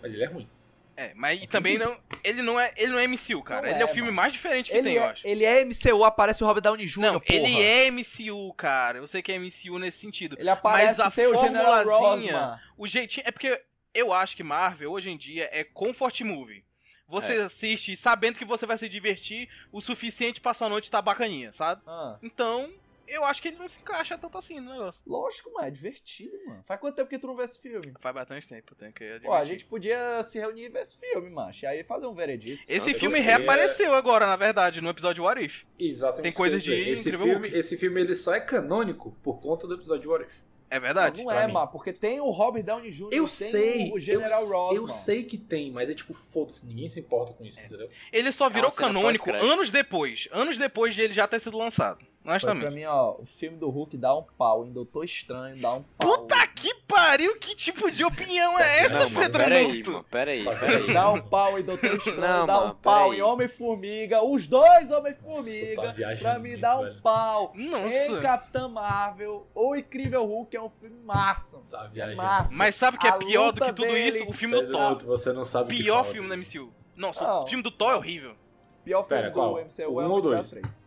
Speaker 5: Mas ele é ruim.
Speaker 4: É, mas e também não. Ele não é, ele não é MCU, cara.
Speaker 2: Não
Speaker 4: ele é,
Speaker 2: é,
Speaker 4: o filme mais diferente que
Speaker 2: Ele,
Speaker 4: tem, eu
Speaker 2: é,
Speaker 4: acho.
Speaker 2: ele é MCU, aparece o Robert Downey Jr.,
Speaker 4: Não,
Speaker 2: porra.
Speaker 4: ele é MCU, cara. Eu sei que é MCU nesse sentido.
Speaker 2: Ele aparece,
Speaker 4: Mas a
Speaker 2: tem o General
Speaker 4: formulazinha-
Speaker 2: Rosma.
Speaker 4: O jeitinho. É porque eu acho que Marvel hoje em dia é comfort movie. Você assiste sabendo que você vai se divertir o suficiente pra sua noite estar bacaninha, sabe?
Speaker 2: Ah,
Speaker 4: Então, eu acho que ele não se encaixa tanto assim no negócio.
Speaker 2: lógico, mano, é divertido, mano. Faz quanto tempo que tu não vê esse filme?
Speaker 4: Faz bastante tempo, eu tenho que admitir.
Speaker 2: Pô, a gente podia se reunir e ver esse filme, macho. E aí fazer um veredito.
Speaker 4: Esse
Speaker 5: Eu
Speaker 4: filme
Speaker 5: queria-
Speaker 4: reapareceu agora, na verdade, no episódio What If.
Speaker 5: Exatamente.
Speaker 4: Tem
Speaker 5: isso
Speaker 4: coisas
Speaker 5: que eu ia
Speaker 4: de
Speaker 5: dizer. esse
Speaker 4: Incrível
Speaker 5: filme, esse filme ele só é canônico por conta do episódio What If.
Speaker 4: É verdade.
Speaker 2: Não é, mano, porque tem o Robert Downey Jr.,
Speaker 5: Eu
Speaker 2: tem
Speaker 5: sei,
Speaker 2: o General
Speaker 5: eu,
Speaker 2: Ross,
Speaker 5: eu
Speaker 2: mano.
Speaker 5: sei que tem, mas é tipo, foda-se, ninguém se importa com
Speaker 4: É.
Speaker 5: isso, entendeu?
Speaker 4: Ele só virou
Speaker 5: É
Speaker 6: uma cena
Speaker 4: canônico
Speaker 6: pós-crédito.
Speaker 4: anos depois. Anos depois de ele já ter sido lançado.
Speaker 2: Foi pra
Speaker 4: Honestamente.
Speaker 2: mim, ó, o filme do Hulk dá um pau, em Doutor Estranho dá um pau.
Speaker 4: Puta que pariu, que tipo de opinião é essa,
Speaker 6: Não, mano,
Speaker 4: Pedro
Speaker 6: peraí,
Speaker 4: Nuto?
Speaker 6: mano, peraí.
Speaker 2: Dá um pau em Doutor Estranho,
Speaker 6: Não,
Speaker 2: dá
Speaker 6: mano,
Speaker 2: um pau
Speaker 6: peraí.
Speaker 2: em Homem-Formiga, os dois
Speaker 5: Nossa, tá
Speaker 2: Homem-Formiga, pra
Speaker 5: viajando
Speaker 2: mim
Speaker 5: muito,
Speaker 2: dá um
Speaker 5: velho.
Speaker 2: pau. Em
Speaker 4: Nossa.
Speaker 2: Capitã Marvel, O Incrível Hulk é um filme massa. mano.
Speaker 5: Tá viajando.
Speaker 2: Massa.
Speaker 4: Mas sabe o que é
Speaker 2: A
Speaker 4: pior do
Speaker 2: luta
Speaker 4: que tudo
Speaker 2: dele-
Speaker 4: isso? O filme do
Speaker 5: Pedro
Speaker 4: Thor.
Speaker 5: Nuto, você não sabe o que
Speaker 4: Pior
Speaker 5: fala,
Speaker 4: filme da
Speaker 5: Pedro.
Speaker 4: MCU. Nossa,
Speaker 2: Não.
Speaker 4: o filme do Thor é horrível.
Speaker 2: Pior filme
Speaker 5: Pera,
Speaker 2: do
Speaker 5: qual?
Speaker 2: MCU é
Speaker 5: Um
Speaker 2: o
Speaker 5: ou
Speaker 2: Homem-Aranha
Speaker 5: dois?
Speaker 2: 3.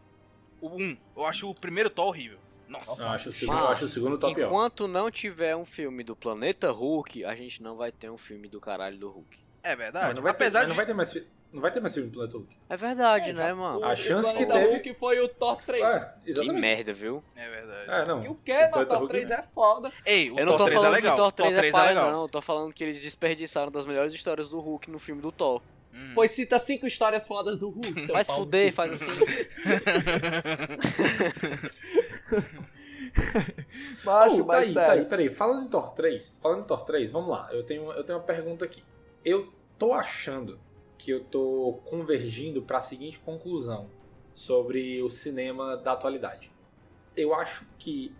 Speaker 4: O 1. Eu acho o primeiro Thor horrível. Nossa.
Speaker 5: Eu acho o segundo, eu acho o segundo
Speaker 2: um.
Speaker 5: top pior.
Speaker 6: Enquanto não tiver um filme do Planeta Hulk, a gente não vai ter um filme do caralho do Hulk.
Speaker 4: É
Speaker 5: Não,
Speaker 4: verdade.
Speaker 5: não vai ter-
Speaker 4: Apesar
Speaker 5: não
Speaker 4: de.
Speaker 5: vai ter mais fi- não vai ter mais filme do Planeta Hulk.
Speaker 6: É verdade,
Speaker 2: É,
Speaker 6: né,
Speaker 2: já-
Speaker 6: mano?
Speaker 2: o-
Speaker 5: A chance
Speaker 2: o
Speaker 5: que
Speaker 2: Planeta
Speaker 5: teve-
Speaker 2: Hulk foi o Thor 3.
Speaker 5: É,
Speaker 6: Que
Speaker 5: exatamente.
Speaker 6: merda, viu?
Speaker 4: É verdade.
Speaker 5: É, não.
Speaker 2: E o que,
Speaker 5: Planeta
Speaker 2: mano? Thor
Speaker 5: Hulk né? Hum.
Speaker 2: 3
Speaker 5: não.
Speaker 2: é foda.
Speaker 4: Ei, o
Speaker 6: Eu não
Speaker 4: Thor
Speaker 6: tô
Speaker 4: 3 é
Speaker 6: falando que
Speaker 4: legal.
Speaker 6: o Thor 3, é, pai,
Speaker 4: legal.
Speaker 6: não. Eu tô falando que eles desperdiçaram das melhores histórias do Hulk no filme do Thor.
Speaker 4: Hum.
Speaker 2: Pois cita cinco histórias fodas do Hulk. seu
Speaker 6: Vai se
Speaker 2: um pau no
Speaker 6: fuder,
Speaker 2: cu.
Speaker 6: faz assim.
Speaker 2: Macho,
Speaker 5: Oh, tá
Speaker 2: mas
Speaker 5: aí, tá
Speaker 2: sério.
Speaker 5: aí, peraí. Falando em Thor 3, falando em Thor 3, vamos lá. Eu tenho, eu tenho uma pergunta aqui. Eu tô achando que eu tô convergindo pra seguinte conclusão sobre o cinema da atualidade. Eu acho que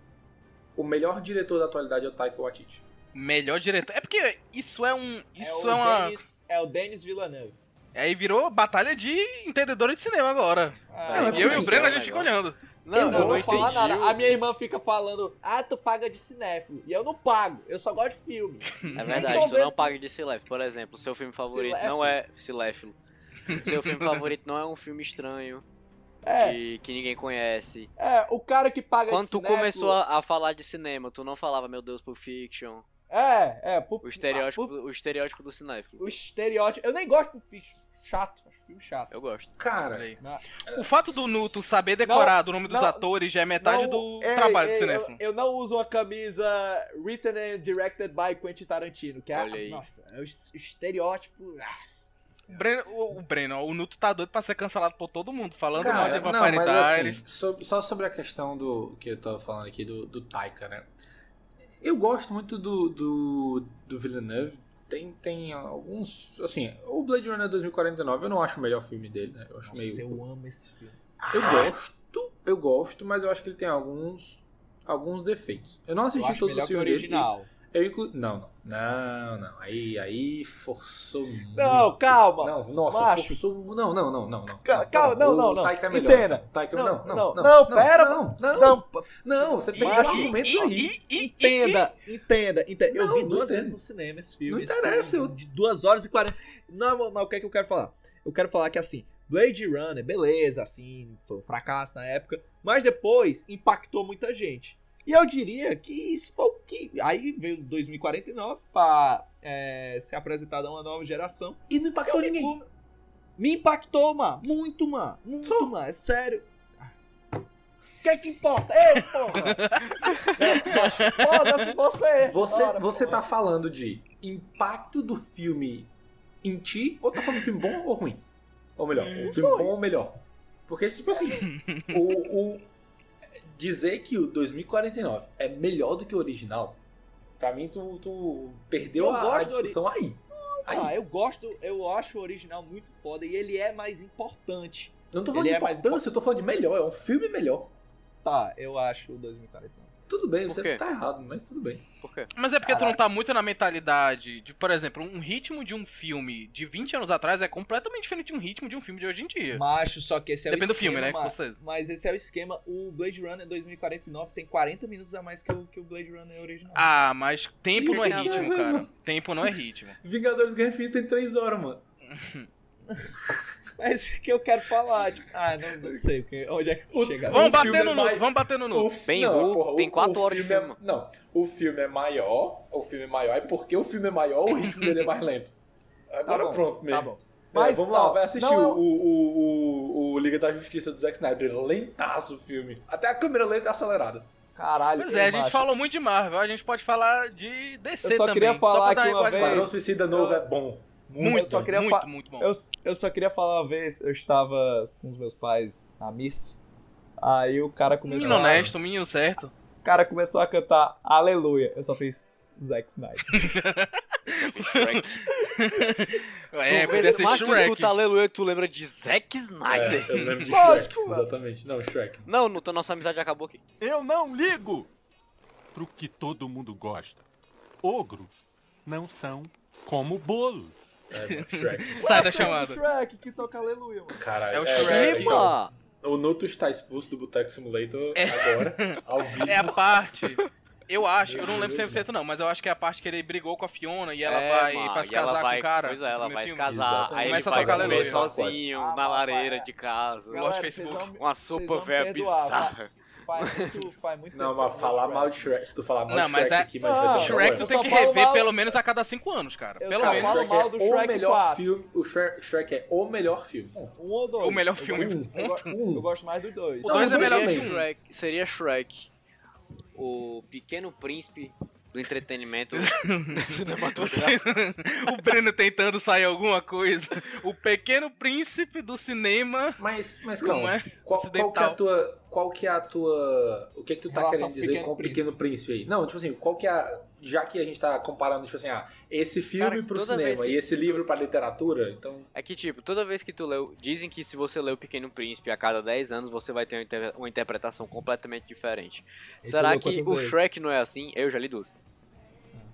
Speaker 5: o melhor diretor da atualidade é o Taika Waititi.
Speaker 4: Melhor diretor. É porque isso é um. Isso
Speaker 2: o
Speaker 4: é, uma.
Speaker 2: Denis- é o Denis Villeneuve.
Speaker 4: Aí virou batalha de entendedora de cinema agora.
Speaker 2: Ah,
Speaker 5: Não, é
Speaker 4: e eu e
Speaker 5: porque
Speaker 4: o Breno a
Speaker 6: assim,
Speaker 4: gente fica
Speaker 6: é um
Speaker 4: olhando.
Speaker 6: Não,
Speaker 5: Eu
Speaker 6: eu
Speaker 2: Eu não
Speaker 6: não
Speaker 2: vou falar
Speaker 6: entendi.
Speaker 2: nada.
Speaker 6: o-
Speaker 2: A minha irmã fica falando, ah, tu paga de cinéfilo. E eu não pago, eu só gosto de filme.
Speaker 4: Uhum.
Speaker 6: É
Speaker 2: Tô
Speaker 6: verdade, tu
Speaker 2: vendo.
Speaker 6: não paga de Silef. Por exemplo, seu filme favorito
Speaker 2: Cinéfilo.
Speaker 6: não é Siléfilo. Seu filme favorito não é um filme estranho
Speaker 2: É,
Speaker 6: de- que ninguém conhece.
Speaker 2: é, o cara que paga
Speaker 6: Quando
Speaker 2: de
Speaker 6: tu
Speaker 2: cinéfilo...
Speaker 6: começou a, a falar de cinema, tu não falava, meu Deus, Pulp Fiction.
Speaker 2: É, é, pu-
Speaker 6: O estereótipo,
Speaker 2: ah, pu-
Speaker 6: o estereótipo do cinéfilo.
Speaker 2: O estereótipo... Eu nem gosto do filme chato, acho filme chato.
Speaker 6: Eu gosto.
Speaker 5: Cara,
Speaker 4: Olha aí.
Speaker 2: Não.
Speaker 4: O fato do Nuto saber decorar o nome dos
Speaker 2: não,
Speaker 4: atores já é metade
Speaker 2: Não-
Speaker 4: do
Speaker 2: Ei,
Speaker 4: trabalho
Speaker 5: é,
Speaker 2: ei,
Speaker 4: do
Speaker 2: eu,
Speaker 4: cinéfilo.
Speaker 2: eu não uso uma camisa written and directed by Quentin Tarantino, que é...
Speaker 6: Olha aí.
Speaker 2: Nossa, é o es- estereótipo... ah.
Speaker 4: O Breno- o, o Breno, ó, o Nuto tá doido pra ser cancelado por todo mundo, falando mal de
Speaker 5: Cara, não, mas
Speaker 4: Vampire Diaries.
Speaker 5: assim, so- só sobre a questão do que eu tava falando aqui do, do Taika, né? Eu gosto muito do, do, do Villeneuve. Tem, tem alguns. Assim, o Blade Runner 2049 eu não acho o melhor filme dele, né? Eu acho
Speaker 2: Nossa,
Speaker 5: meio.
Speaker 2: eu amo esse filme.
Speaker 5: Eu gosto, eu gosto, mas eu acho que ele tem alguns. alguns defeitos. Eu não
Speaker 2: Eu
Speaker 5: assisti
Speaker 2: acho
Speaker 5: todos
Speaker 2: melhor
Speaker 5: os
Speaker 2: que o
Speaker 5: filmes dele. e-
Speaker 2: original.
Speaker 5: Eu inclu... Não, não. Não, não. Aí, aí forçou muito.
Speaker 2: Não, calma.
Speaker 5: Não, nossa,
Speaker 2: Macho.
Speaker 5: forçou. Não, não, não, não, não.
Speaker 2: Ca- calma, não,
Speaker 5: o
Speaker 2: não, não.
Speaker 5: Taika é melhor.
Speaker 2: Entenda.
Speaker 5: então. Taika é
Speaker 2: Não,
Speaker 5: melhor. Não,
Speaker 2: não,
Speaker 5: não,
Speaker 2: não, pera,
Speaker 5: Não, não, não.
Speaker 2: Não,
Speaker 5: você
Speaker 4: E-
Speaker 5: tem um argumento
Speaker 4: e-
Speaker 5: aí.
Speaker 4: e- e- e-
Speaker 2: Entenda, entenda, entenda. eu
Speaker 5: Não,
Speaker 2: vi
Speaker 5: não
Speaker 2: duas vezes
Speaker 5: entendo.
Speaker 2: no cinema esse filme.
Speaker 5: Não
Speaker 2: esse
Speaker 5: interessa,
Speaker 2: filme De 2 horas e 40. Não, mas o que é que eu quero falar? Eu quero falar que assim, Blade Runner, beleza, assim, foi um fracasso na época, mas depois impactou muita gente. E eu diria que isso foi o que. Aí veio 2049 pra é, ser apresentada uma nova geração.
Speaker 5: E não impactou
Speaker 2: Eu me
Speaker 5: ninguém.
Speaker 2: cu- Me impactou, mano. Muito, mano. Muito,
Speaker 5: Só.
Speaker 2: mano. É sério. O que é que importa? Ei, porra! É, Foda-se você!
Speaker 5: Você,
Speaker 2: senhora,
Speaker 5: você
Speaker 2: porra.
Speaker 5: tá falando de impacto do filme em ti, ou tá falando de filme bom ou ruim? Ou melhor, o filme bom ou melhor? Porque, tipo assim, o, o- dizer que o 2049 é melhor do que o original, pra mim tu, tu perdeu
Speaker 2: Eu
Speaker 5: a, a
Speaker 2: gosto do ori-
Speaker 5: discussão aí. aí.
Speaker 2: Ah, eu gosto, eu acho o original muito foda e ele é mais importante.
Speaker 5: Eu Não tô falando
Speaker 2: Ele
Speaker 5: de
Speaker 2: é mais
Speaker 5: importância, eu tô falando de melhor, é um filme melhor.
Speaker 2: Tá, eu acho o 2049.
Speaker 5: Tudo bem,
Speaker 6: Por
Speaker 5: você
Speaker 6: quê?
Speaker 5: tá errado, mas tudo bem.
Speaker 6: Por quê?
Speaker 4: Mas é porque tu não tá muito na mentalidade de, por exemplo, um ritmo de um filme de 20 anos atrás é completamente diferente de um ritmo de um filme de hoje em dia.
Speaker 2: Macho, só que esse é
Speaker 4: Depende
Speaker 2: o
Speaker 4: do
Speaker 2: esquema.
Speaker 4: filme, né? Com certeza.
Speaker 2: Mas esse é o esquema. O Blade Runner 2049 tem 40 minutos a mais que o, que o Blade Runner original.
Speaker 4: Ah, mas tempo
Speaker 5: Ih,
Speaker 4: não é
Speaker 5: cara,
Speaker 4: ritmo,
Speaker 5: velho.
Speaker 4: cara. Tempo não é ritmo.
Speaker 5: Vingadores Guerra Infinita tem 3 horas, mano.
Speaker 2: Mas É isso que eu quero falar. Tipo, ah, não, não sei. porque- Onde é que
Speaker 5: O-
Speaker 2: chega?
Speaker 4: Vamos
Speaker 5: filme
Speaker 4: bater no
Speaker 5: é
Speaker 4: Nuto,
Speaker 5: mais-
Speaker 4: vamos bater no Nuto.
Speaker 5: fi-
Speaker 6: Ben Hur tem quatro horas de
Speaker 5: é-
Speaker 6: filme.
Speaker 5: não, o filme é maior, o filme é maior, e porque o filme é maior, o ritmo dele é mais lento. Agora
Speaker 2: bom,
Speaker 5: pronto mesmo.
Speaker 2: Tá bom.
Speaker 5: Mas,
Speaker 2: Mas,
Speaker 5: vamos
Speaker 2: ó,
Speaker 5: lá, vai assistir
Speaker 2: não,
Speaker 5: o,
Speaker 2: eu-
Speaker 5: o, o, o Liga da Justiça do Zack Snyder. Lentaço o filme. Até a câmera lenta é acelerada.
Speaker 2: Caralho.
Speaker 4: Pois é, a gente
Speaker 2: macho.
Speaker 4: falou muito de Marvel, a gente pode falar de
Speaker 2: Eu
Speaker 4: DC
Speaker 2: só
Speaker 4: também.
Speaker 2: queria falar aqui
Speaker 4: pra
Speaker 2: uma
Speaker 4: igual-
Speaker 2: vez-
Speaker 5: Esquadrão Suicida Novo é bom.
Speaker 4: Muito,
Speaker 2: Eu só queria
Speaker 4: muito,
Speaker 2: fa-
Speaker 4: muito bom.
Speaker 2: Eu, eu só queria falar uma vez, eu estava com os meus pais na missa, aí o cara começou,
Speaker 4: Um Menino honesto, menino certo.
Speaker 2: o cara começou a cantar Aleluia. Eu só fiz Zack Snyder.
Speaker 4: É,
Speaker 6: tu
Speaker 4: podia
Speaker 6: pensa,
Speaker 4: ser
Speaker 6: mas tu
Speaker 4: Shrek.
Speaker 6: escuta
Speaker 2: tá
Speaker 6: Aleluia, tu lembra de Zack Snyder.
Speaker 5: É, eu lembro de
Speaker 2: Lógico,
Speaker 5: Shrek, exatamente. Não, Shrek.
Speaker 6: Não, Nuto, nossa amizade acabou aqui.
Speaker 10: Eu não ligo pro que todo mundo gosta. Ogros não são como bolos.
Speaker 5: É, Shrek.
Speaker 4: Sai da chamada.
Speaker 2: Shrek que toca Aleluia, mano.
Speaker 5: Caralho.
Speaker 4: É o Shrek.
Speaker 5: então,
Speaker 6: Eba!
Speaker 5: o Nuto está expulso do Boteco Simulator agora, ao vivo.
Speaker 4: É a parte. Eu acho, eu não lembro
Speaker 5: Meu Deus,
Speaker 4: 100% não, mas eu acho que é a parte que ele brigou com a Fiona e ela
Speaker 6: É,
Speaker 4: vai
Speaker 6: mano,
Speaker 4: pra se
Speaker 6: e ela
Speaker 4: casar
Speaker 6: vai-
Speaker 4: com o cara.
Speaker 6: Pois é, ela
Speaker 4: no
Speaker 6: vai se
Speaker 4: filme.
Speaker 6: casar,
Speaker 5: Exatamente.
Speaker 6: aí ele
Speaker 4: Começa a
Speaker 6: vai
Speaker 4: tocar
Speaker 6: comer
Speaker 4: Aleluia.
Speaker 6: sozinho,
Speaker 2: Ah,
Speaker 6: na
Speaker 2: papai.
Speaker 6: lareira de casa.
Speaker 4: Galera, de Facebook.
Speaker 2: vocês vão me-
Speaker 6: Uma
Speaker 2: vocês
Speaker 6: sopa
Speaker 2: vão me
Speaker 6: véia
Speaker 2: perdoar, tá?
Speaker 6: bizarra.
Speaker 2: Faz faz muito, faz muito
Speaker 5: Não,
Speaker 2: tempo que
Speaker 5: mas
Speaker 2: eu
Speaker 5: falar
Speaker 2: vejo
Speaker 5: mal
Speaker 2: Shrek.
Speaker 5: de Shrek. Se tu falar mal
Speaker 4: Não,
Speaker 5: de
Speaker 4: mas
Speaker 5: Shrek
Speaker 4: é-
Speaker 5: aqui, mas vai ter
Speaker 4: Shrek tu
Speaker 2: Eu
Speaker 4: tem
Speaker 2: só
Speaker 4: que
Speaker 2: falo
Speaker 4: rever
Speaker 2: mal-
Speaker 4: pelo menos a cada 5 anos, cara.
Speaker 2: Eu
Speaker 4: Pelo
Speaker 2: só
Speaker 4: menos.
Speaker 2: falo
Speaker 5: Shrek
Speaker 2: mal do
Speaker 5: é o
Speaker 2: Shrek
Speaker 5: melhor
Speaker 2: 4.
Speaker 5: filme. O Shrek, Shrek é o melhor filme.
Speaker 2: Um ou dois?
Speaker 4: O melhor
Speaker 2: Eu
Speaker 4: filme.
Speaker 2: gosto- Eu, go-
Speaker 5: Um.
Speaker 2: eu gosto mais do dois.
Speaker 4: O dois é
Speaker 5: Não,
Speaker 4: melhor
Speaker 6: seria
Speaker 4: que um.
Speaker 6: Shrek, seria Shrek, o pequeno príncipe do entretenimento
Speaker 4: é
Speaker 6: cinematográfico.
Speaker 4: o Breno tentando sair alguma coisa. O pequeno príncipe do cinema.
Speaker 5: Mas, mas
Speaker 4: Não
Speaker 5: calma,
Speaker 4: é
Speaker 5: qual, qual que é a
Speaker 4: ocidental.
Speaker 5: tua. Qual que é a tua. O que, que tu tá
Speaker 2: Relação
Speaker 5: querendo
Speaker 2: com
Speaker 5: dizer
Speaker 2: Pequeno
Speaker 5: com o
Speaker 2: Príncipe.
Speaker 5: Pequeno Príncipe aí? Não, tipo assim, qual que é a. Já que a gente tá comparando, tipo assim, ah, esse filme
Speaker 6: Cara,
Speaker 5: pro
Speaker 6: toda vez
Speaker 5: cinema
Speaker 6: que-
Speaker 5: e esse livro pra literatura, então.
Speaker 6: É que, tipo, toda vez que tu leu. Dizem que se você lê o Pequeno Príncipe a cada 10 anos, você vai ter uma, inter- uma interpretação completamente diferente.
Speaker 2: tu
Speaker 6: Será
Speaker 2: leu
Speaker 6: que
Speaker 2: quantas
Speaker 6: o
Speaker 2: vezes?
Speaker 6: Shrek não é assim? Eu já li duas.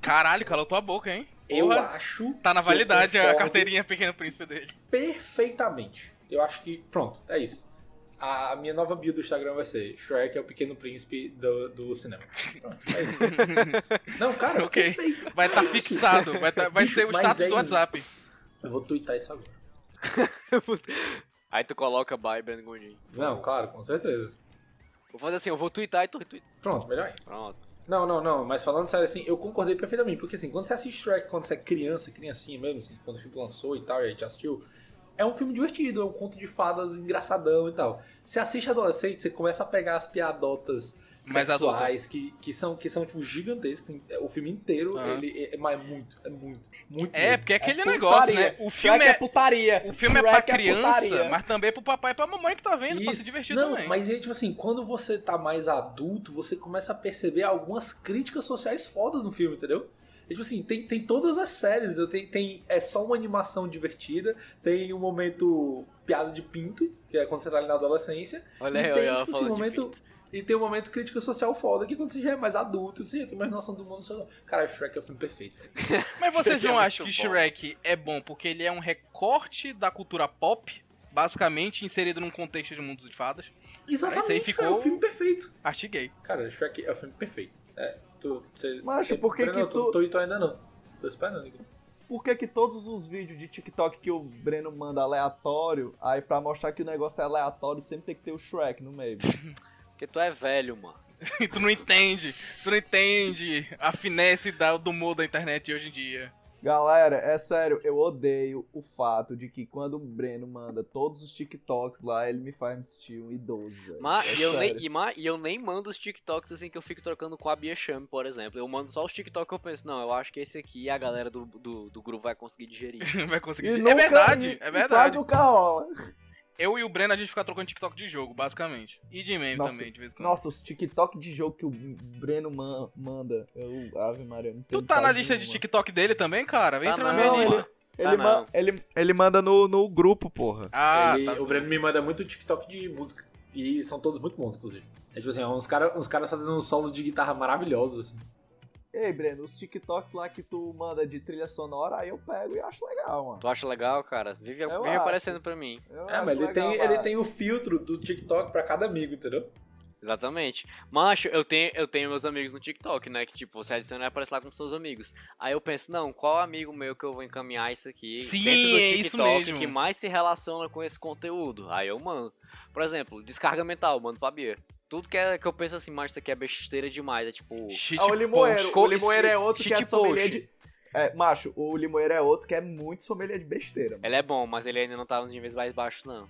Speaker 4: Caralho, calou tua boca, hein?
Speaker 5: Eu
Speaker 4: Porra,
Speaker 5: acho.
Speaker 4: Tá na
Speaker 5: que eu
Speaker 4: validade a
Speaker 5: concordo
Speaker 4: carteirinha pequeno príncipe dele.
Speaker 5: Perfeitamente. Eu acho que. Pronto, é isso. A a minha nova bio do Instagram vai ser Shrek é o Pequeno Príncipe do, do cinema. Pronto, é isso. Não, cara,
Speaker 4: Ok.
Speaker 5: perfeito. É
Speaker 4: Vai estar fixado, vai, tá- vai ser o
Speaker 5: Mas
Speaker 4: status
Speaker 5: é
Speaker 4: do
Speaker 5: isso.
Speaker 4: WhatsApp.
Speaker 5: Eu vou twittar isso agora.
Speaker 6: Aí tu coloca bye, Brandon Gondim.
Speaker 5: Não, claro, com certeza.
Speaker 6: Vou fazer assim, eu vou twittar e tu retweet.
Speaker 5: Pronto, melhor ainda.
Speaker 6: Pronto.
Speaker 5: Não, não, não, mas falando sério assim, eu concordei perfeitamente, porque assim, quando você assiste Shrek quando você é criança, criancinha mesmo, assim, quando o filme lançou e tal, e a gente assistiu, é um filme divertido, é um conto de fadas engraçadão e tal. Você assiste adolescente, você começa a pegar as piadotas
Speaker 4: Mais
Speaker 5: sexuais que, que são, que são tipo, gigantescas, tem- o filme inteiro,
Speaker 4: Aham.
Speaker 5: ele é, mas é muito, é muito, muito.
Speaker 4: É,
Speaker 5: mesmo.
Speaker 4: porque é aquele negócio,
Speaker 2: Putaria.
Speaker 4: né? O
Speaker 2: Shrek
Speaker 4: filme é,
Speaker 2: putaria.
Speaker 4: o filme é
Speaker 2: Shrek
Speaker 4: pra criança,
Speaker 2: putaria.
Speaker 4: mas também é pro papai e pra mamãe que tá vendo, pra
Speaker 5: Isso.
Speaker 4: se divertir
Speaker 5: não,
Speaker 4: também.
Speaker 5: mas é tipo assim, quando você tá mais adulto, você começa a perceber algumas críticas sociais fodas no filme, entendeu? É tipo assim, tem, tem todas as séries, entendeu? tem, tem é só uma animação divertida, tem o momento piada de pinto, que é quando você tá ali na adolescência,
Speaker 6: Olha aí,
Speaker 5: e
Speaker 6: olha
Speaker 5: tem,
Speaker 6: ela
Speaker 5: tipo assim,
Speaker 6: falando
Speaker 5: um
Speaker 6: de
Speaker 5: momento.
Speaker 6: pinto.
Speaker 5: E tem um momento crítica social foda, que quando você já é mais adulto, você já tem mais noção do mundo social. Cara, Shrek é o filme perfeito.
Speaker 4: Mas vocês
Speaker 6: Shrek é
Speaker 4: não
Speaker 6: muito
Speaker 4: acham que
Speaker 6: bom.
Speaker 4: Shrek é bom porque ele é um recorte da cultura pop, basicamente inserido num contexto de mundos de fadas?
Speaker 5: Exatamente,
Speaker 4: ficou-
Speaker 5: cara, é o filme perfeito.
Speaker 4: Artiguei.
Speaker 5: Cara, Shrek é o filme perfeito. É, tu. Você, é,
Speaker 2: Macho, por que
Speaker 5: Breno,
Speaker 2: que tu-
Speaker 5: Tô, e tu ainda não. Tô esperando aqui.
Speaker 2: Por que, que todos os vídeos de TikTok que o Breno manda aleatório, aí pra mostrar que o negócio é aleatório, sempre tem que ter o Shrek no meio?
Speaker 6: Porque tu é velho, mano.
Speaker 4: E tu não entende. Tu não entende a finesse da- do humor da internet de hoje em dia.
Speaker 2: Galera, é sério, eu odeio o fato de que quando o Breno manda todos os TikToks lá, ele me faz me sentir um idoso, velho.
Speaker 6: Mas,
Speaker 2: É
Speaker 6: e, eu
Speaker 2: sério.
Speaker 6: nem, e, ma- e eu nem mando os TikToks assim que eu fico trocando com a Bia Chame, por exemplo. Eu mando só os TikTok que eu penso, não, eu acho que esse aqui a galera do, do, do grupo vai conseguir digerir.
Speaker 4: Vai conseguir.
Speaker 2: E
Speaker 4: É
Speaker 2: nunca-
Speaker 4: verdade,
Speaker 2: e-
Speaker 4: é
Speaker 2: e
Speaker 4: verdade.
Speaker 2: quase nunca rola.
Speaker 4: Eu e o Breno a gente fica trocando TikTok de jogo, basicamente. E de meme
Speaker 2: Nossa,
Speaker 4: também, de vez em quando.
Speaker 2: Nossa, os TikTok de jogo que o Breno man- manda. Eu, Ave Maria, eu não
Speaker 4: Tu
Speaker 2: tenho
Speaker 4: tá na
Speaker 2: quase
Speaker 4: lista de
Speaker 2: nenhuma.
Speaker 4: TikTok dele também, cara? Vem
Speaker 6: Tá
Speaker 4: entrar na
Speaker 6: não,
Speaker 4: minha
Speaker 2: ele-
Speaker 4: lista.
Speaker 2: Ele,
Speaker 6: Tá
Speaker 2: ma-
Speaker 6: não.
Speaker 2: ele, ele manda no, no grupo, porra.
Speaker 4: Ah,
Speaker 5: Ele-
Speaker 4: tá.
Speaker 5: O Breno me manda muito TikTok de música. E são todos muito bons, inclusive. É tipo assim, é uns caras uns cara fazendo um solo de guitarra maravilhoso, assim.
Speaker 2: Ei, Breno, os TikToks lá que tu manda de trilha sonora, aí eu pego e acho legal, mano.
Speaker 6: Tu acha legal, cara? Vive,
Speaker 2: Eu
Speaker 6: vive
Speaker 2: acho.
Speaker 6: aparecendo pra mim.
Speaker 2: Eu
Speaker 5: É,
Speaker 2: acho
Speaker 5: mas ele
Speaker 2: legal, Ah,
Speaker 5: tem,
Speaker 2: mano.
Speaker 5: ele tem o filtro do TikTok pra cada amigo, entendeu?
Speaker 6: Exatamente. Macho, eu tenho, eu tenho meus amigos no TikTok, né? Que tipo, você adiciona e aparece lá com seus amigos. Aí eu penso, não, qual amigo meu que eu vou encaminhar isso aqui
Speaker 4: Sim,
Speaker 6: dentro do
Speaker 4: é
Speaker 6: TikTok
Speaker 4: isso mesmo.
Speaker 6: que mais se relaciona com esse conteúdo? Aí eu mando. Por exemplo, descarga mental, mando pra Bia. Tudo que, é, que eu penso assim, macho, isso aqui é besteira demais. É tipo.
Speaker 4: Shit
Speaker 2: Ah, o Limoeiro.
Speaker 6: post.
Speaker 2: O Limoeiro é outro que é
Speaker 6: Shit
Speaker 2: sommelier
Speaker 6: post.
Speaker 2: de... É, macho, o Limoeiro é outro que é muito sommelier de besteira, mano.
Speaker 6: Ele é bom, mas ele ainda não tá nos níveis mais baixos, não.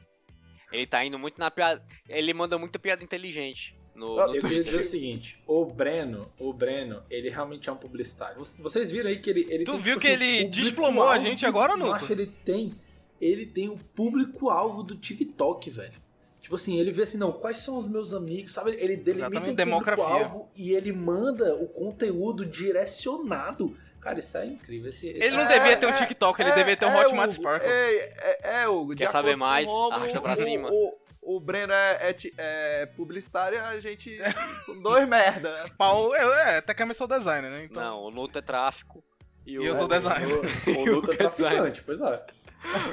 Speaker 6: Ele tá indo muito na piada. Ele manda muita piada inteligente no,
Speaker 2: Ah,
Speaker 6: no
Speaker 5: Eu queria dizer o
Speaker 6: Twitter.
Speaker 5: seguinte, o Breno, o Breno, ele realmente é um publicitário. Vocês- Vocês viram aí que ele... ele
Speaker 4: Tu
Speaker 5: tem,
Speaker 4: viu
Speaker 5: tipo
Speaker 4: que
Speaker 5: assim,
Speaker 4: ele
Speaker 5: o
Speaker 4: desplomou
Speaker 5: público-alvo
Speaker 4: a gente agora,
Speaker 5: do-
Speaker 4: Nuto?
Speaker 5: Nossa, ele tem... Ele tem o público-alvo do TikTok, velho. Tipo assim, ele vê assim, não, quais são os meus amigos, sabe? Ele delimita
Speaker 4: Exatamente,
Speaker 5: o
Speaker 4: demografia.
Speaker 5: público-alvo e ele manda o conteúdo direcionado. Cara, isso é incrível. Esse, esse-
Speaker 4: Ele não
Speaker 5: é,
Speaker 4: devia ter
Speaker 2: é,
Speaker 4: um TikTok, ele
Speaker 2: é,
Speaker 4: devia ter um
Speaker 2: é,
Speaker 4: Hotmart
Speaker 2: Hugo,
Speaker 4: Sparkle.
Speaker 2: Ei, é, é, Hugo, de
Speaker 6: Quer
Speaker 2: acordo
Speaker 6: saber
Speaker 2: com o
Speaker 6: mais?
Speaker 2: Romulo,
Speaker 6: Arrasta pra
Speaker 2: o-
Speaker 6: cima.
Speaker 2: O, o Breno é, é ti- é publicitário, a gente são dois merda. né?
Speaker 4: Pau, é, é, até que eu sou designer, né? Então,
Speaker 6: Não, o Nuto é tráfico. E
Speaker 4: E eu
Speaker 2: é
Speaker 4: sou designer.
Speaker 5: O, o Nuto é traficante, pois é.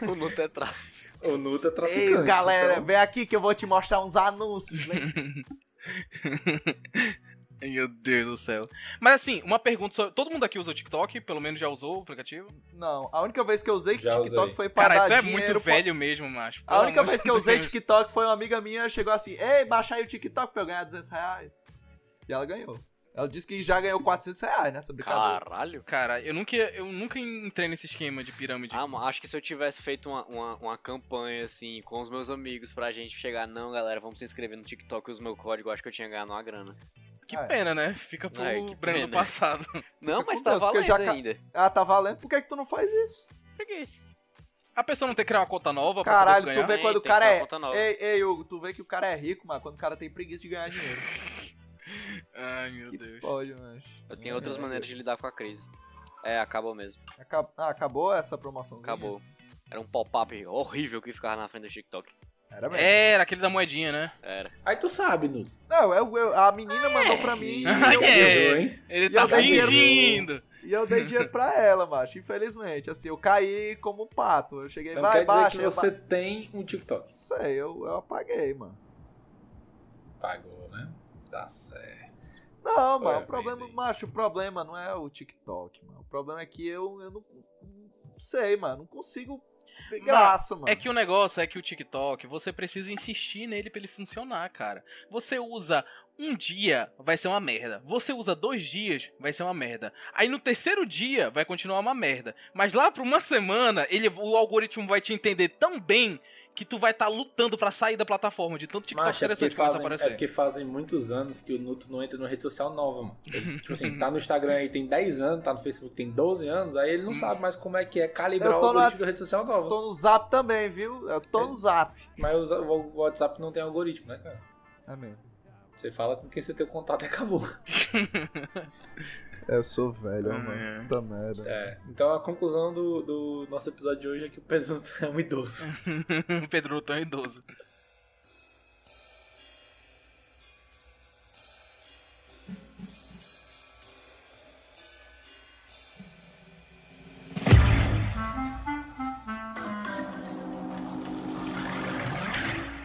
Speaker 6: O Nuto é tráfico.
Speaker 5: O Nuto é traficante.
Speaker 2: Ei, galera,
Speaker 5: então-
Speaker 2: vem aqui que eu vou te mostrar uns anúncios. né?
Speaker 4: Meu Deus do céu. Mas assim, uma pergunta sobre. Todo mundo aqui usa o TikTok, pelo menos já usou o aplicativo?
Speaker 2: Não, a única vez que eu usei
Speaker 5: Já
Speaker 2: TikTok
Speaker 5: usei.
Speaker 2: foi pra
Speaker 4: Cara,
Speaker 2: dar
Speaker 4: tu é
Speaker 2: dinheiro
Speaker 4: muito
Speaker 2: pra-
Speaker 4: velho mesmo, macho.
Speaker 2: A
Speaker 4: Pelo
Speaker 2: única
Speaker 4: amor
Speaker 2: vez
Speaker 4: de
Speaker 2: que eu usei
Speaker 4: Deus.
Speaker 2: TikTok foi uma amiga minha, chegou assim, ei, baixa aí o TikTok pra eu ganhar 200 reais. E ela ganhou. Ela disse que já ganhou 400 reais nessa brincadeira.
Speaker 6: Caralho.
Speaker 4: Cara, eu nunca, eu nunca entrei nesse esquema de pirâmide.
Speaker 6: Ah, mano, acho que se eu tivesse feito uma, uma, uma campanha, assim, com os meus amigos pra gente chegar, não, galera, vamos se inscrever no TikTok e usa o meu código, acho que eu tinha ganhado uma grana.
Speaker 4: que
Speaker 2: ah, é.
Speaker 4: pena, né? Fica pro
Speaker 6: É, que
Speaker 4: Breno do
Speaker 6: pena.
Speaker 4: passado.
Speaker 6: Não,
Speaker 2: Fica
Speaker 6: mas
Speaker 2: com
Speaker 6: tá
Speaker 2: Deus, é? porque eu
Speaker 6: valendo
Speaker 2: já ca-
Speaker 6: ainda.
Speaker 2: Ah, tá valendo? Por que, que tu não faz isso?
Speaker 6: Pra que isso?
Speaker 4: A pessoa não ter que criar uma conta nova
Speaker 2: Caralho,
Speaker 4: pra
Speaker 2: tu
Speaker 4: poder ganhar.
Speaker 2: vê
Speaker 6: Tem,
Speaker 2: quando o
Speaker 6: tem que
Speaker 2: cara
Speaker 6: ser uma
Speaker 2: é.
Speaker 6: conta nova.
Speaker 2: Ei, ei, Hugo, tu vê que o cara é rico, mano, quando o cara tem preguiça de ganhar dinheiro.
Speaker 4: Ai, meu
Speaker 2: que
Speaker 4: Deus.
Speaker 2: pode, mano.
Speaker 6: Eu tenho outras
Speaker 2: é.
Speaker 6: maneiras de lidar com a crise. É, acabou mesmo.
Speaker 2: Acab- Ah, acabou essa promoção?
Speaker 6: Acabou.
Speaker 2: Uhum.
Speaker 6: Era um pop-up horrível que ficava na frente do TikTok.
Speaker 4: É.
Speaker 2: Era mesmo.
Speaker 4: Era aquele da moedinha, né?
Speaker 6: Era.
Speaker 5: Aí tu sabe, Nuto.
Speaker 2: Não, eu, eu- a menina mandou pra mim. E eu,
Speaker 4: É.
Speaker 5: Viu, hein?
Speaker 4: Ele
Speaker 2: E
Speaker 4: tá
Speaker 2: eu dei dinheiro pro-
Speaker 4: fingindo.
Speaker 2: e eu dei dinheiro pra ela, macho. Infelizmente. Assim, eu caí como um pato. Eu cheguei,
Speaker 5: Então
Speaker 2: vai,
Speaker 5: quer dizer
Speaker 2: baixa.
Speaker 5: que
Speaker 2: eu
Speaker 5: você tem um TikTok.
Speaker 2: ba- Sei, eu, eu apaguei, mano.
Speaker 5: Pagou, né? Tá certo.
Speaker 2: Não,
Speaker 5: Tô
Speaker 2: mano, o
Speaker 5: vendo
Speaker 2: problema,
Speaker 5: aí.
Speaker 2: macho, o problema não é o TikTok, mano. O problema é que eu, eu não, não sei, mano. Não consigo ter
Speaker 4: Mano,
Speaker 2: graça, mano.
Speaker 4: É que o negócio é que o TikTok, você precisa insistir nele pra ele funcionar, cara. Você usa um dia, vai ser uma merda. Você usa dois dias, vai ser uma merda. Aí no terceiro dia, vai continuar uma merda. Mas lá pra uma semana, ele, o algoritmo vai te entender tão bem que tu vai estar lutando pra sair da plataforma de tanto TikTok
Speaker 5: Macho, é, porque
Speaker 4: interessante que começa a
Speaker 5: fazem, é
Speaker 4: aparecer.
Speaker 5: porque fazem muitos anos que o Nuto não entra numa rede social nova, mano. Ele, tipo assim, tá no Instagram aí tem 10 anos, tá no Facebook tem 12 anos, aí ele não sabe mais como é que é calibrar
Speaker 2: Eu
Speaker 5: o
Speaker 2: tô
Speaker 5: algoritmo da rede social nova.
Speaker 2: Eu tô no zap também, viu? Eu tô no zap.
Speaker 5: Mas o o WhatsApp não tem algoritmo, né, cara?
Speaker 2: É mesmo.
Speaker 5: Você fala com quem você tem o contato e acabou.
Speaker 2: Eu sou velho,
Speaker 4: Ah, é.
Speaker 2: Puta merda.
Speaker 5: Hum, É, então a conclusão do, do nosso episódio de hoje é que o Pedro Nuto é um idoso.
Speaker 4: Pedro Nuto é um idoso.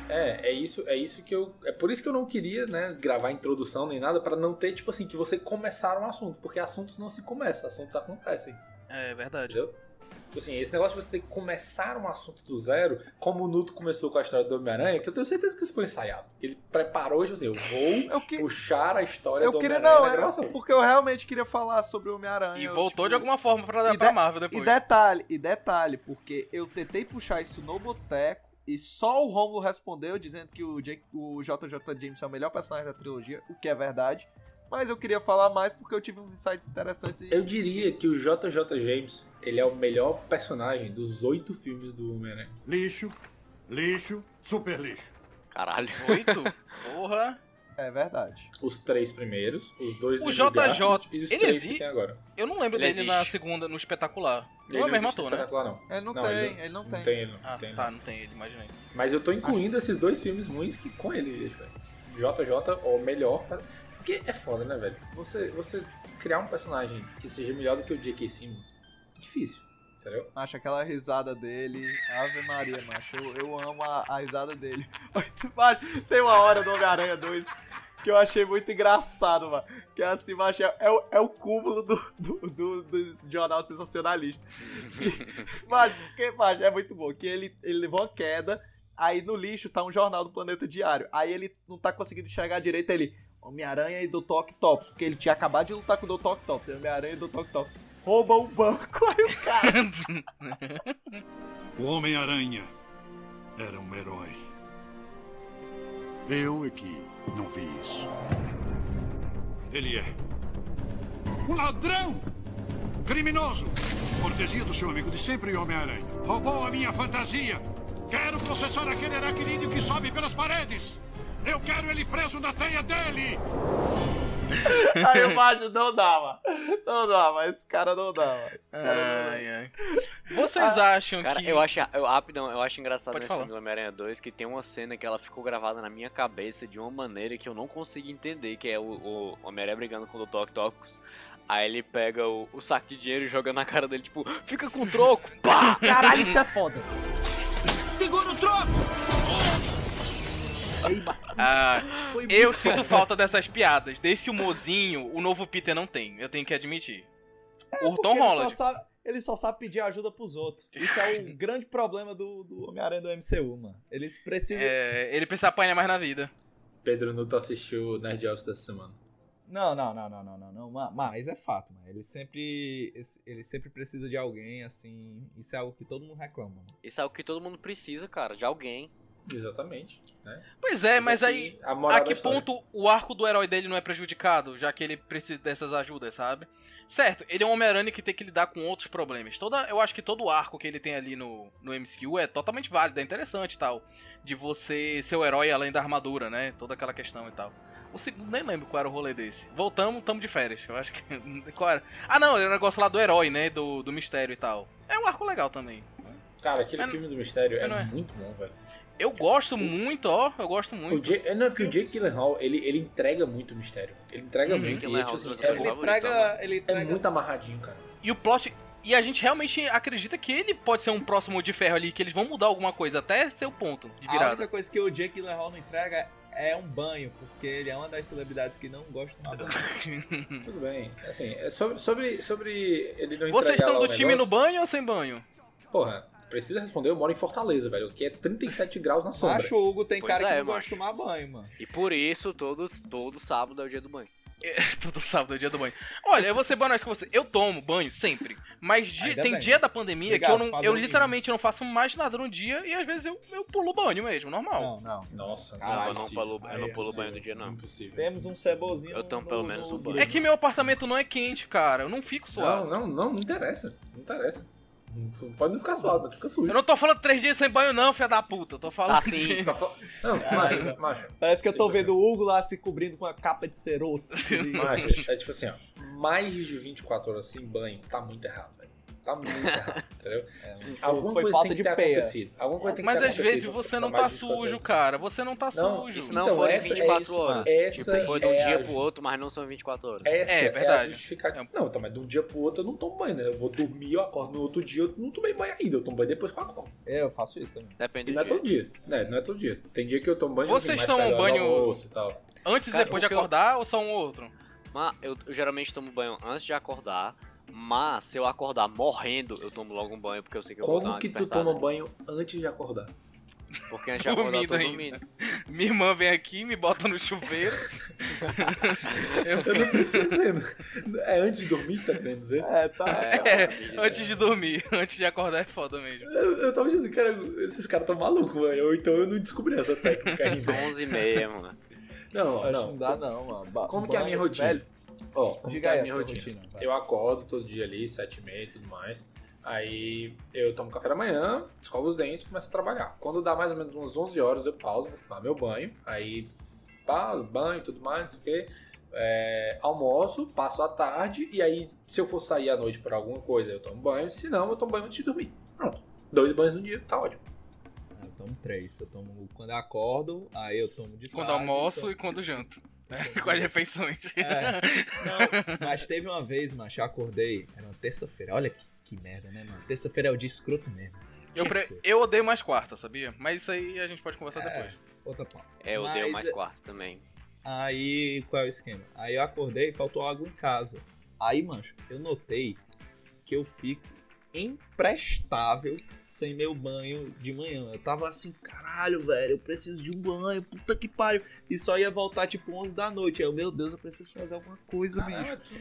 Speaker 5: É, é isso, é isso que eu. É por isso que eu não queria, né, gravar introdução nem nada, pra não ter, tipo assim, que você começar um assunto, porque assuntos não se começam, assuntos acontecem,
Speaker 4: É verdade.
Speaker 5: entendeu? Tipo assim, esse negócio de você ter que começar um assunto do zero, como o Nuto começou com a história do Homem-Aranha, que eu tenho certeza que isso foi ensaiado. Ele preparou, tipo assim, eu vou
Speaker 2: Eu, que,
Speaker 5: puxar a história
Speaker 2: eu
Speaker 5: do
Speaker 2: queria,
Speaker 5: Homem-Aranha
Speaker 2: não,
Speaker 5: na
Speaker 2: é
Speaker 5: gravação.
Speaker 2: porque eu realmente queria falar sobre o Homem-Aranha.
Speaker 4: E
Speaker 2: eu,
Speaker 4: voltou
Speaker 2: tipo,
Speaker 4: de alguma forma pra,
Speaker 2: e
Speaker 4: pra
Speaker 2: de-
Speaker 4: Marvel
Speaker 2: E
Speaker 4: depois.
Speaker 2: detalhe, e detalhe, porque eu tentei puxar isso no boteco e só o Romulo respondeu dizendo que o, Jake- o JJ James é o melhor personagem da trilogia, o que é verdade. Mas eu queria falar mais porque eu tive uns insights interessantes e
Speaker 5: Eu diria que o JJ James, ele é o melhor personagem dos oito filmes do Homem-Aranha.
Speaker 11: Lixo, lixo, super lixo.
Speaker 6: Caralho.
Speaker 4: Oito? Porra.
Speaker 2: É verdade.
Speaker 5: Os três primeiros, os dois
Speaker 4: O
Speaker 5: do
Speaker 4: JJ,
Speaker 5: Gilgamesh e os
Speaker 4: ele
Speaker 5: três
Speaker 4: exi-
Speaker 5: que tem agora.
Speaker 4: Eu não lembro
Speaker 6: Ele
Speaker 4: dele na
Speaker 6: existe.
Speaker 4: segunda, no espetacular.
Speaker 5: Ele
Speaker 4: Não é o mesmo
Speaker 5: existe
Speaker 4: ator, né?
Speaker 5: espetacular, não.
Speaker 2: Ele não tem, ele não tem.
Speaker 5: ele não
Speaker 4: Ah,
Speaker 5: tem, não.
Speaker 4: tá, não tem ele, imaginei.
Speaker 5: Mas eu tô incluindo esses dois filmes ruins que com ele, tipo, JJ, ou melhor. pra- Porque é foda, né, velho? Você, você criar um personagem que seja melhor do que o J.K. Simmons, difícil, entendeu?
Speaker 2: Macho, aquela risada dele. Ave Maria, macho. Eu, eu amo a, a risada dele. Macho, tem uma hora do Homem-Aranha 2 que eu achei muito engraçado, mano. Que é assim, macho, é, é o, é o cúmulo do, do, do- do jornal sensacionalista. macho, porque, macho, é muito bom. Que ele, ele levou uma queda, aí no lixo tá um jornal do Planeta Diário. Aí ele não tá conseguindo enxergar direito, aí ele... Homem-Aranha e Dr. Octopus, porque ele tinha acabado de lutar com o Dr. Octopus. aí Homem-Aranha e Dr. Octopus roubam o banco. Aí o cara...
Speaker 1: O Homem-Aranha era um herói. Eu é que não vi isso. Ele é um ladrão! Criminoso! Cortesia do seu amigo de sempre, Homem-Aranha. Roubou a minha fantasia! Quero processar aquele aracnídeo que sobe pelas paredes! Eu quero ele preso na teia dele!
Speaker 2: Aí o Macho não dá, mano. Não dá, mas esse cara não dá, mano.
Speaker 4: Ai, ai. Vocês acham
Speaker 6: Cara,
Speaker 4: que.
Speaker 6: eu acho, eu, rapidão, eu acho engraçado
Speaker 4: Pode
Speaker 6: nesse
Speaker 4: falar.
Speaker 6: filme do Homem-Aranha 2 que tem uma cena que ela ficou gravada na minha cabeça de uma maneira que eu não consegui entender, que é o, o Homem-Aranha brigando com o Dr. Octopus. Aí ele pega o, o saco de dinheiro e joga na cara dele, tipo, fica com o troco, pá!
Speaker 2: Caralho, isso é foda.
Speaker 4: Ah,
Speaker 2: Foi muito
Speaker 4: eu sinto falta dessas piadas. Desse humorzinho, o novo Peter não tem, eu tenho que admitir. o
Speaker 2: Porque
Speaker 4: Tom
Speaker 2: ele
Speaker 4: Holland.
Speaker 2: Só sabe, ele só sabe pedir ajuda pros outros. Isso é o grande problema do, do Homem-Aranha do MCU, mano. Ele precisa.
Speaker 4: é, ele precisa apanhar mais na vida.
Speaker 5: Pedro Nuto assistiu Nerd Office dessa semana.
Speaker 2: Não, não, não, não, não, não, não. ma- Mas é fato, mano. Ele sempre. esse- Ele sempre precisa de alguém, assim. Isso é algo que todo mundo reclama. mano.
Speaker 6: Isso é o que todo mundo precisa, cara, de alguém.
Speaker 5: Exatamente. assim,
Speaker 4: Pois é, mas aí.
Speaker 5: a moral
Speaker 4: A
Speaker 5: da
Speaker 4: que
Speaker 5: história.
Speaker 4: ponto o arco do herói dele não é prejudicado, já que ele precisa dessas ajudas, sabe? Certo, ele é um Homem-Aranha que tem que lidar com outros problemas. Toda, eu acho que todo arco que ele tem ali no, no MCU é totalmente válido, é interessante e tal. De você ser o herói além da armadura, né? Toda aquela questão e tal. O segundo, nem lembro qual era o rolê desse. Voltamos, tamo de férias. Eu acho que. Qual era? Ah, não, era o negócio lá do herói, né? Do, do mistério e tal. É um arco legal também.
Speaker 5: Cara, aquele
Speaker 4: Mas não-
Speaker 5: filme do mistério é,
Speaker 4: mas não é.
Speaker 5: muito bom, velho.
Speaker 4: Eu gosto muito, ó. Eu gosto muito.
Speaker 5: O J... é, Não, porque o Jake Gyllenhaal, ele, ele entrega muito o mistério. Ele entrega
Speaker 4: Uhum.
Speaker 5: muito. E,
Speaker 6: Gyllenhaal,
Speaker 5: tipo, assim,
Speaker 6: outro
Speaker 5: é,
Speaker 6: ator
Speaker 5: mu-
Speaker 6: favorito, ó, mano.
Speaker 2: ele
Speaker 5: é muito amarradinho, cara.
Speaker 4: E o plot. E a gente realmente acredita que ele pode ser um próximo de ferro ali, que eles vão mudar alguma coisa até ser o ponto de
Speaker 2: A
Speaker 4: virada.
Speaker 2: única coisa que o Jake Gyllenhaal não entrega é um banho, porque ele é uma das celebridades que não gosta de tomar banho.
Speaker 5: Tudo bem. Assim, é sobre, sobre, sobre ele não
Speaker 4: Vocês
Speaker 5: entregar
Speaker 4: estão
Speaker 5: lá
Speaker 4: do
Speaker 5: o
Speaker 4: time
Speaker 5: negócio.
Speaker 4: no banho ou sem banho?
Speaker 5: Porra, precisa responder, eu moro em Fortaleza, velho, que é 37 graus na sombra.
Speaker 2: Macho, o Hugo tem
Speaker 6: Pois
Speaker 2: cara
Speaker 6: é,
Speaker 2: que não gosta
Speaker 6: macho.
Speaker 2: de tomar banho, mano.
Speaker 6: E por isso, todo, todo sábado é o dia do banho.
Speaker 4: Todo sábado é o dia do banho. Olha, eu vou ser honesto com você. Eu tomo banho sempre. Mas di-
Speaker 2: Ainda
Speaker 4: tem
Speaker 2: bem.
Speaker 4: dia da pandemia
Speaker 2: Obrigado,
Speaker 4: que eu, não,
Speaker 2: faz
Speaker 4: eu
Speaker 2: um
Speaker 4: literalmente não faço mais nada no dia e às vezes eu, eu pulo o banho mesmo, normal.
Speaker 2: Não, não.
Speaker 5: Nossa,
Speaker 2: Caralho,
Speaker 5: é
Speaker 6: eu não
Speaker 5: possível.
Speaker 6: pulo- eu
Speaker 5: Aí
Speaker 6: não
Speaker 5: é
Speaker 6: pulo banho
Speaker 5: impossível,
Speaker 6: do dia, não.
Speaker 5: Impossível.
Speaker 2: Temos um cebolzinho.
Speaker 6: Eu tomo
Speaker 2: no-
Speaker 6: pelo
Speaker 2: no-
Speaker 6: menos
Speaker 2: no
Speaker 6: um banho.
Speaker 4: É que meu apartamento não é quente, cara. Eu não fico
Speaker 5: Não,
Speaker 4: suado.
Speaker 5: não, não, não interessa. Não interessa. Tu Pode não ficar suado, mas tu fica sujo.
Speaker 4: Eu não tô falando três dias sem banho, não, filha da puta. Eu tô falando.
Speaker 6: Ah, sim.
Speaker 5: Tá fa- Não, macho, macho,
Speaker 2: Parece que eu tô
Speaker 5: Deixa
Speaker 2: vendo o Hugo lá se cobrindo com uma capa de ceroto.
Speaker 5: macho, é tipo assim, ó. Mais de 24 horas sem banho, tá muito errado, velho. Tá muito errado, entendeu? Assim, alguma
Speaker 2: foi
Speaker 5: coisa
Speaker 2: falta
Speaker 5: tem que
Speaker 2: de
Speaker 5: ter
Speaker 2: peia.
Speaker 5: acontecido. Alguma coisa tem que
Speaker 4: Mas
Speaker 5: ter
Speaker 4: às vezes
Speaker 5: acontecido
Speaker 4: você
Speaker 5: pra
Speaker 4: não
Speaker 5: mais
Speaker 4: tá
Speaker 5: de 24
Speaker 4: sujo,
Speaker 5: horas.
Speaker 4: cara. Você não tá
Speaker 5: Não,
Speaker 4: sujo.
Speaker 6: Isso não
Speaker 5: Então,
Speaker 6: forem
Speaker 5: essa é
Speaker 6: 24
Speaker 5: isso,
Speaker 6: horas.
Speaker 5: mano. Essa
Speaker 6: tipo, foi de um
Speaker 5: é
Speaker 6: dia
Speaker 5: a
Speaker 6: pro
Speaker 5: ju-
Speaker 6: outro, mas não são 24 horas.
Speaker 5: Essa
Speaker 4: É,
Speaker 5: é,
Speaker 4: verdade.
Speaker 5: a justificativa. Não, tá, mas de um dia pro outro eu não tomo banho, né? Eu vou dormir, eu acordo no outro dia, eu não tomei banho ainda, eu tomo banho depois que eu acordo.
Speaker 2: é, Eu faço isso também.
Speaker 6: Depende
Speaker 5: E
Speaker 6: do
Speaker 5: não é
Speaker 6: dia.
Speaker 5: todo dia, né? Não é todo dia. Tem dia que eu tomo banho
Speaker 4: Vocês
Speaker 5: assim, mais
Speaker 4: tomam
Speaker 5: tarde,
Speaker 4: banho-
Speaker 5: no almoço e tal.
Speaker 4: Antes e
Speaker 6: Cara,
Speaker 4: depois de
Speaker 6: porque eu-
Speaker 4: acordar ou só um ou outro?
Speaker 6: Mas eu, eu geralmente tomo banho antes de acordar. Mas se eu acordar morrendo, eu tomo logo um banho, porque eu sei que eu vou dar
Speaker 5: Como
Speaker 6: uma
Speaker 5: que tu
Speaker 6: despertada.
Speaker 5: toma banho antes de acordar?
Speaker 6: Porque antes de acordar eu tô
Speaker 4: Dormindo
Speaker 6: dormindo.
Speaker 4: Minha irmã vem aqui, me bota no chuveiro.
Speaker 5: Eu não tô entendendo. É antes de dormir, tá querendo dizer?
Speaker 2: É, tá.
Speaker 4: É,
Speaker 6: É,
Speaker 4: antes de dormir. Antes de acordar é foda mesmo.
Speaker 5: Eu, eu tava dizendo, cara, esses caras tão malucos, velho. Ou então eu não descobri essa técnica ainda.
Speaker 6: São 11 e meia, mano.
Speaker 5: Não,
Speaker 6: é.
Speaker 2: Acho que não
Speaker 5: não.
Speaker 2: dá, não, mano. Ba-
Speaker 5: Como que é a minha
Speaker 2: banho,
Speaker 5: rotina?
Speaker 2: velho,
Speaker 5: Ó, como que
Speaker 2: diga
Speaker 5: é
Speaker 2: aí
Speaker 5: a
Speaker 2: a
Speaker 5: minha
Speaker 2: sua
Speaker 5: rotina?
Speaker 2: rotina. vai.
Speaker 5: Eu acordo todo dia ali, sete e meia e tudo mais. Aí eu tomo café da manhã, escovo os dentes e começo a trabalhar. Quando dá mais ou menos umas 11 horas, eu pauso, vou tomar meu banho. Aí pá, banho e tudo mais, não sei o quê. É, almoço, passo a tarde, e aí, se eu for sair à noite por alguma coisa, eu tomo banho. Se não, eu tomo banho antes de dormir. Pronto. Dois banhos no dia, tá ótimo.
Speaker 12: Ah, Eu tomo três. Eu tomo quando eu acordo, aí eu tomo de
Speaker 2: Ah,
Speaker 4: Quando
Speaker 12: tarde,
Speaker 4: almoço
Speaker 2: então.
Speaker 12: tomo-
Speaker 4: e quando janto. Com as refeições.
Speaker 12: É. Não, mas teve uma vez, macho, eu acordei. Era uma terça-feira. Olha que, que merda, né, mano? Terça-feira é o dia escroto mesmo.
Speaker 4: Eu, pre- eu odeio mais quarta, sabia? Mas isso aí a gente pode conversar
Speaker 12: É.
Speaker 4: depois.
Speaker 12: Outra pauta.
Speaker 6: É, eu odeio
Speaker 12: Mas,
Speaker 6: mais quarto também.
Speaker 12: Aí, qual é o esquema? Aí eu acordei e faltou água em casa. Aí, mancho, eu notei que eu fico imprestável sem meu banho de manhã. Eu tava assim, caralho, velho, eu preciso de um banho, puta que pariu. E só ia voltar tipo 11 da noite. Aí eu, meu Deus, eu preciso fazer alguma coisa, bicho.
Speaker 5: Caramba, tu-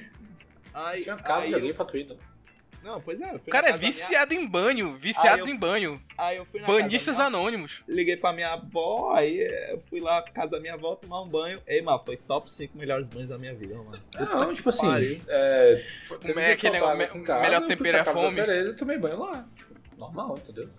Speaker 12: Aí,
Speaker 5: tinha casa
Speaker 12: aí
Speaker 5: de
Speaker 12: eu-
Speaker 5: alguém pra tu ir, né? não.
Speaker 12: Não, pois é. eu fui
Speaker 4: O
Speaker 12: na
Speaker 4: cara é
Speaker 12: casa da minha-
Speaker 4: viciado em banho, viciados
Speaker 12: Ah, eu-
Speaker 4: em banho.
Speaker 12: Aí eu fui na casa da
Speaker 4: Banhistas
Speaker 12: minha-
Speaker 4: anônimos.
Speaker 12: Liguei pra minha avó, aí eh, eu fui lá pra casa da minha avó tomar um banho. Ei, mano, foi top 5 melhores banhos da minha vida, mano.
Speaker 5: Não, tipo assim.
Speaker 12: pariu.
Speaker 5: É, foi-
Speaker 4: Como
Speaker 5: teve
Speaker 4: é
Speaker 5: um dia
Speaker 4: aquele
Speaker 5: que faltava
Speaker 4: negócio,
Speaker 5: em casa,
Speaker 4: melhor
Speaker 5: eu fui
Speaker 4: tempero é
Speaker 5: pra casa da
Speaker 4: fome?
Speaker 5: Tereza, e tomei banho lá. Tipo, normal, entendeu?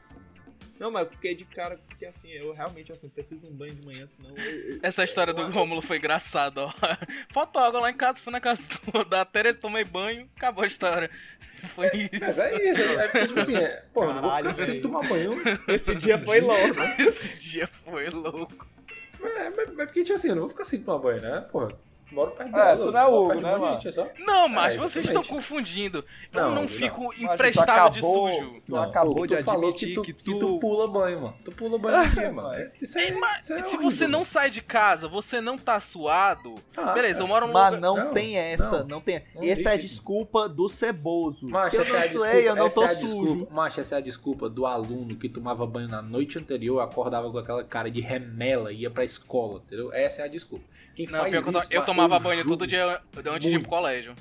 Speaker 12: Não, mas eu fiquei de cara, porque assim, eu realmente assim, preciso de um banho de manhã, senão eu, eu-
Speaker 4: Essa história do Rômulo foi engraçada, ó. Faltou água lá em casa, fui na casa do- da Teresa, tomei banho, acabou a história. Foi
Speaker 5: Mas
Speaker 4: isso.
Speaker 5: é isso, é porque, tipo assim, é, pô, eu não vou
Speaker 12: Caralho,
Speaker 5: ficar sem
Speaker 12: velho.
Speaker 5: tomar banho.
Speaker 12: Esse dia foi longo.
Speaker 4: Esse dia foi louco.
Speaker 5: É, mas, mas porque, tipo assim, eu não vou ficar sem tomar banho, né? Pô, moro perto
Speaker 2: É,
Speaker 5: dela.
Speaker 2: tu
Speaker 5: eu
Speaker 2: não é
Speaker 5: moro
Speaker 2: Hugo,
Speaker 5: perto de um
Speaker 2: né,
Speaker 5: monte de
Speaker 2: mano?
Speaker 5: gente, é só-
Speaker 4: Não, mas
Speaker 5: É,
Speaker 4: vocês
Speaker 5: exatamente.
Speaker 4: estão confundindo. Eu não,
Speaker 5: Não, tá não.
Speaker 4: fico
Speaker 2: tu
Speaker 4: emprestável de
Speaker 2: acabou-
Speaker 4: sujo.
Speaker 2: Tu acabou
Speaker 5: Hugo,
Speaker 2: de
Speaker 5: tu falou
Speaker 2: admitir
Speaker 5: que tu,
Speaker 2: que
Speaker 5: que tu
Speaker 2: tu-
Speaker 5: pula banho, mano. Tu pula banho aqui, mano. É, Isso aí, isso aí é
Speaker 4: Se
Speaker 5: horrível,
Speaker 4: você não
Speaker 5: mano.
Speaker 4: sai de casa, você não tá suado.
Speaker 5: Tá,
Speaker 4: Beleza, eu moro num
Speaker 2: Mas
Speaker 4: lugar.
Speaker 2: não,
Speaker 5: Não,
Speaker 2: tem essa, não,
Speaker 5: não.
Speaker 2: tem.
Speaker 5: Não
Speaker 2: essa é a
Speaker 5: existe isso.
Speaker 2: desculpa do ceboso.
Speaker 5: Macho,
Speaker 2: Se eu
Speaker 5: essa é a
Speaker 2: não
Speaker 5: desculpa,
Speaker 2: suei, eu não
Speaker 5: essa
Speaker 2: tô
Speaker 5: é a
Speaker 2: sujo.
Speaker 5: desculpa. Macho, essa é a desculpa do aluno que tomava banho na noite anterior, acordava com aquela cara de remela e ia pra escola, entendeu? Essa é a desculpa. Quem
Speaker 4: Não,
Speaker 5: faz
Speaker 4: pior que eu, to-
Speaker 5: isso,
Speaker 4: eu
Speaker 5: macho,
Speaker 4: tomava
Speaker 5: eu
Speaker 4: banho
Speaker 5: juro.
Speaker 4: todo dia antes de ir pro
Speaker 5: Muito.
Speaker 4: colégio.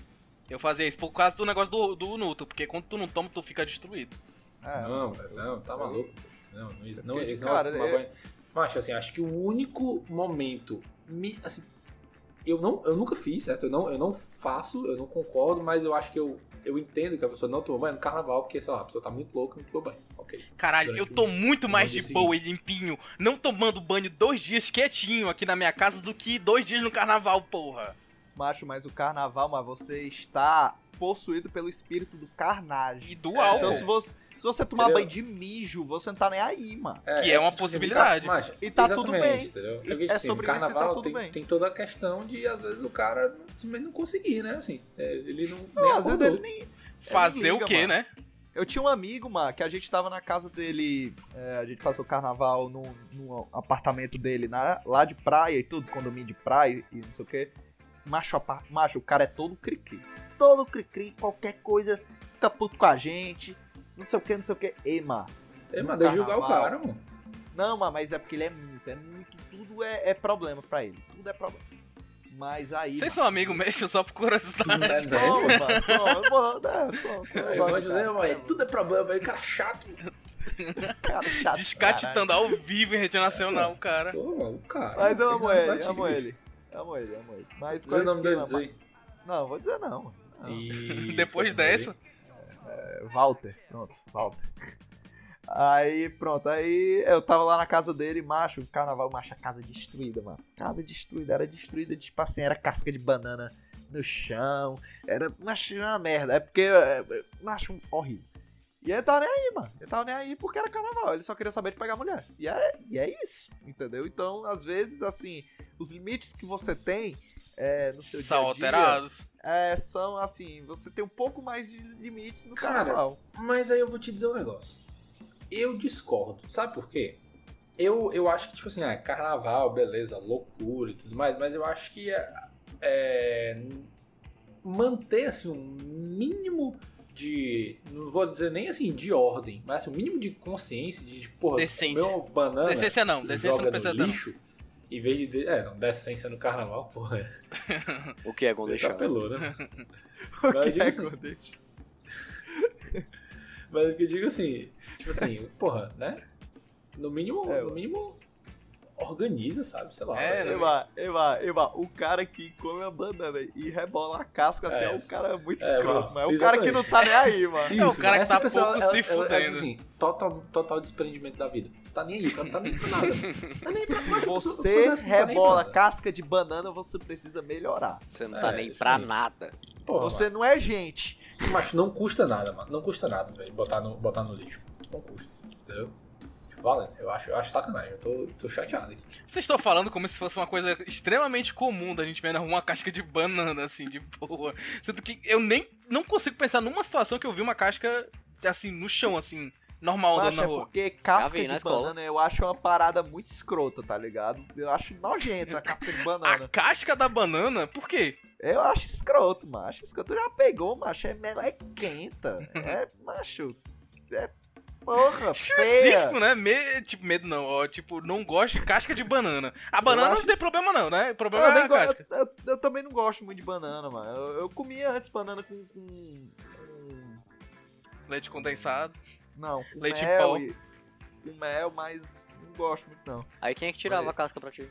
Speaker 4: Eu fazia isso por causa do negócio do, do Nuto, porque quando tu não toma, tu fica destruído.
Speaker 5: Não, velho, não, tá maluco. Não, não, isso- não,
Speaker 2: Porque,
Speaker 5: isso
Speaker 2: É. cara,
Speaker 5: não é tomar
Speaker 2: é-
Speaker 5: banho. Macho, assim, acho que o único momento. me- assim, eu, não, eu nunca fiz, certo? Eu não, eu não faço, eu não concordo, mas eu acho que eu, eu entendo que a pessoa não toma banho no carnaval, porque, sei lá, a pessoa tá muito louca e não toma banho. Ok.
Speaker 4: Caralho, eu tô muito mais de
Speaker 5: Durante o
Speaker 4: boa e limpinho, não tomando banho dois dias quietinho aqui na minha casa do que dois dias no carnaval, porra.
Speaker 2: É. Macho, mas o carnaval, mas você está possuído pelo espírito do carnagem.
Speaker 4: E do
Speaker 5: É,
Speaker 2: Então se
Speaker 4: álcool.
Speaker 2: você, se você tomar
Speaker 5: Entendeu?
Speaker 2: banho de mijo, você não tá nem aí, mano.
Speaker 4: Que é uma possibilidade.
Speaker 5: Macho,
Speaker 2: E tá tudo
Speaker 5: tipo, exatamente,
Speaker 2: bem.
Speaker 5: Entendeu?
Speaker 2: E
Speaker 5: É porque,
Speaker 2: é
Speaker 5: assim, no
Speaker 2: sobre isso e tá
Speaker 5: carnaval
Speaker 2: tudo
Speaker 5: tem,
Speaker 2: bem.
Speaker 5: tem toda a questão de, às vezes, o cara também não conseguir, né? Assim, é, ele não. nem
Speaker 2: Não, às vezes
Speaker 5: acordou.
Speaker 2: ele nem.
Speaker 4: Fazer
Speaker 2: liga,
Speaker 4: o
Speaker 2: mano.
Speaker 4: quê, né?
Speaker 2: Eu tinha um amigo, mano, que a gente tava na casa dele. é, a gente passou o carnaval num, num apartamento dele na- lá de praia e tudo, condomínio de praia e não sei o quê. Macho, apa- macho o cara é todo cri-cri. Todo cri-cri, qualquer coisa, fica puto com a gente, não sei o quê, não sei o quê. Ei, mano.
Speaker 5: É,
Speaker 2: no
Speaker 5: mas deve julgar o
Speaker 2: carnaval.
Speaker 5: cara, mano.
Speaker 2: Não, mas- mas é porque ele é muito, é muito. Tudo é, é problema pra ele. Tudo é problema. Mas aí.
Speaker 4: Vocês
Speaker 2: mano,
Speaker 4: são amigos mesmo, só por curiosidade.
Speaker 5: É, né?
Speaker 2: Toma, mano, toma, toma, né, toma, toma,
Speaker 5: Aí,
Speaker 2: toma,
Speaker 5: Evandro, né,
Speaker 2: cara,
Speaker 5: mano, tudo é problema, aí o cara é chato.
Speaker 2: cara, chato, caralho.
Speaker 4: Descatitando ao vivo em rede nacional, cara.
Speaker 5: Pô, mano, o cara.
Speaker 2: Mas eu
Speaker 5: não
Speaker 2: amo
Speaker 5: fez nada
Speaker 2: ele,
Speaker 5: pra ti,
Speaker 2: amo
Speaker 5: bicho.
Speaker 2: ele. Amo ele, amo ele. Mas
Speaker 5: Diz o nome dele,
Speaker 2: esquema,
Speaker 5: diz aí.
Speaker 2: mano? Não, vou dizer não. mano.
Speaker 4: Depois dessa,
Speaker 2: É, Walter, pronto, Walter. Aí, pronto, aí eu tava lá na casa dele, macho, carnaval, macho, a casa destruída, mano. Casa destruída, era destruída, tipo assim, era casca de banana no chão, era, macho, era uma merda, é porque, é, é, macho, horrível. E ele tava nem aí, mano, ele tava nem aí porque era carnaval, ele só queria saber de pegar mulher. E é, e é isso, entendeu? Então, às vezes, assim, os limites que você tem é, no seu
Speaker 4: são
Speaker 2: dia a dia,
Speaker 4: alterados.
Speaker 2: é, são assim, você tem um pouco mais de limites no
Speaker 5: Cara,
Speaker 2: carnaval.
Speaker 5: Mas aí eu vou te dizer um negócio. Eu discordo. Sabe por quê? Eu, eu acho que, tipo assim, ah, carnaval, beleza, loucura e tudo mais, mas eu acho que é, é, manter, assim, um mínimo de. Não vou dizer nem assim de ordem, mas assim, um mínimo de consciência, de, de porra,
Speaker 4: Decência.
Speaker 5: comer uma
Speaker 2: Ah,
Speaker 5: banana.
Speaker 4: Decência não, decência
Speaker 5: joga
Speaker 4: não precisa
Speaker 5: no
Speaker 4: tanto.
Speaker 5: lixo, em vez de, de- É, não, decência no carnaval, porra.
Speaker 6: O que é Gondechão?
Speaker 5: Tá pelou, né? Mas eu
Speaker 6: é
Speaker 5: digo assim, tipo Mas o que eu digo assim, tipo assim, porra, né? No mínimo,
Speaker 2: É,
Speaker 5: no
Speaker 2: ué.
Speaker 5: mínimo organiza, sabe? Sei lá.
Speaker 2: É, Eba, Eba, Eba, o cara que come a banana e rebola a casca assim, é,
Speaker 5: É.
Speaker 2: um cara muito
Speaker 5: É,
Speaker 2: escroto,
Speaker 5: mano,
Speaker 2: mas é o cara que não tá nem aí, mano.
Speaker 4: É o cara que
Speaker 5: né? essa
Speaker 4: tá
Speaker 5: pessoa,
Speaker 4: pouco
Speaker 5: ela-
Speaker 4: se
Speaker 5: ela- ela,
Speaker 4: fudendo.
Speaker 5: assim, total, total desprendimento da vida. Tá nem aí, cara, tá nem pra nada. Tá nem pra mas a pessoa- a pessoa
Speaker 2: Você
Speaker 5: dessa não tá nem pra
Speaker 2: rebola
Speaker 5: nada.
Speaker 2: casca de banana, você precisa melhorar.
Speaker 6: Você não tá
Speaker 5: É,
Speaker 6: nem
Speaker 5: isso
Speaker 6: pra
Speaker 5: aí.
Speaker 6: nada.
Speaker 5: Porra,
Speaker 2: Você não é gente.
Speaker 5: mano. Mas não custa nada, mano. Não custa nada, velho, botar no, botar no lixo. Não custa, entendeu? Tipo, Valendo, eu acho, eu acho sacanagem. Eu tô, tô chateado aqui.
Speaker 4: Vocês estão falando como se fosse uma coisa extremamente comum da gente ver na rua uma casca de banana, assim, de boa. Sendo que eu nem não consigo pensar numa situação que eu vi uma casca, assim, no chão, assim, normal andando
Speaker 2: Macho,
Speaker 4: na
Speaker 2: é
Speaker 4: rua.
Speaker 2: porque casca
Speaker 6: Já vi, na
Speaker 2: de
Speaker 6: escola.
Speaker 2: banana eu acho uma parada muito escrota, tá ligado? Eu acho nojenta a casca de
Speaker 4: A
Speaker 2: banana.
Speaker 4: casca da banana, por quê?
Speaker 2: Eu acho escroto, macho. Escroto já pegou, macho. É, mel- é quenta. É, macho. É porra, feia.
Speaker 4: Específico, né? Me- tipo, medo não, ó. Tipo, não gosto de casca de banana. A banana
Speaker 2: acho Ah,
Speaker 4: não tem problema, não, né? O
Speaker 2: Eu,
Speaker 4: problema é
Speaker 6: Ah,
Speaker 2: nem
Speaker 4: a
Speaker 2: go-
Speaker 4: casca.
Speaker 2: eu- eu- eu também não gosto muito de banana, mano. Eu, eu comia antes banana com. com- com-
Speaker 4: Leite condensado.
Speaker 2: não, com
Speaker 4: Leite em
Speaker 2: mel
Speaker 4: pó.
Speaker 2: e- com mel, mas não gosto muito, não.
Speaker 6: Aí quem é que tirava a casca pra ti?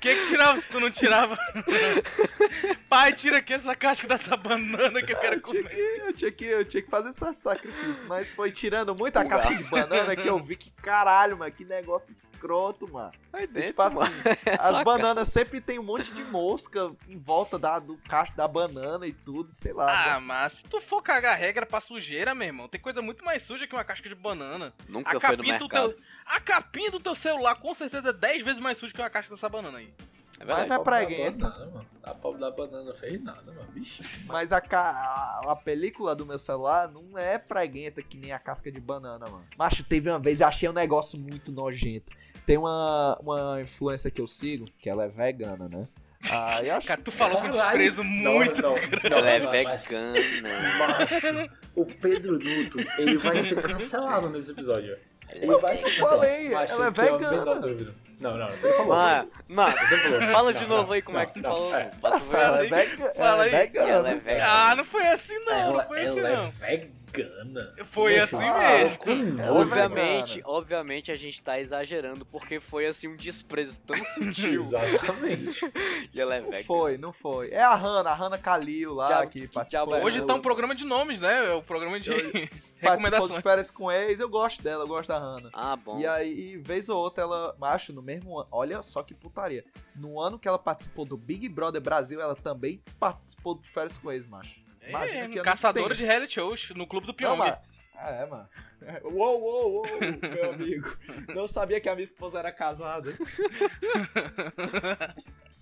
Speaker 4: Quem é que tirava se tu não tirava? Pai, tira aqui essa casca dessa banana que eu quero
Speaker 2: Tinha que-
Speaker 4: comer.
Speaker 2: eu, tinha que, eu tinha que fazer esse sacrifício, mas foi tirando muita
Speaker 6: Fugar.
Speaker 2: casca de banana que eu vi que caralho, mano, que negócio escroto, mano.
Speaker 6: Aí
Speaker 2: E,
Speaker 6: dentro,
Speaker 2: tipo assim,
Speaker 6: mano.
Speaker 2: as bananas sempre tem um monte de mosca em volta da, do cacho da banana e tudo, sei lá.
Speaker 4: Ah, mas se tu for cagar regra pra sujeira, meu irmão, tem coisa muito mais suja que uma casca de banana.
Speaker 6: Nunca
Speaker 4: a
Speaker 6: foi no
Speaker 4: capinha do
Speaker 6: mercado.
Speaker 4: teu. A capinha do teu celular com certeza é 10 vezes mais suja que uma casca dessa banana aí.
Speaker 6: É
Speaker 2: mas
Speaker 6: verdade.
Speaker 2: não é preguento.
Speaker 5: Banana, mano. A pobre da banana não fez nada, mano. Vixe.
Speaker 2: Mas a, ca- a, a película do meu celular não é preguenta que nem a casca de banana, mano. Macho, teve uma vez, eu achei um negócio muito nojento. Tem uma, uma influencer que eu sigo, que ela é vegana, né? Ah, eu acho
Speaker 4: Cara, tu falou com
Speaker 5: Caralho.
Speaker 4: desprezo muito.
Speaker 5: é Não, não, não,
Speaker 6: Ela é
Speaker 5: não, mas-
Speaker 6: vegana.
Speaker 5: Macho, o Pedro Duto, ele vai ser cancelado nesse episódio. Ele vai ser cancelado.
Speaker 2: falei, ela é
Speaker 5: eu tenho a
Speaker 2: vegana.
Speaker 5: menor dúvida. Não, não, você falou.
Speaker 6: Mano, mano,
Speaker 5: você falou.
Speaker 6: fala de
Speaker 5: Não,
Speaker 6: novo
Speaker 5: não,
Speaker 6: aí como é que tu
Speaker 5: não,
Speaker 6: falou.
Speaker 5: não, é.
Speaker 6: mano, pra tu ver.
Speaker 2: ela é vega-
Speaker 4: Fala
Speaker 2: ela é
Speaker 4: aí.
Speaker 2: vegana.
Speaker 6: Ela é vegana.
Speaker 4: Ah, não foi assim não,
Speaker 5: Ela,
Speaker 4: não foi assim
Speaker 5: ela
Speaker 4: não.
Speaker 5: é vegana.
Speaker 4: Foi assim
Speaker 2: Ah,
Speaker 4: mesmo.
Speaker 2: Ela é
Speaker 6: Obviamente,
Speaker 2: vegana.
Speaker 6: obviamente a gente tá exagerando, porque foi assim um desprezo tão sutil.
Speaker 5: Exatamente.
Speaker 6: e ela é
Speaker 2: Não
Speaker 6: vegana.
Speaker 2: foi, não foi. É a Hannah, a Hannah Kalil lá
Speaker 6: Diabo-
Speaker 2: que
Speaker 6: que
Speaker 2: participou.
Speaker 6: diabo é
Speaker 4: Hoje
Speaker 6: eu-
Speaker 4: tá um programa de nomes, né? É o programa de
Speaker 2: participou dos
Speaker 4: recomendações.
Speaker 2: férias com ex, eu gosto dela, eu gosto da Hannah.
Speaker 6: Ah, bom.
Speaker 2: E aí, e vez ou outra, ela, macho, no mesmo ano, olha só que putaria. No ano que ela participou do Big Brother Brasil, ela também participou do Férias com Ex, macho. Imagina que
Speaker 4: É,
Speaker 2: ano que
Speaker 4: caçadora
Speaker 2: tem.
Speaker 4: de reality shows no clube do
Speaker 2: Não,
Speaker 4: Pyong.
Speaker 2: mas- Ah, é, mano. Uou, uou, uou, meu amigo. Não sabia que a minha esposa era casada.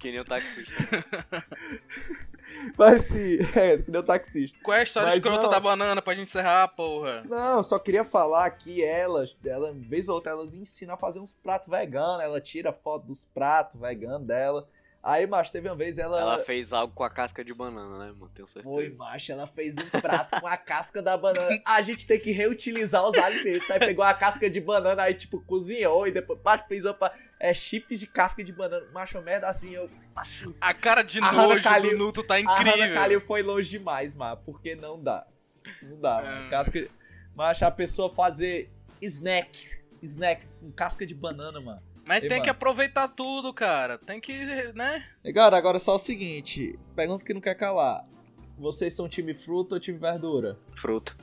Speaker 6: Que nem o taxista.
Speaker 2: Mas sim, é, que nem o taxista.
Speaker 4: Qual é a história
Speaker 2: Mas
Speaker 4: escrota
Speaker 2: não.
Speaker 4: da banana pra gente encerrar, porra?
Speaker 2: Não, eu só queria falar que elas, ela, vez ou outra, elas ensinam a fazer uns pratos veganos, ela tira foto dos pratos veganos dela. Aí, macho, teve uma vez ela.
Speaker 6: Ela fez algo com a casca de banana, né, mano? Tenho
Speaker 2: Foi,
Speaker 6: certeza.
Speaker 2: macho, ela fez um prato com a casca da banana. A gente tem que reutilizar os alimentos. Aí pegou a casca de banana, aí, tipo, cozinhou e depois, macho, fez uma. É, chips de casca de banana. Macho, merda assim, eu. Macho,
Speaker 4: A cara de
Speaker 2: A Hannah
Speaker 4: nojo
Speaker 2: Kalil-
Speaker 4: do Nuto tá
Speaker 2: A Hannah
Speaker 4: incrível.
Speaker 2: Kalil foi longe demais, mano. Porque não dá. Não dá, mano. Casca... Mas a pessoa fazer snacks. Snacks com casca de banana, mano.
Speaker 4: Mas
Speaker 2: Ei,
Speaker 4: tem que
Speaker 2: mano.
Speaker 4: aproveitar tudo, cara. Tem que, né?
Speaker 2: Cara, agora é só o seguinte. Pergunta que não quer calar. Vocês são time fruta ou time verdura?
Speaker 6: Fruta.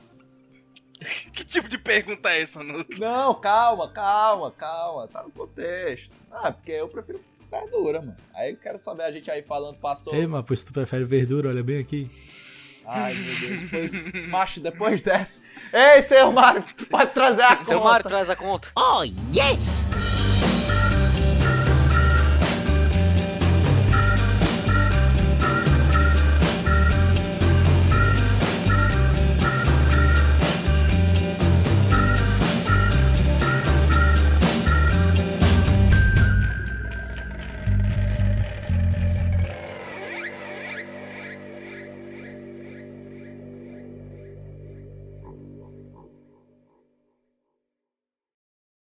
Speaker 4: Que tipo de pergunta é essa, Nuto?
Speaker 2: Não, calma, calma, calma. Tá no contexto. Ah, porque eu prefiro verdura, mano. Aí eu quero saber, a gente aí falando, passou...
Speaker 13: Ei, mas pois tu prefere verdura, olha bem aqui.
Speaker 2: Ai, meu Deus. Foi... Macho, depois dessa... Ei, seu Mário, pode trazer a
Speaker 6: Seu
Speaker 2: conta.
Speaker 6: Mário, traz a conta.
Speaker 1: Oh, yes!